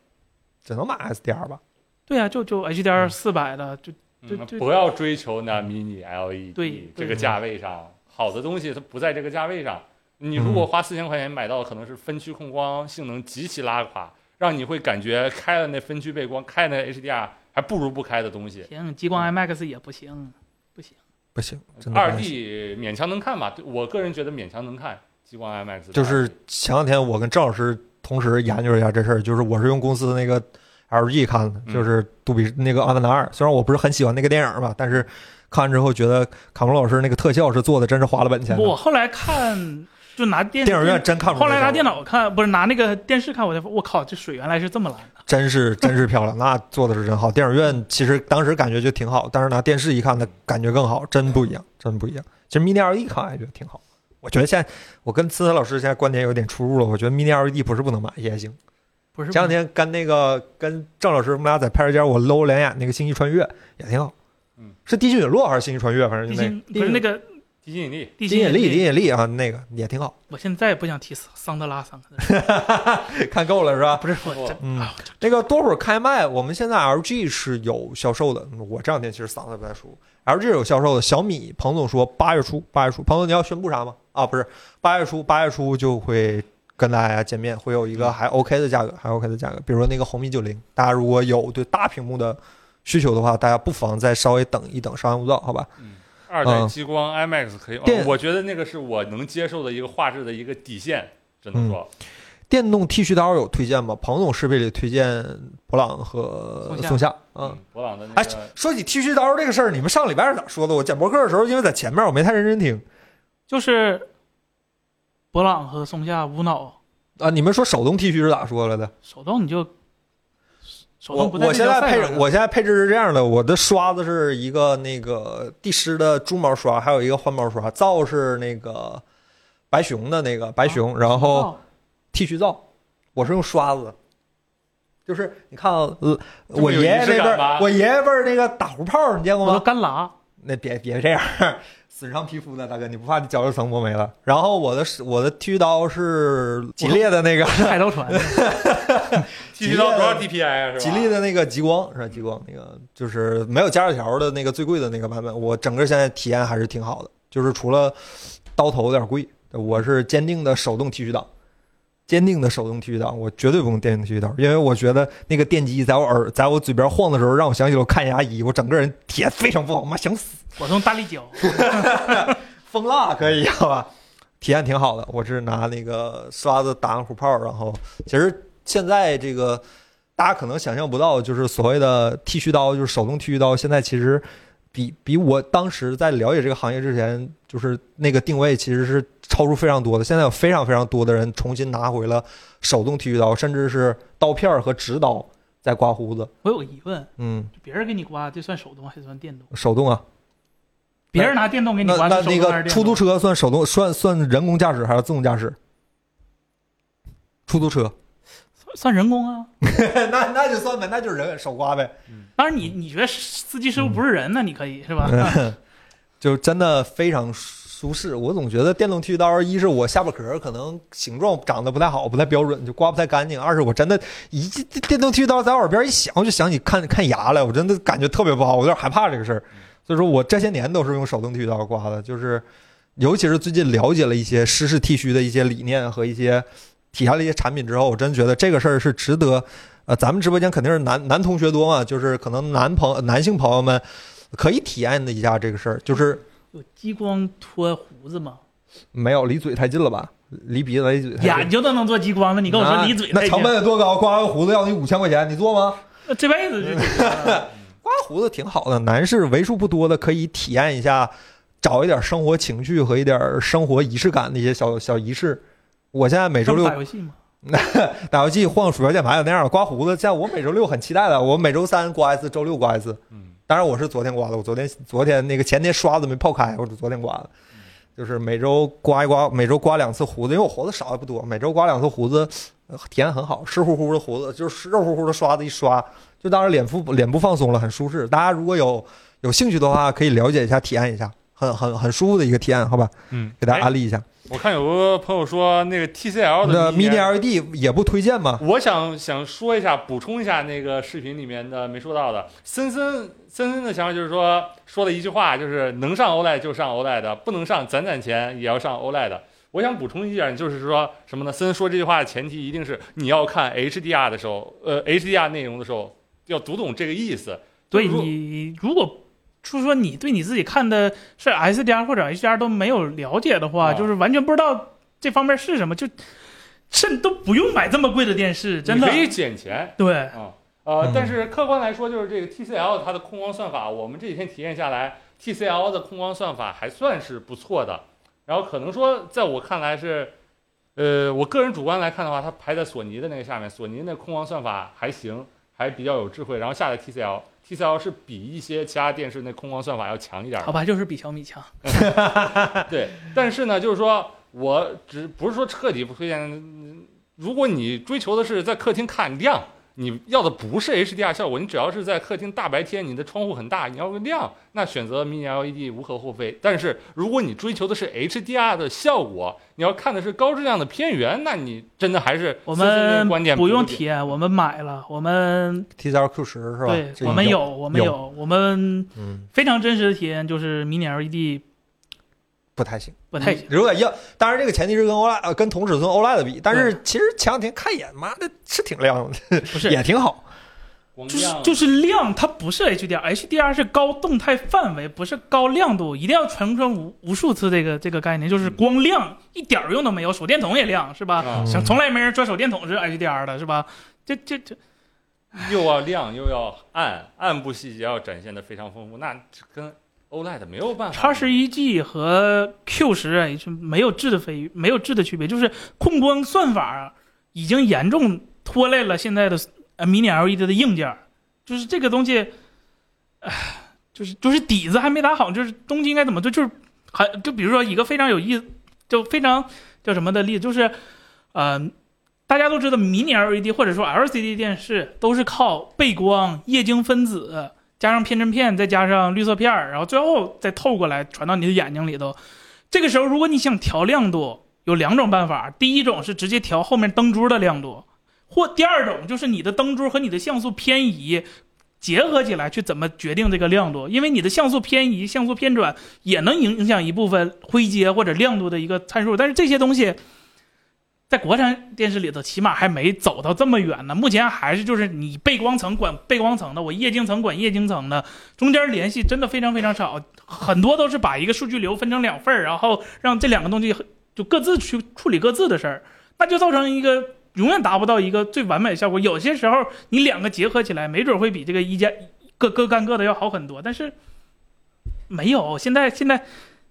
只能买 SDR 吧？对啊呀、就就嗯 HDR 四百的，就对嗯对不要追求那 mini LED 对这对个价位上，好的东西它不在这个价位上。你如嗯果花四千块钱买到，可能是分区控光性能极其拉垮，让你会感觉开了那分区背光，开那 HDR 还不如不开的东西。行，激嗯光 IMAX 也不行，不行。不行，真的不二行 D 勉强能看吧，对我个人觉得勉强能看。激光 IMAX 就是前两天我跟郑老师同时研究了一下这事儿，就是我是用公司的那个 LG 看的，嗯就是杜比那个《阿凡达二》，虽然我不是很喜欢那个电影吧，但是看完之后觉得卡蒙老师那个特效是做的真是花了本钱的。我后来看，就拿电电影院真看不出后来拿效果电脑看，不是拿那个电视看，我才发我靠，这水原来是这么蓝的。真是真是漂亮，那做的是真好。电影院其实当时感觉就挺好，但是拿电视一看，那感觉更好，真不一样，真不一样。其实 Mini LED 看还觉得挺好，我觉得现在我跟思思老师现在观点有点出入了。我觉得 Mini LED 不是不能买，也行。不是前两天跟那个跟郑老师，我们俩在拍摄间，我搂两眼那个《星际穿越》也挺好。嗯，是《地心陨落》还是《星际穿越》？反正地就那心不是那个低吸引力，地地心心引力，地心引力啊，那个也挺 好，我现在也不想提桑桑德拉三个字，看够了是吧？不是 我真嗯哎呦那个多会儿开麦，我们现在 LG 是有销售的。嗯我这两天其实嗓子不太舒服，LG 有销售的。小米彭总说八月初，八月初，彭总你要宣布啥吗？啊，不是，八月初，八月初就会跟大家见面，会有一个还 OK 的价格，还 OK 的价格。比如那个红米九零，大家如果有对大屏幕的需求的话，大家不妨再稍微等一等稍安勿躁，好吧？二代激光 IMAX 可以，哦嗯电我觉得那个是我能接受的一个画质的一个底线，只嗯能说电动剃须刀有推荐吗？彭总设备里推荐博朗和松下松下，嗯。，博朗的那哎个说起剃须刀这个事儿，你们上礼拜是咋说的？我讲博客的时候，因为在前面我没太认真听就是博朗和松下无脑啊。你们说手动剃须是咋说来的？手动你就手我动不带我现那在叫配置赛道，的我现在配置是这样的，我的刷子是一个那个帝师的猪毛刷，还有一个换毛刷，皂是那个白熊的那个白啊熊，然后哦剃须皂，我是用刷子。就是你看啊，呃这么我有爷仪爷那式辈感儿吧，我爷爷辈儿那个打胡泡，你见过我吗都？干拉，那别别这样，损伤皮肤的大哥，你不怕你角质层磨没了？然后我的是我的剃须刀是吉列的那个，海盗船剃须刀多少 DPI 啊？是吧？吉利的那个极光是吧？极光那个就是没有加热条的那个最贵的那个版本，我整个现在体验还是挺好的，就是除了刀头有点贵，我是坚定的手动剃须党，坚定的手动剃须党，我绝对不用电动剃须刀，因为我觉得那个电击在我耳在我嘴边晃的时候，让我想起了我看牙医，我整个人体验非常不好，妈想死。我用大力胶，蜂蜡可以好吧？体验挺好的，我是拿那个刷子打完虎泡，然后其实现在这个大家可能想象不到，就是所谓的剃须刀，就是手动剃须刀，现在其实比比我当时在了解这个行业之前，就是那个定位其实是超出非常多的。现在有非常非常多的人重新拿回了手动剃须刀，甚至是刀片儿和直刀在刮胡子。我有个疑问，嗯，别人给你刮这算手动还是算电动？手动啊，别人拿电动给你那刮那是手那动还个是电出租动？车算手动算算人工驾驶还是自动驾驶？出租车，算人工啊。 那那就算呗，那就是人手刮呗。当然你，你觉得司机师傅不是人，那你可以是吧？嗯就真的非常舒适。我总觉得电动剃须刀，一是我下巴壳可能形状长得不太好，不太标准，就刮不太干净；二是我真的，一这电动剃须刀在我耳边一响，我就想起看 看牙来，我真的感觉特别不好，我有点害怕这个事儿。所以说我这些年都是用手动剃须刀刮的，就是尤其是最近了解了一些湿式剃须的一些理念和一些体验了一些产品之后，我真觉得这个事儿是值得。呃，咱们直播间肯定是男男同学多嘛，就是可能男朋男性朋友们可以体验的一下这个事儿，就是有激光脱胡子吗？没有，离嘴太近了吧？离鼻子、离嘴太近。眼睛都能做激光了，你跟我说那离嘴那太成近本有多高？刮个胡子要你五千块钱，你做吗？那这辈子嗯就解决了刮胡子挺好的，男士为数不多的可以体验一下，找一点生活情趣和一点生活仪式感的一些小小仪式。我现在每周这不六打游戏吗？打游戏晃鼠标键盘有那样的刮胡子，像我每周六很期待的，我每周三刮一次，周六刮一次。嗯，当然我是昨天刮的，我昨天昨天那个前天刷子没泡开，我是昨天刮的，就是每周刮一刮，每周刮两次胡子，因为我胡子少也不多，每周刮两次胡子，呃体验很好，湿乎乎的胡子就是肉乎乎的刷子一刷，就当然脸部脸部放松了，很舒适。大家如果有有兴趣的话，可以了解一下，体验一下，很很很舒服的一个体验，好吧？嗯，给大家安利一下。我看有个朋友说那个 TCL 那的 mini LED E 也不推荐吗？我想想说一下，补充一下那个视频里面的没说到的。森森森森的想法就是说，说了一句话，就是能上 OLED 就上 OLED 的，不能上攒攒钱也要上 OLED 的。我想补充一点，就是说什么呢？森森说这句话的前提一定是你要看 HDR 的时候，呃，HDR 内容的时候要读懂这个意思。对如你，如果就说你对你自己看的是 SDR 或者 HDR 都没有了解的话，啊就是完全不知道这方面是什么，就甚至都不用买这么贵的电视，真的你可。以减钱，对，啊、呃嗯，但是客观来说，就是这个 TCL 它的控光算法，我们这几天体验下来，TCL 的控光算法还算是不错的。然后可能说，在我看来是，呃，我个人主观来看的话，它排在索尼的那个下面，索尼那控光算法还行，还比较有智慧。然后下来 TCL，TCL 是比一些其他电视那控光算法要强一点儿的好。吧，就是比小米强。 对，但是呢，就是说我只不是说彻底不推荐。嗯如果你追求的是在客厅看亮，你要的不是 HDR 效果，你只要是在客厅大白天，你的窗户很大，你要个亮，那选择 Mini LED 无可厚非。但是如果你追求的是 HDR 的效果，你要看的是高质量的片源，那你真的还是我森森那个们观点不用一样体验，我们买了，我们 TCL Q 十是吧？对这，我们有，有，我们有，我们嗯，非常真实的体验就是迷你 LED 不太行。不太嗯行。有点硬。当然，这个前提是跟 OLED 呃跟同尺寸 OLED 嗯比，但是其实前两天看一眼，妈的是挺亮的，不是也挺好。光就是亮就是亮，它不是 HDR，HDR 是高动态范围，不是高亮度，一定要重申无无数次这个这个概念，就是光亮一点儿用都没有，手电筒也亮是吧？啊，想从来没人转手电筒是 HDR 的是吧？这这这嗯又要亮又要暗，暗部细节要展现的非常丰富，那这跟 OLED 没有办法。 x 十一 G 和 Q 十 H 没有质的非没有质的区别，就是控光算法啊已经严重拖累了现在的呃 Mini LED 的硬件儿，就是这个东西，唉，就是就是底子还没打好，就是东西应该怎么做，就是还就比如说一个非常有意思，就非常叫什么的例子，就是呃。大家都知道，mini LED 或者说 LCD 电视都是靠背光、液晶分子、加上偏振片，再加上绿色片儿，然后最后再透过来传到你的眼睛里头。这个时候，如果你想调亮度，有两种办法：第一种是直接调后面灯珠的亮度，或第二种就是你的灯珠和你的像素偏移结合起来去怎么决定这个亮度。因为你的像素偏移、像素偏转也能影响一部分灰阶或者亮度的一个参数，但是这些东西。在国产电视里头，起码还没走到这么远呢。目前还是就是你背光层管背光层的，我液晶层管液晶层的，中间联系真的非常非常少，很多都是把一个数据流分成两份儿，然后让这两个东西就各自去处理各自的事儿，那就造成一个永远达不到一个最完美的效果。有些时候你两个结合起来，没准会比这个一加各各干各的要好很多，但是没有，现在现在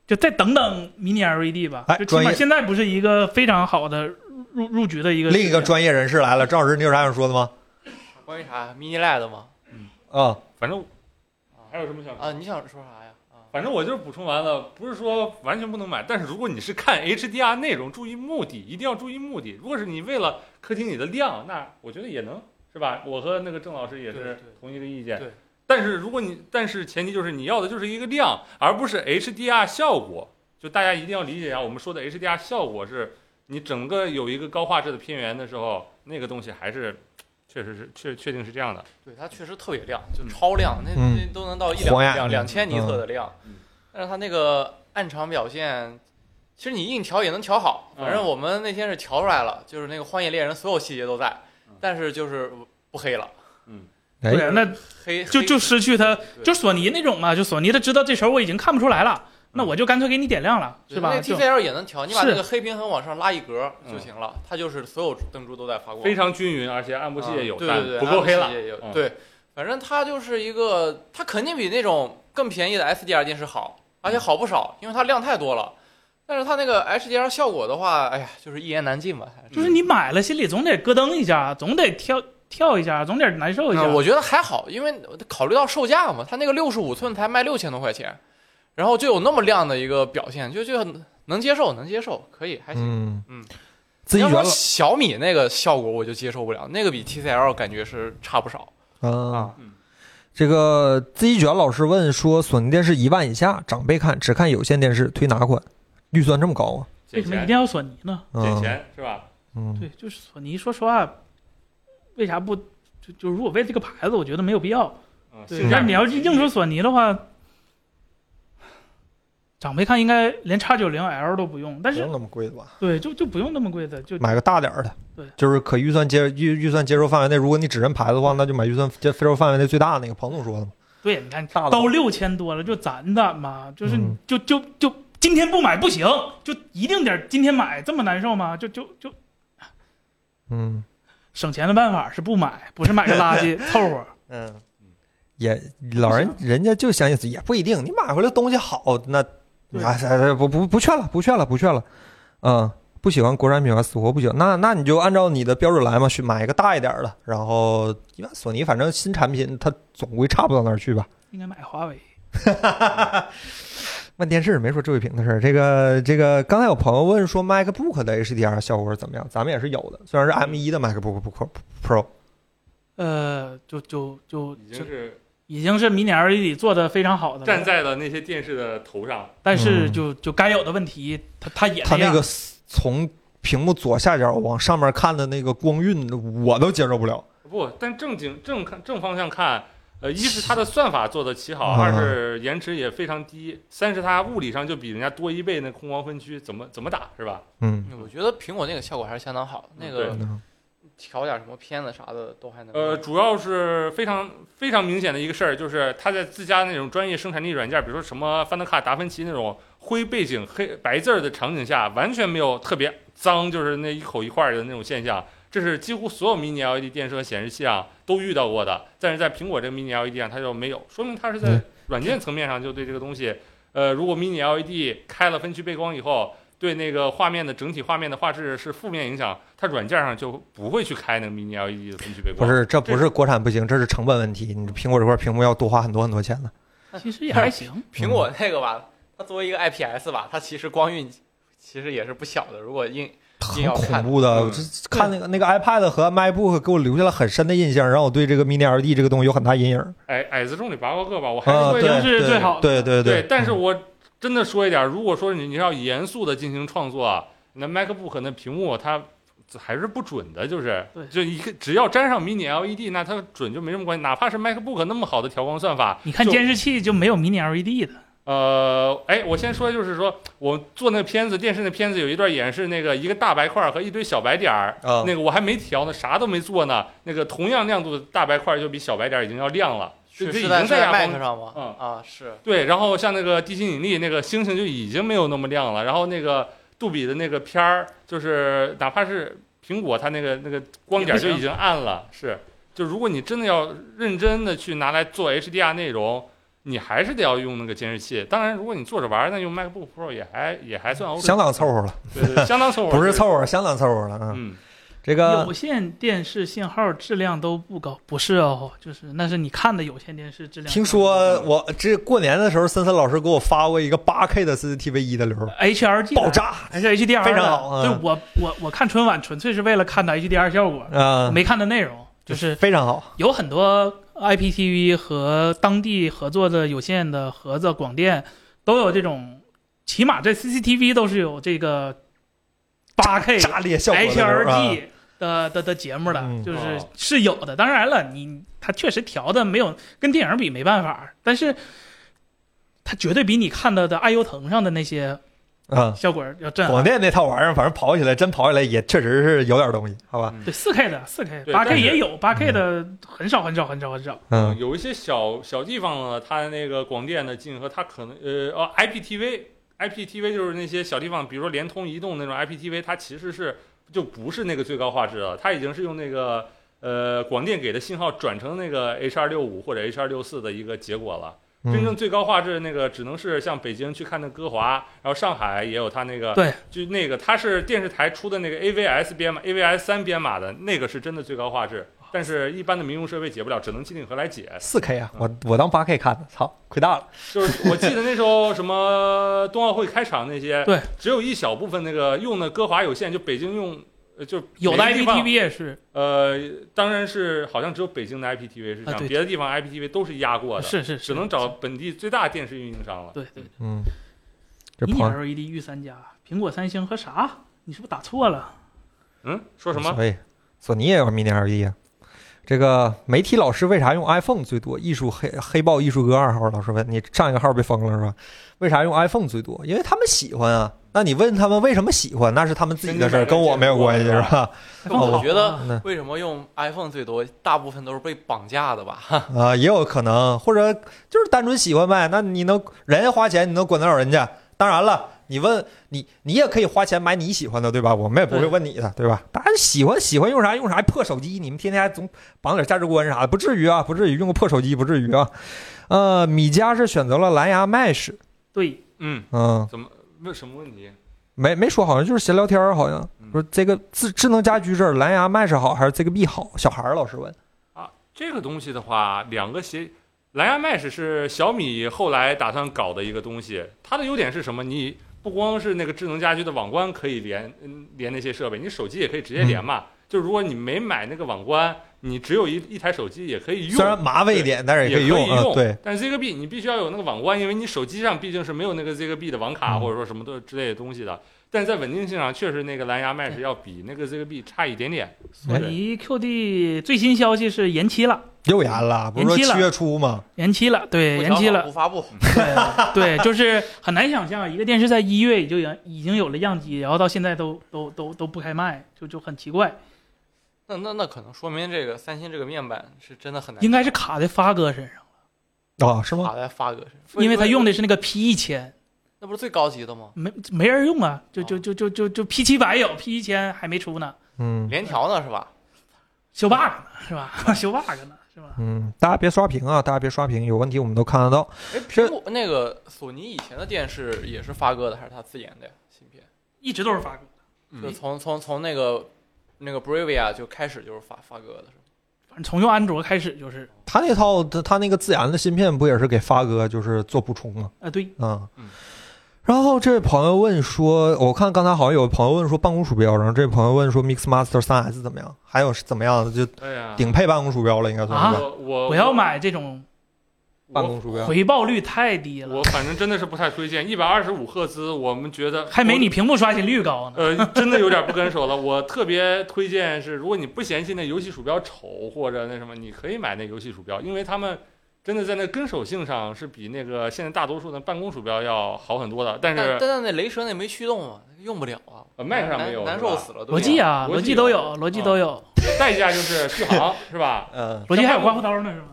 就再等等 mini LED 吧，哎就起专码业现在不是一个非常好的入入局的一个另一个时间专业人士来了，赵老师，你有啥想说的吗？关于啥 mini LED 吗？啊，反正啊还有什么想？啊，你想说啥呀？啊，反正我就是补充完了，不是说完全不能买，但是如果你是看 HDR 内容，注意目的，一定要注意目的。如果是你为了客厅里的亮，那我觉得也能是吧？我和那个郑老师也对对是同一个意见。对但是如果你，但是前提就是你要的就是一个亮，而不是 HDR 效果。就大家一定要理解一下，我们说的 HDR 效果是你整个有一个高画质的片源的时候，那个东西还是确实是确确定是这样的。对，它确实特别亮，就嗯超亮，那嗯那都能到一两晃眼嗯两两千尼特的亮嗯。但是它那个暗场表现，其实你硬调也能调好。嗯反正我们那天是调出来了，就是那个《荒野猎人》所有细节都在嗯，但是就是不黑了，哎，对，那黑就黑就失去它，对就索尼那种嘛，就索尼他知道这时候我已经看不出来了，那我就干脆给你点亮了，对是吧？那个就 TCL 也能调，你把是那个黑平衡往上拉一格就嗯行了，它就是所有灯珠都在发光。非常均匀，而且暗部细节有啊淡，对对对，不够黑了安。琪也有嗯对，反正它就是一个，它肯定比那种更便宜的 SDR 电视好，而且好不少，因为它量太多了。但是它那个 HDR 效果的话，哎呀，就是一言难尽吧。还就是你买了心里总得咯噔一下，总得跳跳一下，总得难受一下。嗯我觉得还好，因为考虑到售价嘛，它那个六十五寸才卖六千多块钱，然后就有那么亮的一个表现，就就能接受，能接受，可以还行。嗯嗯，自己要觉说得小米那个效果我就接受不了，那个比 TCL 感觉是差不少。啊嗯，这个自己卷老师问说，索尼电视一万以下，长辈看只看有线电视，推哪款？预算这么高啊？为捡什么一钱，定要索尼呢？捡嗯钱是吧？嗯，对，就是索尼。说实话，为啥不就就如果为这个牌子，我觉得没有必要。嗯，对性，价但比啊是你要是硬说索尼的话，长辈看应该连 x 九零 L 都不用，但不是用那么贵的吧？对，就就不用那么贵的，就买个大点儿的，对，就是可预算接预预算接受范围内。如果你只认牌子的话，那就买预算接受范围内最大的那个。彭总说的嘛，对，你看大的都六千多了，就攒攒嘛，就是你嗯就就就今天不买不行，就一定得今天买，这么难受吗？就就就嗯省钱的办法是不买，不是买个垃 圾凑合。嗯。也老人人家就相信，也不一定。你买回来东西好，那对啊哎哎不不不劝了，不劝了，不劝了。嗯，不喜欢国产品牌死活不行，那那你就按照你的标准来嘛，去买一个大一点儿的。然后因为索尼反正新产品它总归差不到哪儿去吧。应该买华为，问电视没说智慧屏的事儿，这个这个，刚才有朋友问说 MacBook 的 HDR 效果是怎么样，咱们也是有的，虽然是 M1 的 MacBook Pro- Pro，呃，就就就已就经是已经是 mini LED 做的非常好的站了，在了那些电视的头上。但是嗯就就该有的问题，它它也它那样个从屏幕左下角往上面看的那个光晕，我都接受不了。不，但正经正看正方向看，呃，一是它的算法做的奇好，嗯二是延迟也非常低，三是它物理上就比人家多一倍，那空光分区怎么怎么打是吧？嗯，我觉得苹果那个效果还是相当好，那个对嗯调点什么片子啥的都还能。呃，主要是非常非常明显的一个事儿，就是他在自家那种专业生产力软件，比如说什么范德卡、达芬奇那种灰背景、黑白字儿的场景下，完全没有特别脏，就是那一口一块儿的那种现象。这是几乎所有 Mini LED E 电视和显示器上都遇到过的，但是在苹果这个 Mini LED E 上它就没有，说明它是在嗯软件层面上就对这个东西，呃，如果 Mini LED 开了分区背光以后，对那个画面的整体画面的画质是负面影响，它软件上就不会去开那个 Mini LED E 的分区背光。不是，这不这是国产不行，这是成本问题。你苹果这块屏幕要多花很多很多钱的。其实也还行，苹果那个吧，它作为一个 IPS 吧，它其实光晕其实也是不小的。如果硬硬很要恐看，怖的，嗯我这看那个那个 iPad 和 MacBook 给我留下了很深的印象，让我对这个 Mini LED 这个东西有很大阴影。矮矮子种里拔高个吧，我还是啊，会对已经是对最好的对对嗯对但是我真的说一点，如果说你你要严肃的进行创作啊，那 MacBook 那屏幕它还是不准的，就是对就一个只要粘上 Mini LED，那 E 它准就没什么关系。哪怕是 MacBook 那么好的调光算法，你看就监视器就没有 Mini LED 的，呃，哎，我先说就是说我做那片子，电视那片子有一段演示，那个一个大白块儿和一堆小白点儿，啊那个我还没调呢，啥都没做呢，那个同样亮度的大白块儿就比小白点儿已经要亮了，就这是已是在经是在在亚 Mac 光上吗？嗯啊，是对，然后像那个地心引力那个星星就已经没有那么亮了，然后那个杜比的那个片儿，就是哪怕是苹果它那个那个光点就已经暗了，是。就如果你真的要认真的去拿来做 HDR 内容，你还是得要用那个监视器。当然，如果你坐着玩儿，那用 MacBook Pro 也还也还算 OK，相当凑合了，对对，相当凑合，不是就是凑合，相当凑合了啊。嗯，这个有线电视信号质量都不高，不是哦，就是那是你看的有线电视质量。听说我这过年的时候，森森老师给我发过一个八 K 的 CCTV 一的流， HRG 爆炸还是 HDR 非常的好嗯对我我我看春晚纯粹是为了看的 HDR 效果，啊，没看的内容，就是非常好。有很多 IPTV 和当地合作的有线的盒子、广电都有这种，起码这 CCTV 都是有这个八 K 炸裂效果的流啊 HRG 的的的节目的嗯，就是哦是有的。当然了，你它确实调的没有跟电影比没办法，但是它绝对比你看到的爱优腾上的那些啊，效果要 震撼。广电那套玩意儿，反正跑起来真跑起来也确实是有点东西，好吧？嗯对，四 K 的四 K，对八但 K 是嗯也有，八 K 的很少很少很少很少。嗯，呃有一些小小地方呢，它那个广电的竞合，它可能呃哦 IPTV IPTV 就是那些小地方，比如说联通、移动那种 IPTV，它其实是就不是那个最高画质了，它已经是用那个呃广电给的信号转成那个 H 二六五或者 H 二六四的一个结果了。嗯真正最高画质那个只能是像北京去看那歌华，然后上海也有它那个对，就那个它是电视台出的那个 AVS 编码，AVS 三编码的那个是真的最高画质，但是一般的民用设备解不了，只能机顶盒 来解。四 K 啊，我我当八 K 看的，操，亏大了。就是我记得那时候什么冬奥会开场那些，对，只有一小部分那个用的歌华有线，就北京用，呃就有的别地方 IPTV 也是呃，当然是好像只有北京的 IPTV 是啊这样，对别的地方 IPTV 都是压过的，是是是，只能找本地最大电视运营商了。对对。嗯，这迷你朋友 LED 御三家，苹果、三星和啥？你是不是打错了？嗯，说什么？所以索尼也有 Mini LED 啊。这个媒体老师为啥用 iPhone 最多？艺术黑黑豹艺术哥二号老师问你，上一个号被封了是吧？为啥用 iPhone 最多？因为他们喜欢啊。那你问他们为什么喜欢，那是他们自己的事儿，跟跟你买我没有关系这是个吧？ iPhone 哦我好觉得啊那为什么用 iPhone 最多？大部分都是被绑架的吧？啊，也有可能，或者就是单纯喜欢呗。那你能人家花钱，你能管得了人家？当然了，你问你，你也可以花钱买你喜欢的，对吧？我们也不会对问你的，对吧？大家喜欢喜欢用啥用啥，破手机，你们天天还总绑点价值观啥的，不至于啊，不至于用个破手机，不至于啊。呃，米家是选择了蓝牙 Mesh，对，嗯，嗯，怎么问什么问题？没没说，好像就是闲聊天儿，好像嗯说这个智智能家居这儿蓝牙 Mesh 好还是这个 B 好？小孩儿老师问，这个东西的话，两个协蓝牙 Mesh 是小米后来打算搞的一个东西。它的优点是什么？你不光是那个智能家居的网关可以连，嗯，连那些设备，你手机也可以直接连嗯嘛。就如果你没买那个网关，你只有一一台手机也可以用。虽然麻烦一点，但是也可以用，嗯对，但是 Zigbee 你必须要有那个网关，因为你手机上毕竟是没有那个 Zigbee 的网卡嗯或者说什么的之类的东西的。但是在稳定性上，确实那个蓝牙 Mesh 要比那个 Zigbee 差一点点。索尼 QD 最新消息是延期了，又严了，不是说延期了七月初吗？延期了，对，不延想期好了不，发布， 对，就是很难想象一个电视在一月已经有已经有了样机，然后到现在都都都都不开卖，就就很奇怪。那那那可能说明这个三星这个面板是真的很难应该是卡在发哥身上，啊，是吗？卡在发哥身上，因为他用的是那个 P 一千，那不是最高级的吗？没没人用啊，就哦就就就就就 P 七百有，P 一千还没出呢，嗯联调呢是吧？修 bug 呢是吧？ 修 bug 呢是吧？嗯，大家别刷屏啊，大家别刷屏，有问题我们都看得到。哎，苹果那个索尼以前的电视也是发哥的，还是他自研的呀？芯片一直都是发哥，就嗯，从从从那个那个 Bravia 就开始就是发发哥的是吧？反正从用安卓开始就是，他那套他他那个自研的芯片不也是给发哥就是做补充吗？啊对，啊嗯。然后这位朋友问说，我看刚才好像有朋友问说办公鼠标，然后这位朋友问说 Mix Master 3S 怎么样？还有是怎么样的？就对哎呀，顶配办公鼠标了，应该算是吧？我我啊不要买这种办公鼠标回报率太低了我，反正真的是不太推荐，一百二十五赫兹，我们觉得还没你屏幕刷新率高呢。呃，真的有点不跟手了。我特别推荐是，如果你不嫌弃那游戏鼠标丑或者那什么，你可以买那游戏鼠标，因为他们真的在那跟手性上是比那个现在大多数的办公鼠标要好很多的。但但是但那雷蛇那没驱动啊，用不了啊，呃，Mac 上难没有难是吧受死了。对逻辑啊，逻逻辑有辑都有，逻辑都有，代价就是续航是吧？嗯，逻辑还有刮胡刀呢是吗？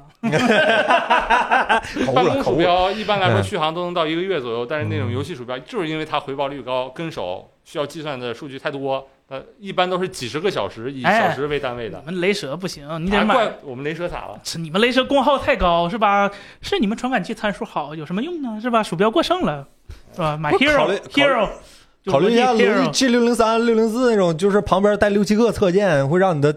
口办误了，公口鼠误了。标一般来说嗯续航都能到一个月左右，但是那种嗯游戏鼠标就是因为它回报率高，跟手需要计算的数据太多，它一般都是几十个小时，以哎小时为单位的你。们雷蛇不行，你得难买。怪我们雷蛇咋了？是你们雷蛇功耗太高是吧？是你们传感器参数好有什么用呢？是吧？鼠标过剩了，是吧？买不是 Hero 考虑考虑 Hero，就考虑一下逻辑 Hero， G 六零三、六零四那种，就是旁边带六七个侧键，会让你的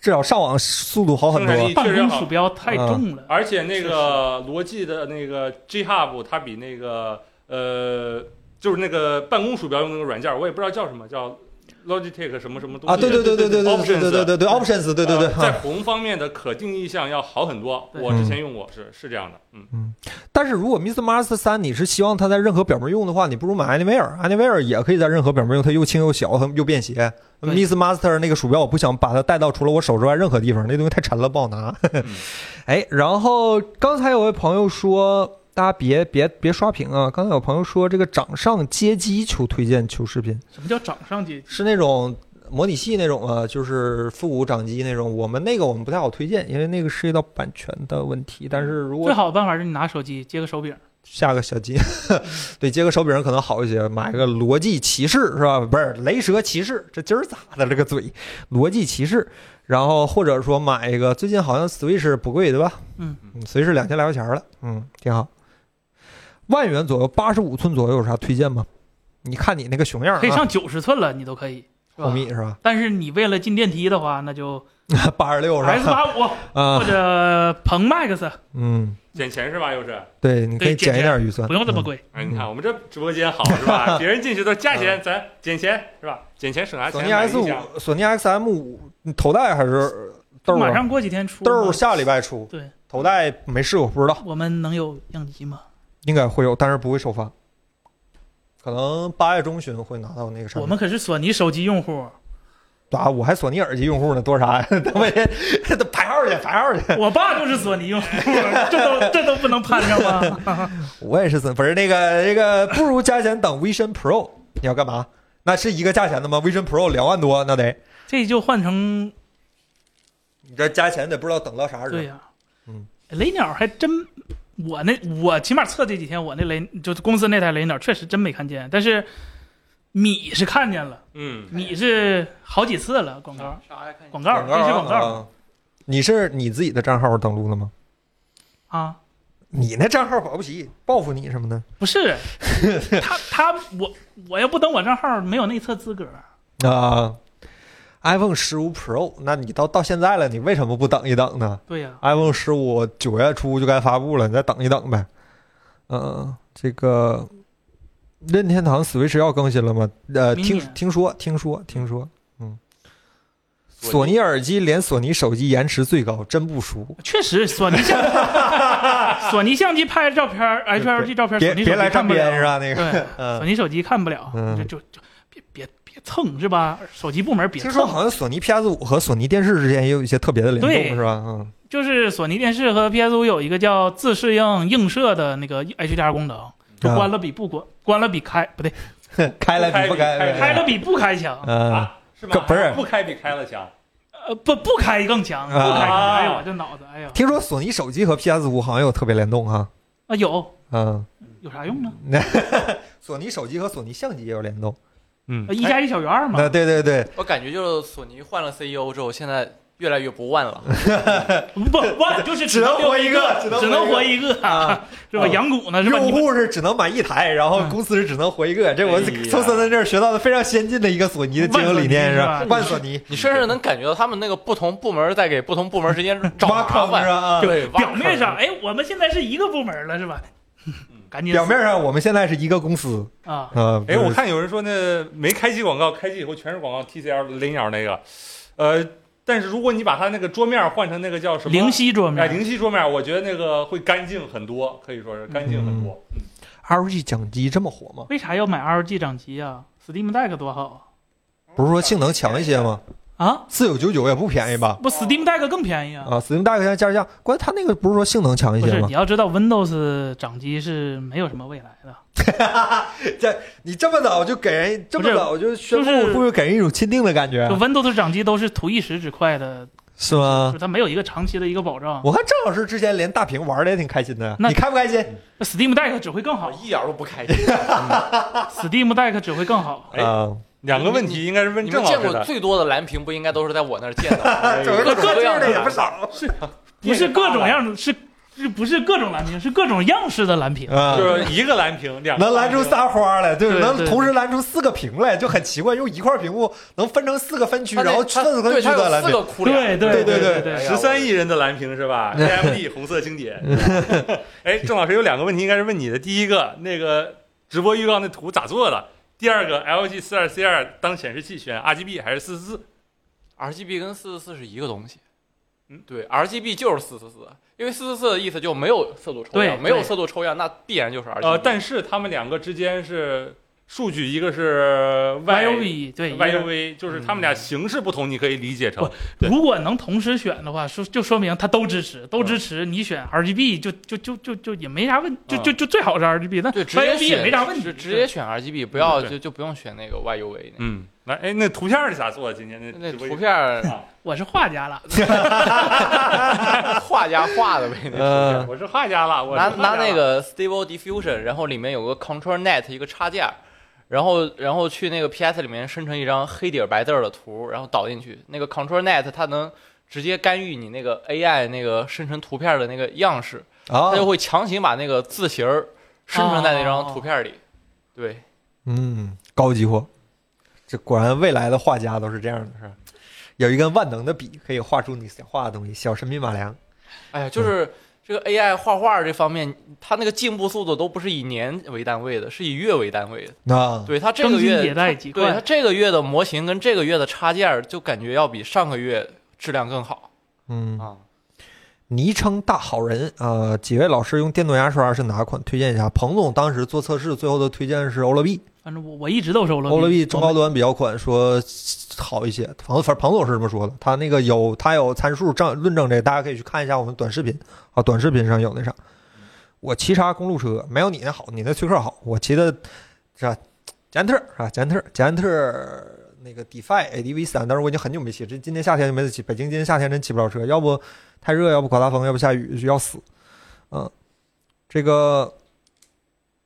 至少上网速度哦好很生产多力。确办实公嗯好鼠。标太重了，而且那个罗技的那个 G Hub，它比那个呃，就是那个办公鼠标用那个软件，我也不知道叫什么，叫 Logitech 什么什么东西啊，对对对对对对对对对对对对，options，对对对。在啊红方面的可定义项要好很多。对我之嗯前用过是是这样的，嗯，但是如果 Mr. Master 三你是希望它在任何表面用的话，你不如买 Anywhere，Anywhere 也可以在任何表面用，它又轻又小，它又便携。对 Mr. Master 那个鼠标我不想把它带到除了我手之外任何地方，那东西太沉了不好拿。哎，然后刚才有位朋友说，大家别别别刷屏啊！刚才有朋友说这个掌上街机求推荐求视频。什么叫掌上街机？是那种模拟器那种啊，就是复古掌机那种。我们那个我们不太好推荐，因为那个涉及到版权的问题。但是如果最好的办法是你拿手机接个手柄，下个小机， 对，接个手柄可能好一些，买个逻辑骑士是吧？不是雷蛇骑士，这今儿咋的这个嘴？逻辑骑士，然后或者说买一个，最近好像 Switch 不贵对吧？嗯，Switch 两千来块钱了，嗯，挺好。万元左右，八十五寸左右有啥推荐吗？你看你那个熊样可以啊，上九十寸了，你都可以，是红吧？米是吧？但是你为了进电梯的话，那就八十六是 S 吧？八五啊或，者鹏 Max，嗯。捡钱是吧？又是，对，你可以对减减一点预算，不用这么贵。哎，你看嗯我们这直播间好 是吧？别人进去都加钱，咱捡钱是吧？捡钱省嗯。啥索钱？尼买 S 音响五，索尼 XM 五头戴还是豆儿马啊？上过几天出嘛，豆儿下礼拜出，对，头戴没试过，不知道，我们能有样机吗？应该会有，但是不会首发，可能八月中旬会拿到那个产品。我们可是索尼手机用户，啊，我还索尼耳机用户呢，多啥呀？ 等我先排号去，排号去。我爸就是索尼用户，这都这都不能攀上吗？ 我也是索，不是那个那个，不如加钱等 Vision Pro，你要干嘛？那是一个价钱的吗？Vision Pro 两万多，那得这就换成你这加钱得不知道等到啥时候。对呀、嗯雷鸟还真，我那我起码测这几天，我那雷就是公司那台雷鸟确实真没看见，但是米是看见了，嗯，米是好几次了广告啥啥来看一下广告电视广告啊你是你自己的账号登录了吗？啊，你那账号保不齐报复你什么的不是他他我我要不登我账号没有内测资格，啊、i p h o n e 十五 Pro，那你到到现在了，你为什么不等一等呢对呀、 ？iPhone 十五九月初就该发布了，你再等一等呗。嗯、这个任天堂 Switch 要更新了吗？呃，明年听听说听说听说，嗯，索尼耳机连索尼手机延迟最高，真不输。确实索尼相索尼相机拍照片儿别，HLG 照片，别索尼别手机来看沾不了边是吧？那个，对，嗯、索尼手机看不了，嗯就就就别别别蹭是吧？手机部门别听说蹭，好像索尼 PS 五和索尼电视之间也有一些特别的联对动，是吧？嗯，就是索尼电视和 PS 五有一个叫自适应映射的那个 HDR 功能，就关了比不关，关了比开不对，啊 开了比不开开？了开了比不开强。嗯，啊，是可吗？不是不开比开了强，呃，不不开更强，不开更强。啊哎呦，我这脑子，哎呦，听说索尼手机和 PS 五好像有特别联动哈，啊有嗯，有啥用呢？索尼手机和索尼相机也有联动。嗯呃一加一小于二嘛，那对对对，我感觉就是索尼换了 CEO 之后，现在越来越不万了。不，我就是只能活一个，只只能活一个，啊是吧？啊养蛊呢，是吧？用你们户是只能买一台，然后嗯公司是只能活一个。这我哎呀从森森这儿学到的非常先进的一个索尼的经营理念是吧？万万索尼你甚至能感觉到他们那个不同部门在给不同部门之间找挖麻坑是烦。吧？啊对，挖表坑面上，哎，我们现在是一个部门了，是吧？ 赶紧表面上我们现在是一个公司，啊，啊，哎，我看有人说那没开机广告，开机以后全是广告 TCL 雷鸟那个，呃，但是如果你把它那个桌面换成那个叫什么灵，犀桌哎，面，灵犀桌面，我觉得那个会干净很多，可以说是干净很多。嗯 ROG 掌机这么火吗？为啥要买 ROG 掌机啊？Steam Deck 多好不是说性能强一些吗？啊！啊，四九九九也不便宜吧？不，Steam Deck 更便宜啊。啊，Steam Deck 现在加价，关键它那个不是说性能强一不些是，吗你？要知道，Windows 掌机是没有什么未来的。你这么早就给人，这么不是早就宣布，就是会不会给人一种钦定的感觉就？Windows 掌机都是图一时之快的，是吗就？它没有一个长期的一个保障。我看郑老师之前连大屏玩的也挺开心的，那你开不开心？那 Steam Deck 只会更好我哦一点都不 开心。 ，Steam Deck 只会更好。哎啊，两个问题应该是问你郑们老见师过的，最多的蓝屏，不应该都是在我那儿见 的？哎整个各种各各样样的的也不少不是各种样的，是是不是各种蓝屏？是各种样式的蓝屏。啊就是一个蓝屏，两个能拦蓝出屏，仨花来，对，对能对同时拦出四个屏来，就很奇怪，用一块屏幕能分成四个分区，它那然后它分分对，区它的有蓝四屏个窟窿。对对对对对对哎呀十三亿人的蓝屏是 吧？AMD 红色经典。 哎，郑老师有两个问题应该是问你的，第一个那个直播预告那图咋做的？第二个 LG 四二 C 二当显示器选 RGB 还是四四四？ RGB 跟四四四是一个东西。嗯，对，RGB 就是四四四，因为四四四的意思就没有色度抽对样，没有对色度抽样，那必然就是 RGB。呃，但是他们两个之间是数据，一个是 YUV 对 YUV，就是他们嗯俩形式不同，你可以理解成不对如果能同时选的话，说就说明它都支持，都支持。你选 RGB 就就就就就也没啥问，就就就最好是 RGB，那对，直接 YUV 选也没啥问题直，直接选 RGB，不要对就就不用选那个 YUV 那个。嗯，来，哎，那图片是咋做的？今天那那嗯直播图片儿我是画家了，画家画的呗，那图片儿呃我是画家了，我是拿画家拿那个 Stable Diffusion，然后里面有个 Control Net 一个插件儿，然后然后去那个 PS 里面生成一张黑底儿白字儿的图，然后导进去。那个 Control Net 它能直接干预你那个 AI 那个生成图片的那个样式，啊它，就会强行把那个字形儿生成在那哦张图片里。对，嗯，高级货，这果然未来的画家都是这样的，是吧？有一根万能的笔，可以画出你想画的东西，小神笔马良。哎嗯呀，就是这个 AI 画画这方面，它那个进步速度都不是以年为单位的，是以月为单位的。那对它这更个新月迭代极对它快。这个月的模型跟这个月的插件儿，就感觉要比上个月质量更好嗯，啊。昵称大好人啊、呃几位老师用电动牙刷是哪款？推荐一下。彭总当时做测试，最后的推荐是欧乐 B，反正我我一直都是欧乐 B，欧乐 B 中高端比较款，说好一些。彭反正彭总是这么说的，他那个有他有参数证论证这个，大家可以去看一下我们短视频啊，短视频上有那啥。我骑啥公路车？没有你那好，你那崔克好。我骑的是吧？捷安特啊，捷安特，捷安特那个 DeFi ADV 三，但是我已经很久没骑，这今年夏天就没得骑。北京今年夏天真骑不了车，要不太热，要不刮大风，要不下雨，就要死。嗯，这个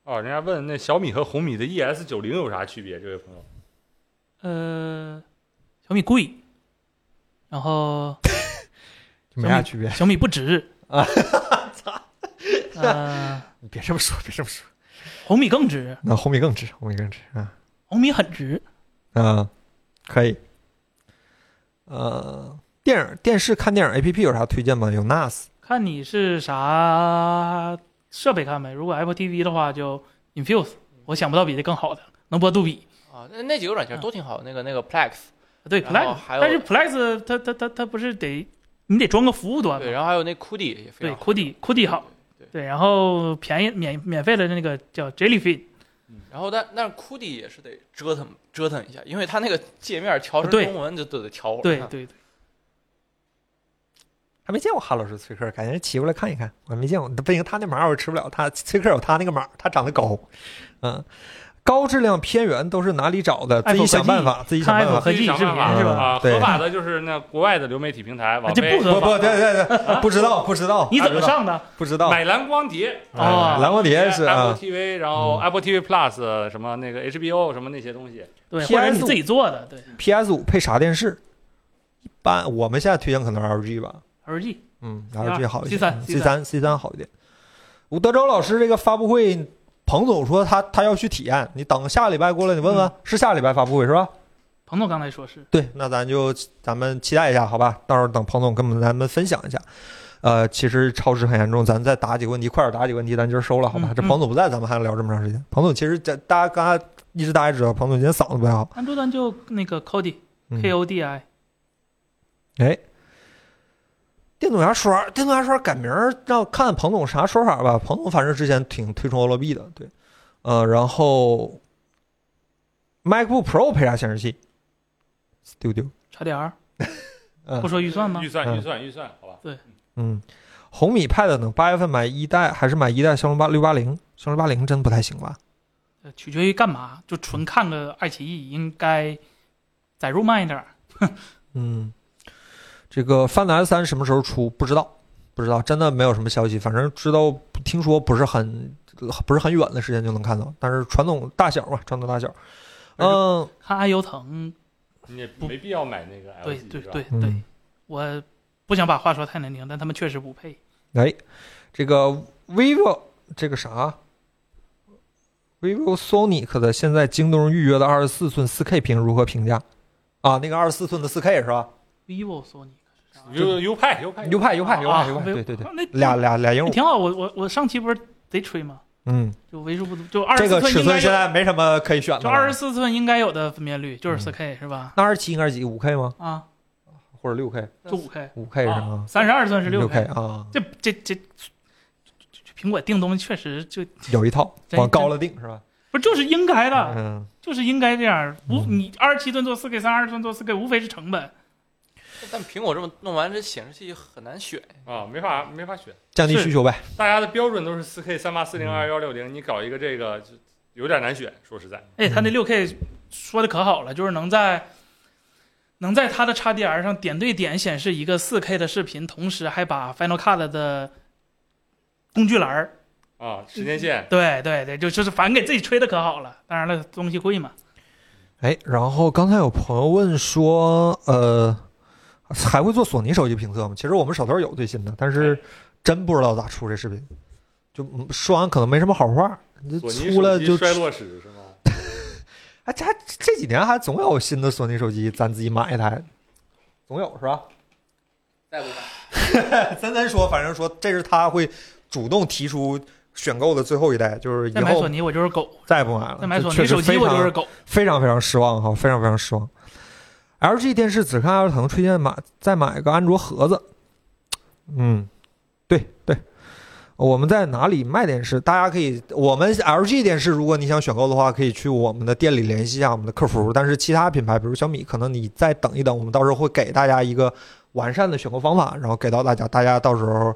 哦，人家问那小米和红米的 ES 九零有啥区别？这位朋友，呃，小米贵，然后没啥区别。小米不值 啊！操！呃，你别这么说，别这么说。红米更值， 那红米更值，红米更值啊。红米很值。嗯，可以。呃，电影、电视看电影 APP 有啥推荐吗？有 NAS 看你是啥设备看呗。如果 Apple TV 的话，就 Infuse，我想不到比这更好的，能播杜比。啊，那那几个软嗯件都挺好，那个那个 Plex，对然后 Plex，还有但是 Plex 它它它它不是得你得装个服务端对，嘛？然后还有那 Kudi 也非对常好。 ，Kudi Kudi 好，对，然后便宜免免费的那个叫 Jellyfin，然后但但是 Kudi 也是得折腾折腾一下，因为它那个界面调成啊对中文就都得调会儿。对啊对对，还没见过哈老师崔克，感觉骑过来看一看。我还没见过，不行，他那码我吃不了。他崔克有他那个码，他长得高。嗯，高质量片源都是哪里找的？自己 Apple 想办法，自己想看办 iPhone 法。科技视频想办法是吧？啊，对啊合法的就是那国外的流媒体平台网这飞不合不法，不，对对对，不知道不知道，你怎么上的？不知道？哎买蓝光碟哎哦啊蓝光碟是啊 Apple，TV，然后 Apple TV Plus 什么那个 HBO 什么那些东西，对， PS5 或者你自己做的，对 PS 五配啥电视？一般我们现在推荐可能 LG 吧， ，LG 嗯啊，LG 好一点 C3 C 三 C 三好一点。吴德州老师这个发布会，彭总说他他要去体验，你等下礼拜过来，你问问、是下礼拜发布会是吧？彭总刚才说是，嗯对，那咱就咱们期待一下，好吧？到时候等彭总跟我们咱们分享一下。呃，其实超时很严重，咱再答几个问题，快点答几个问题，咱今儿收了，好吧？嗯这彭总不在，咱们还聊这么长时间。彭总其实这大家刚才一直大家知道，彭总今天嗓子不太好。安卓端就那个 Kodi 嗯 K O D I，哎，电动牙刷，电动牙刷改名儿，让看彭总啥说法吧。彭总反正之前挺推崇欧乐 B 的，对，呃，然后 MacBook Pro 配啥显示器？Studio，差点 儿，嗯不说预算吗预？算嗯预算预算，好吧。嗯，红米 Pad 等，八月份买一代还是买一代骁龙八六八零？骁龙八零真不太行吧？呃取决于干嘛，就纯看个爱奇艺应该载入慢一点儿。嗯，这个 Find S 三什么时候出？不知道，不知道，真的没有什么消息。反正知道，听说不是很不是很远的时间就能看到。但是传统大小嘛，传统大小，嗯看爱优腾，你也没必要买那个对 LG，对是吧对对嗯，，我不想把话说太难听，但他们确实不配。哎，这个 vivo 这个啥，vivo Sonic 的现在京东预约的二十四寸四 K 屏如何评价？啊，那个二十四寸的四 K 是吧 vivo、索尼是啥 U U 派 U 派优派优派优啊派优派， vivo- 对对对啊，那俩俩俩鹦那鹉，挺好。我我我上期不是贼吹吗？嗯，就为数不多，就二这十个四尺寸应该寸现有，在没什么可以选的嗯就了。二十四寸应该有的分辨率就是四 K 是吧？那二十七应该是几？五 K 吗？啊，或者六 K？就五 K，五 K 是吗？三十二寸是六 K。啊，这这这，这苹果定东西确实就有一套真往高了定是吧？不就是应该的，嗯，就是应该这样。无嗯你二十七寸做四 K，三十二寸做四 K，无非是成本。但苹果这么弄完，这显示器很难选。啊，没法没法选，降低是需求呗。大家的标准都是四 K 三八四零嗯二幺六零，你搞一个这个就有点难选，说实在。哎，他那嗯六 K 说的可好了，就是能在能在它的 XDR 上点对点显示一个四 K 的视频，同时还把 Final Cut 的工具栏儿，啊，时间嗯线对对对，就就是反正给自己吹的可好了。当然了，东西贵嘛，哎，然后刚才有朋友问说，呃，还会做索尼手机评测吗？其实我们手头有最新的，但哎是真不知道咋出这视频。就嗯说完可能没什么好话，这索尼出手了机就衰落史是吗？哎，这还这几年还总有新的索尼手机，咱自己买一台，总有是吧？再不买森森哎说，反正说这是他会主动提出选购的最后一代，就是以再买索后尼我就是狗，再也不买了。再买这索确尼实手机非我就常是狗。非常非常失望哈，非常非常失望。LG 电视只看爱尔腾，推荐买再买个安卓盒子。嗯，对对，我们在哪里卖电视？大家可以，我们 LG 电视，如果你想选购的话，可以去我们的店里联系一下我们的客服。但是其他品牌，比如小米，可能你再等一等，我们到时候会给大家一个完善的选购方法，然后给到大家。大家到时候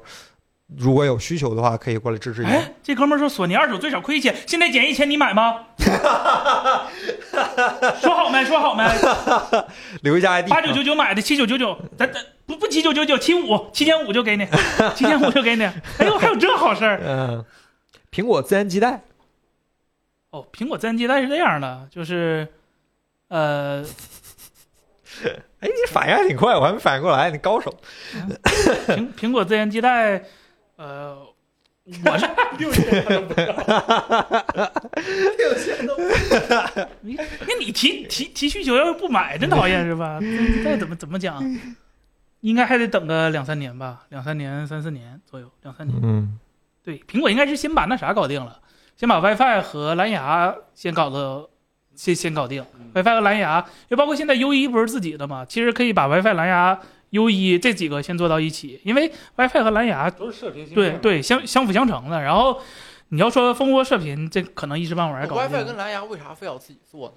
如果有需求的话，可以过来支持一下。哎，这哥们儿说索尼二手最少亏一千，现在减一千，你买吗？说好没？说好没？留一下 ID，八九九九买的，七九九九，咱咱不不七九九九，七五七千五就给你，七千五就给你。哎呦，还有这好事儿嗯，苹果自然基带。哦！苹果自然接待是这样的，就是，呃，哎，你反应还挺快，我还没反应过来，你高手。 苹苹果自然接待，呃，我是 六千他都不六千都 你那你提提提需求，要是不买，真讨厌是吧？这这怎么怎么讲？应该还得等个两三年吧，两三年、三四年左右，两三年。嗯对，苹果应该是先把那啥搞定了，先把 WiFi 和蓝牙先搞的，先先搞定 WiFi 和蓝牙，就包括现在 U 一不是自己的嘛，其实可以把 WiFi、蓝牙、U 一这几个先做到一起，因为 WiFi 和蓝牙都是射频芯对片。对相相辅相成的。然后你要说蜂窝射频，这可能一时半会儿还搞不 WiFi 定跟。嗯蓝牙为啥非要自己做呢？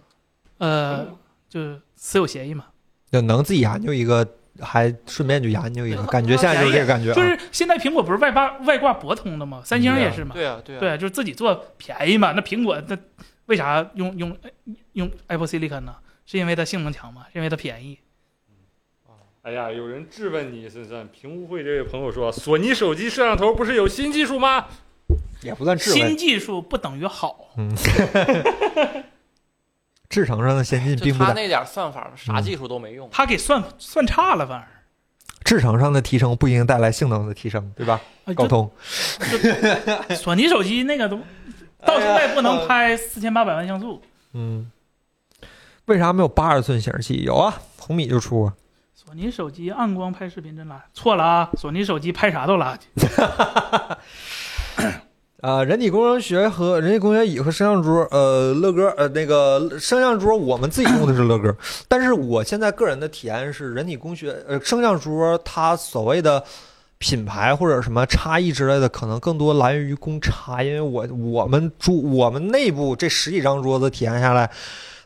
呃，就是私有协议嘛，，就能自己研究一个，还顺便就研究一个，对感觉现在就是这个感觉啊。就是现在苹果不是外挂外挂博通的嘛，三星也是嘛，对啊，对啊，对，就是自己做便宜嘛。那苹果那为啥用用用 Apple Silicon 呢？是因为它性能强吗？是因为它便宜？哎呀，有人质问你，森森，评误会这位朋友说，索尼手机摄像头不是有新技术吗？也不算智慧新，技术不等于好，制程上的嗯先进就并不他大，那点儿算法，啥技术都没用。它给算算差了，反而制程上的提升不一定带来性能的提升，对吧？啊高就通索尼手机那个哎都到现在不能拍四千八百万像素，嗯，为啥没有八十寸显示器？有啊，红米就出啊。索尼手机暗光拍视频真垃圾，错了啊！索尼手机拍啥都垃圾。啊，人体工程学和人体工学椅和摄像桌，呃，乐哥，呃，那个摄像桌我们自己用的是乐哥，但是我现在个人的体验是，人体工学，呃，摄像桌它所谓的品牌或者什么差异之类的，可能更多来源于公差，因为我我们桌我们内部这十几张桌子体验下来。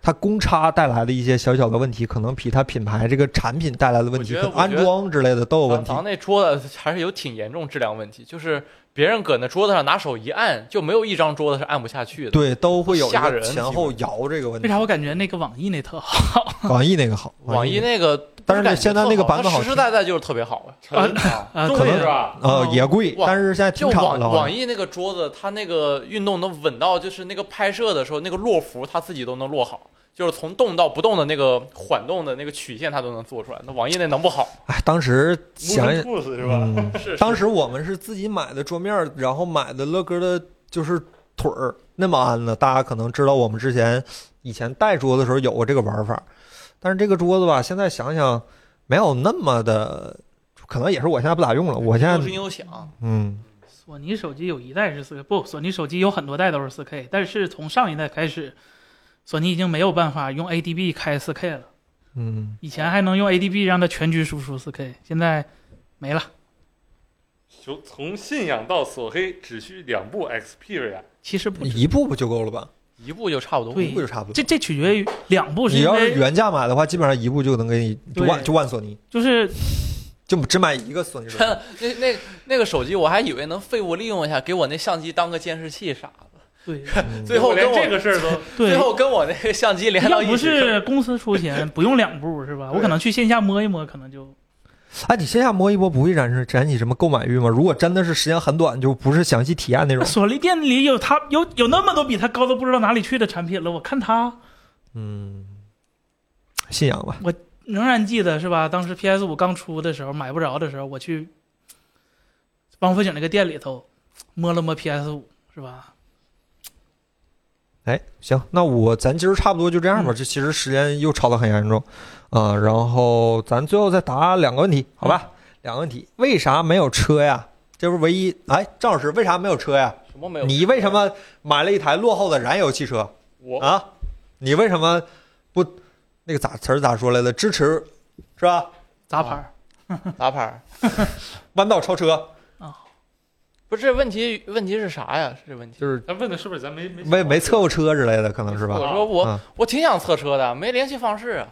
它公差带来的一些小小的问题，可能比它品牌这个产品带来的问题，可我觉得能安装之类的都有问咱题咱。那桌子还是有挺严重质量问题，就是别人搁那桌子上拿手一按，就没有一张桌子是按不下去的。对，都会有一吓个人前后摇这个问题。为啥我感觉那个网易那特好？网易那个好，网易那个，但是现在那个版本好好，它实实在在就是特别好。啊啊重可以是吧？呃，也贵，哇但是现在就停产网了。网易那个桌子，它那个运动能稳到，就是那个拍摄的时候，那个落幅它自己都能落好，就是从动到不动的那个缓动的那个曲线，它都能做出来。那网易那能不好？哎，当时想一，兔子是吧？嗯，是当时我们是自己买的桌面儿，然后买的乐哥的，就是腿儿那么安了。大家可能知道，我们之前以前带桌子的时候有过这个玩法，但是这个桌子吧，现在想想没有那么的，可能也是我现在不咋用了。我现有在声有响，嗯，索尼手机有一代是四 K，不，索尼手机有很多代都是四 K，但是从上一代开始，索尼已经没有办法用 ADB 开四 K 了。嗯，以前还能用 ADB 让它全局输出四 K，现在没了。就从信仰到索黑只需两步 Xperia。嗯其实哎不止，一步不就够了吧？一步就差不多。一步对就差不多这。这取决于两步，是你因要是为原价买的话，基本上一步就能给你就对万就万索尼，就是 就只买一个索尼手机。真的，那那那个手机我还以为能 废物利用一下，给我那相机当个监视器啥的。对嗯最后连跟我这个事儿都 最对，后跟我那个相机连要到一起，不是公司出钱，不用两步是吧？我可能去线下摸一摸，可能就。哎，你线下摸一摸不会燃起燃起什么购买欲吗？如果真的是时间很短，就不是详细体验那种索尼店里有它有有那么多比它高都不知道哪里去的产品了，我看它嗯，信仰吧。仍然记得是吧？当时 PS 五刚出的时候，买不着的时候，我去王府井那个店里头摸了摸 PS 五，是吧？哎，行，那我咱今儿差不多就这样吧。嗯这其实时间又超得很严重啊、然后咱最后再答两个问题，好吧？两个问题，为啥没有车呀？这不是唯一哎，郑老师为啥没有车呀？什么没有？你为什么买了一台落后的燃油汽车我啊？你为什么不那个咋词儿咋说来的？支持是吧？杂牌儿，打牌儿？弯道超车。不是这问题，问题是啥呀？是这问题。就是他问的是不是咱没没没没测过车之类的，可能是吧？我说我、嗯我挺想测车的，没联系方式 啊。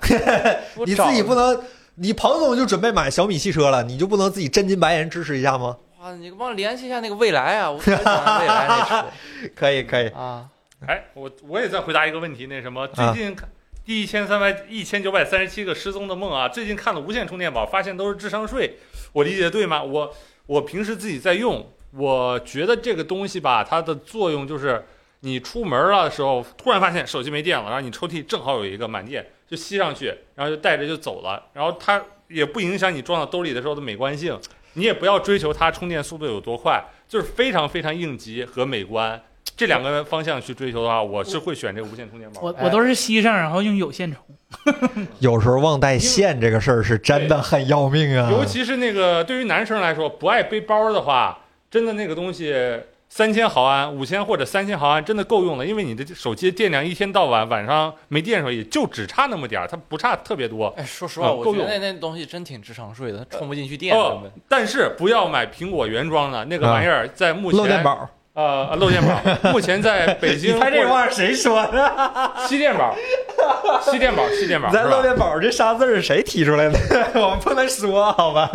我你找自己不能，你彭总就准备买小米汽车了，你就不能自己真金白银支持一下 吗？哇，你帮我联系一下那个蔚来啊，我特别喜欢蔚来那 可以，可以车啊。哎，我我也在回答一个问题，那什么，最啊近看第一千三百一千九百三十七个失踪的梦啊，最近看了《无线充电宝》，发现都是智商税，我理解得对吗？我我平时自己在用，我觉得这个东西吧，它的作用就是你出门了的时候，突然发现手机没电了，然后你抽屉正好有一个满电，就吸上去，然后就带着就走了，然后它也不影响你装到兜里的时候的美观性。你也不要追求它充电速度有多快，就是非常非常应急和美观这两个方向去追求的话，我是会选这个无线充电宝。我我都是吸上，然后用有线充。有时候忘带线这个事儿是真的很要命啊！尤其是那个对于男生来说，不爱背包的话，真的那个东西三千毫安、五千或者三千毫安真的够用了，因为你的手机电量一天到晚晚上没电的时候也就只差那么点儿，它不差特别多。哎，说实话，啊我够觉得用那那东西真挺智商税的，充不进去电哦根本。但是不要买苹果原装的那个玩意儿，在目前漏电宝，呃呃漏电宝，目前在北 京或者话谁说的？吸电宝，吸电宝，吸 电宝，咱是吧漏电宝这仨字儿是谁提出来的？ 我们不能说好吧？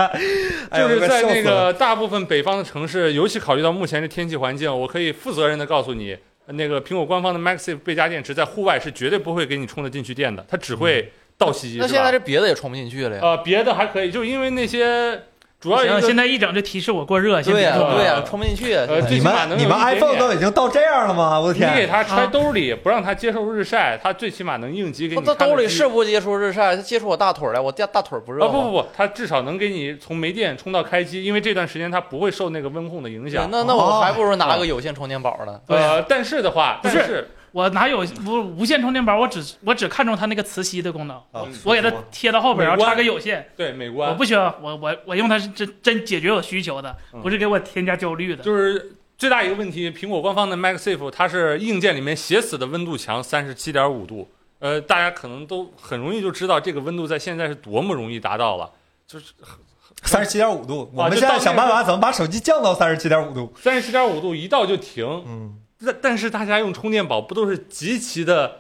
哎呦就是我快在那笑死了个大部分北方的城市，尤其考虑到目前的天气环境，我可以负责任的告诉你，那个苹果官方的 MagSafe 背夹电池在户外是绝对不会给你充得进去电的，它只嗯会倒吸。那是现吧在这别的也充不进去了呀？呃，别的还可以，就因为那些主要一行，个现在一整就提示我过热，先对别呀、这说个对呀、呃充不进去呀、呃最你起码们能你们有一点 iPhone 点都已经到这样了吗？我的你给天！啊它揣兜里，不让它接受日晒，它最起码能应急给他你。他兜里是。不接触日晒，他接触我大腿儿了，我大大腿儿不热啊吗？不不不，它至少能给你从没电充到开机，因为这段时间它不会受那个温控的影对响。那那我还不如拿哦个有线充电宝呢。对啊呃，但是的话，不但是是我哪有无无线充电宝？我只我只看重它那个磁吸的功能，啊我给它嗯贴到后边，美然观后插个有线。对美观，我不需要，我我我用它是真真解决我需求的，嗯不是给我添加焦虑的。就是最大一个问题，苹果官方的 MagSafe 它是硬件里面写死的温度强三十七点五度，呃，大家可能都很容易就知道这个温度在现在是多么容易达到了，就是三十七点五度，啊我们就现在到那想个办法怎么把手机降到三十七点五度。三十七点五度一到就停。嗯，但但是大家用充电宝不都是极其的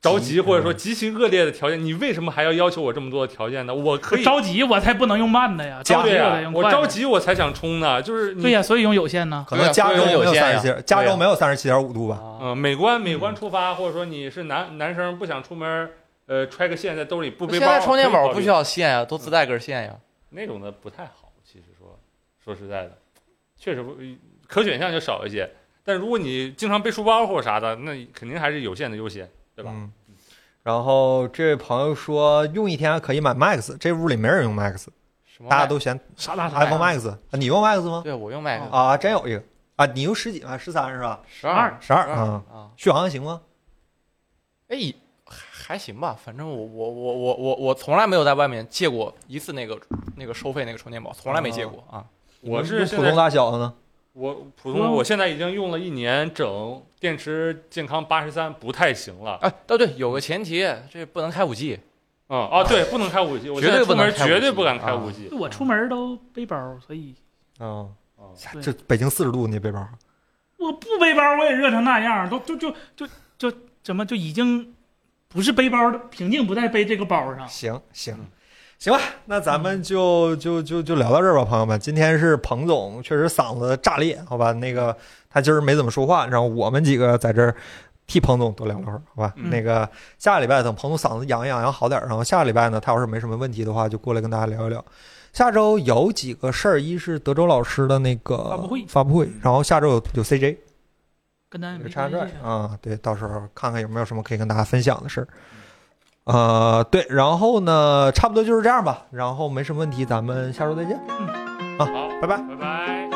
着急，急或者嗯说极其恶劣的条件？你为什么还要要求我这么多的条件呢？我可以着急我才不能用慢的呀，着急对我得呀，用我快的。着急我才想充呢，就是你对呀，所以用有线呢。 可对能啊加州所以有没有线呀三十七，加对州啊没有三十七点五度吧？啊，嗯，美观美观出发，或者说你是男男生不想出门，呃，揣个线在兜里不背现包，在充电宝可不需以考要线呀、都自带根线呀、虑那种的不太好。其实说说实在的，确实不可选项就少一些。但如果你经常背书包或者啥的，那肯定还是有线的优先，对吧？嗯。然后这位朋友说，用一天可以买 Max，这屋里没人用 Max，什么大家 Mac？都嫌啥大啥 iPhone Max。啊你用 Max 吗？对我用 Mac 啊，真有一个啊，你用十几吗？十三是吧？十二十二十啊，啊，续航行吗？哎，也还还行吧，反正我我我我我我从来没有在外面借过一次那个那个收费那个充电宝，从来没借过啊。我是用现普在通大小的呢。我普嗯通，我现在已经用了一年整，电池健康八十三，不太行了。哎，哦对，有个前提，这不能开五 G。嗯，哦，对，不能开五 G，我绝现在对出不能门开绝 5G 对不敢开啊五 G。我出门都背包，所以啊，哦对这北京四十度，你背包我不背包我也热成那样，都就就就就怎么就已经不是背包的瓶颈不在背这个包上。行行。嗯行吧，那咱们就就就就聊到这儿吧，朋友们。今天是彭总，确实嗓子炸裂，好吧？那个他今儿没怎么说话，然后我们几个在这儿替彭总多聊聊会儿，好吧？嗯那个下个礼拜等彭总嗓子养一养，养好点儿，然后下个礼拜呢，他要是没什么问题的话，就过来跟大家聊一聊。下周有几个事儿，一是德州老师的那个发布会嗯发布会，然后下周有有 CJ，跟咱也这个没插关系件啊，对，到时候看看有没有什么可以跟大家分享的事儿。呃，对，然后呢，差不多就是这样吧。然后没什么问题，咱们下周再见。好，拜拜。拜拜。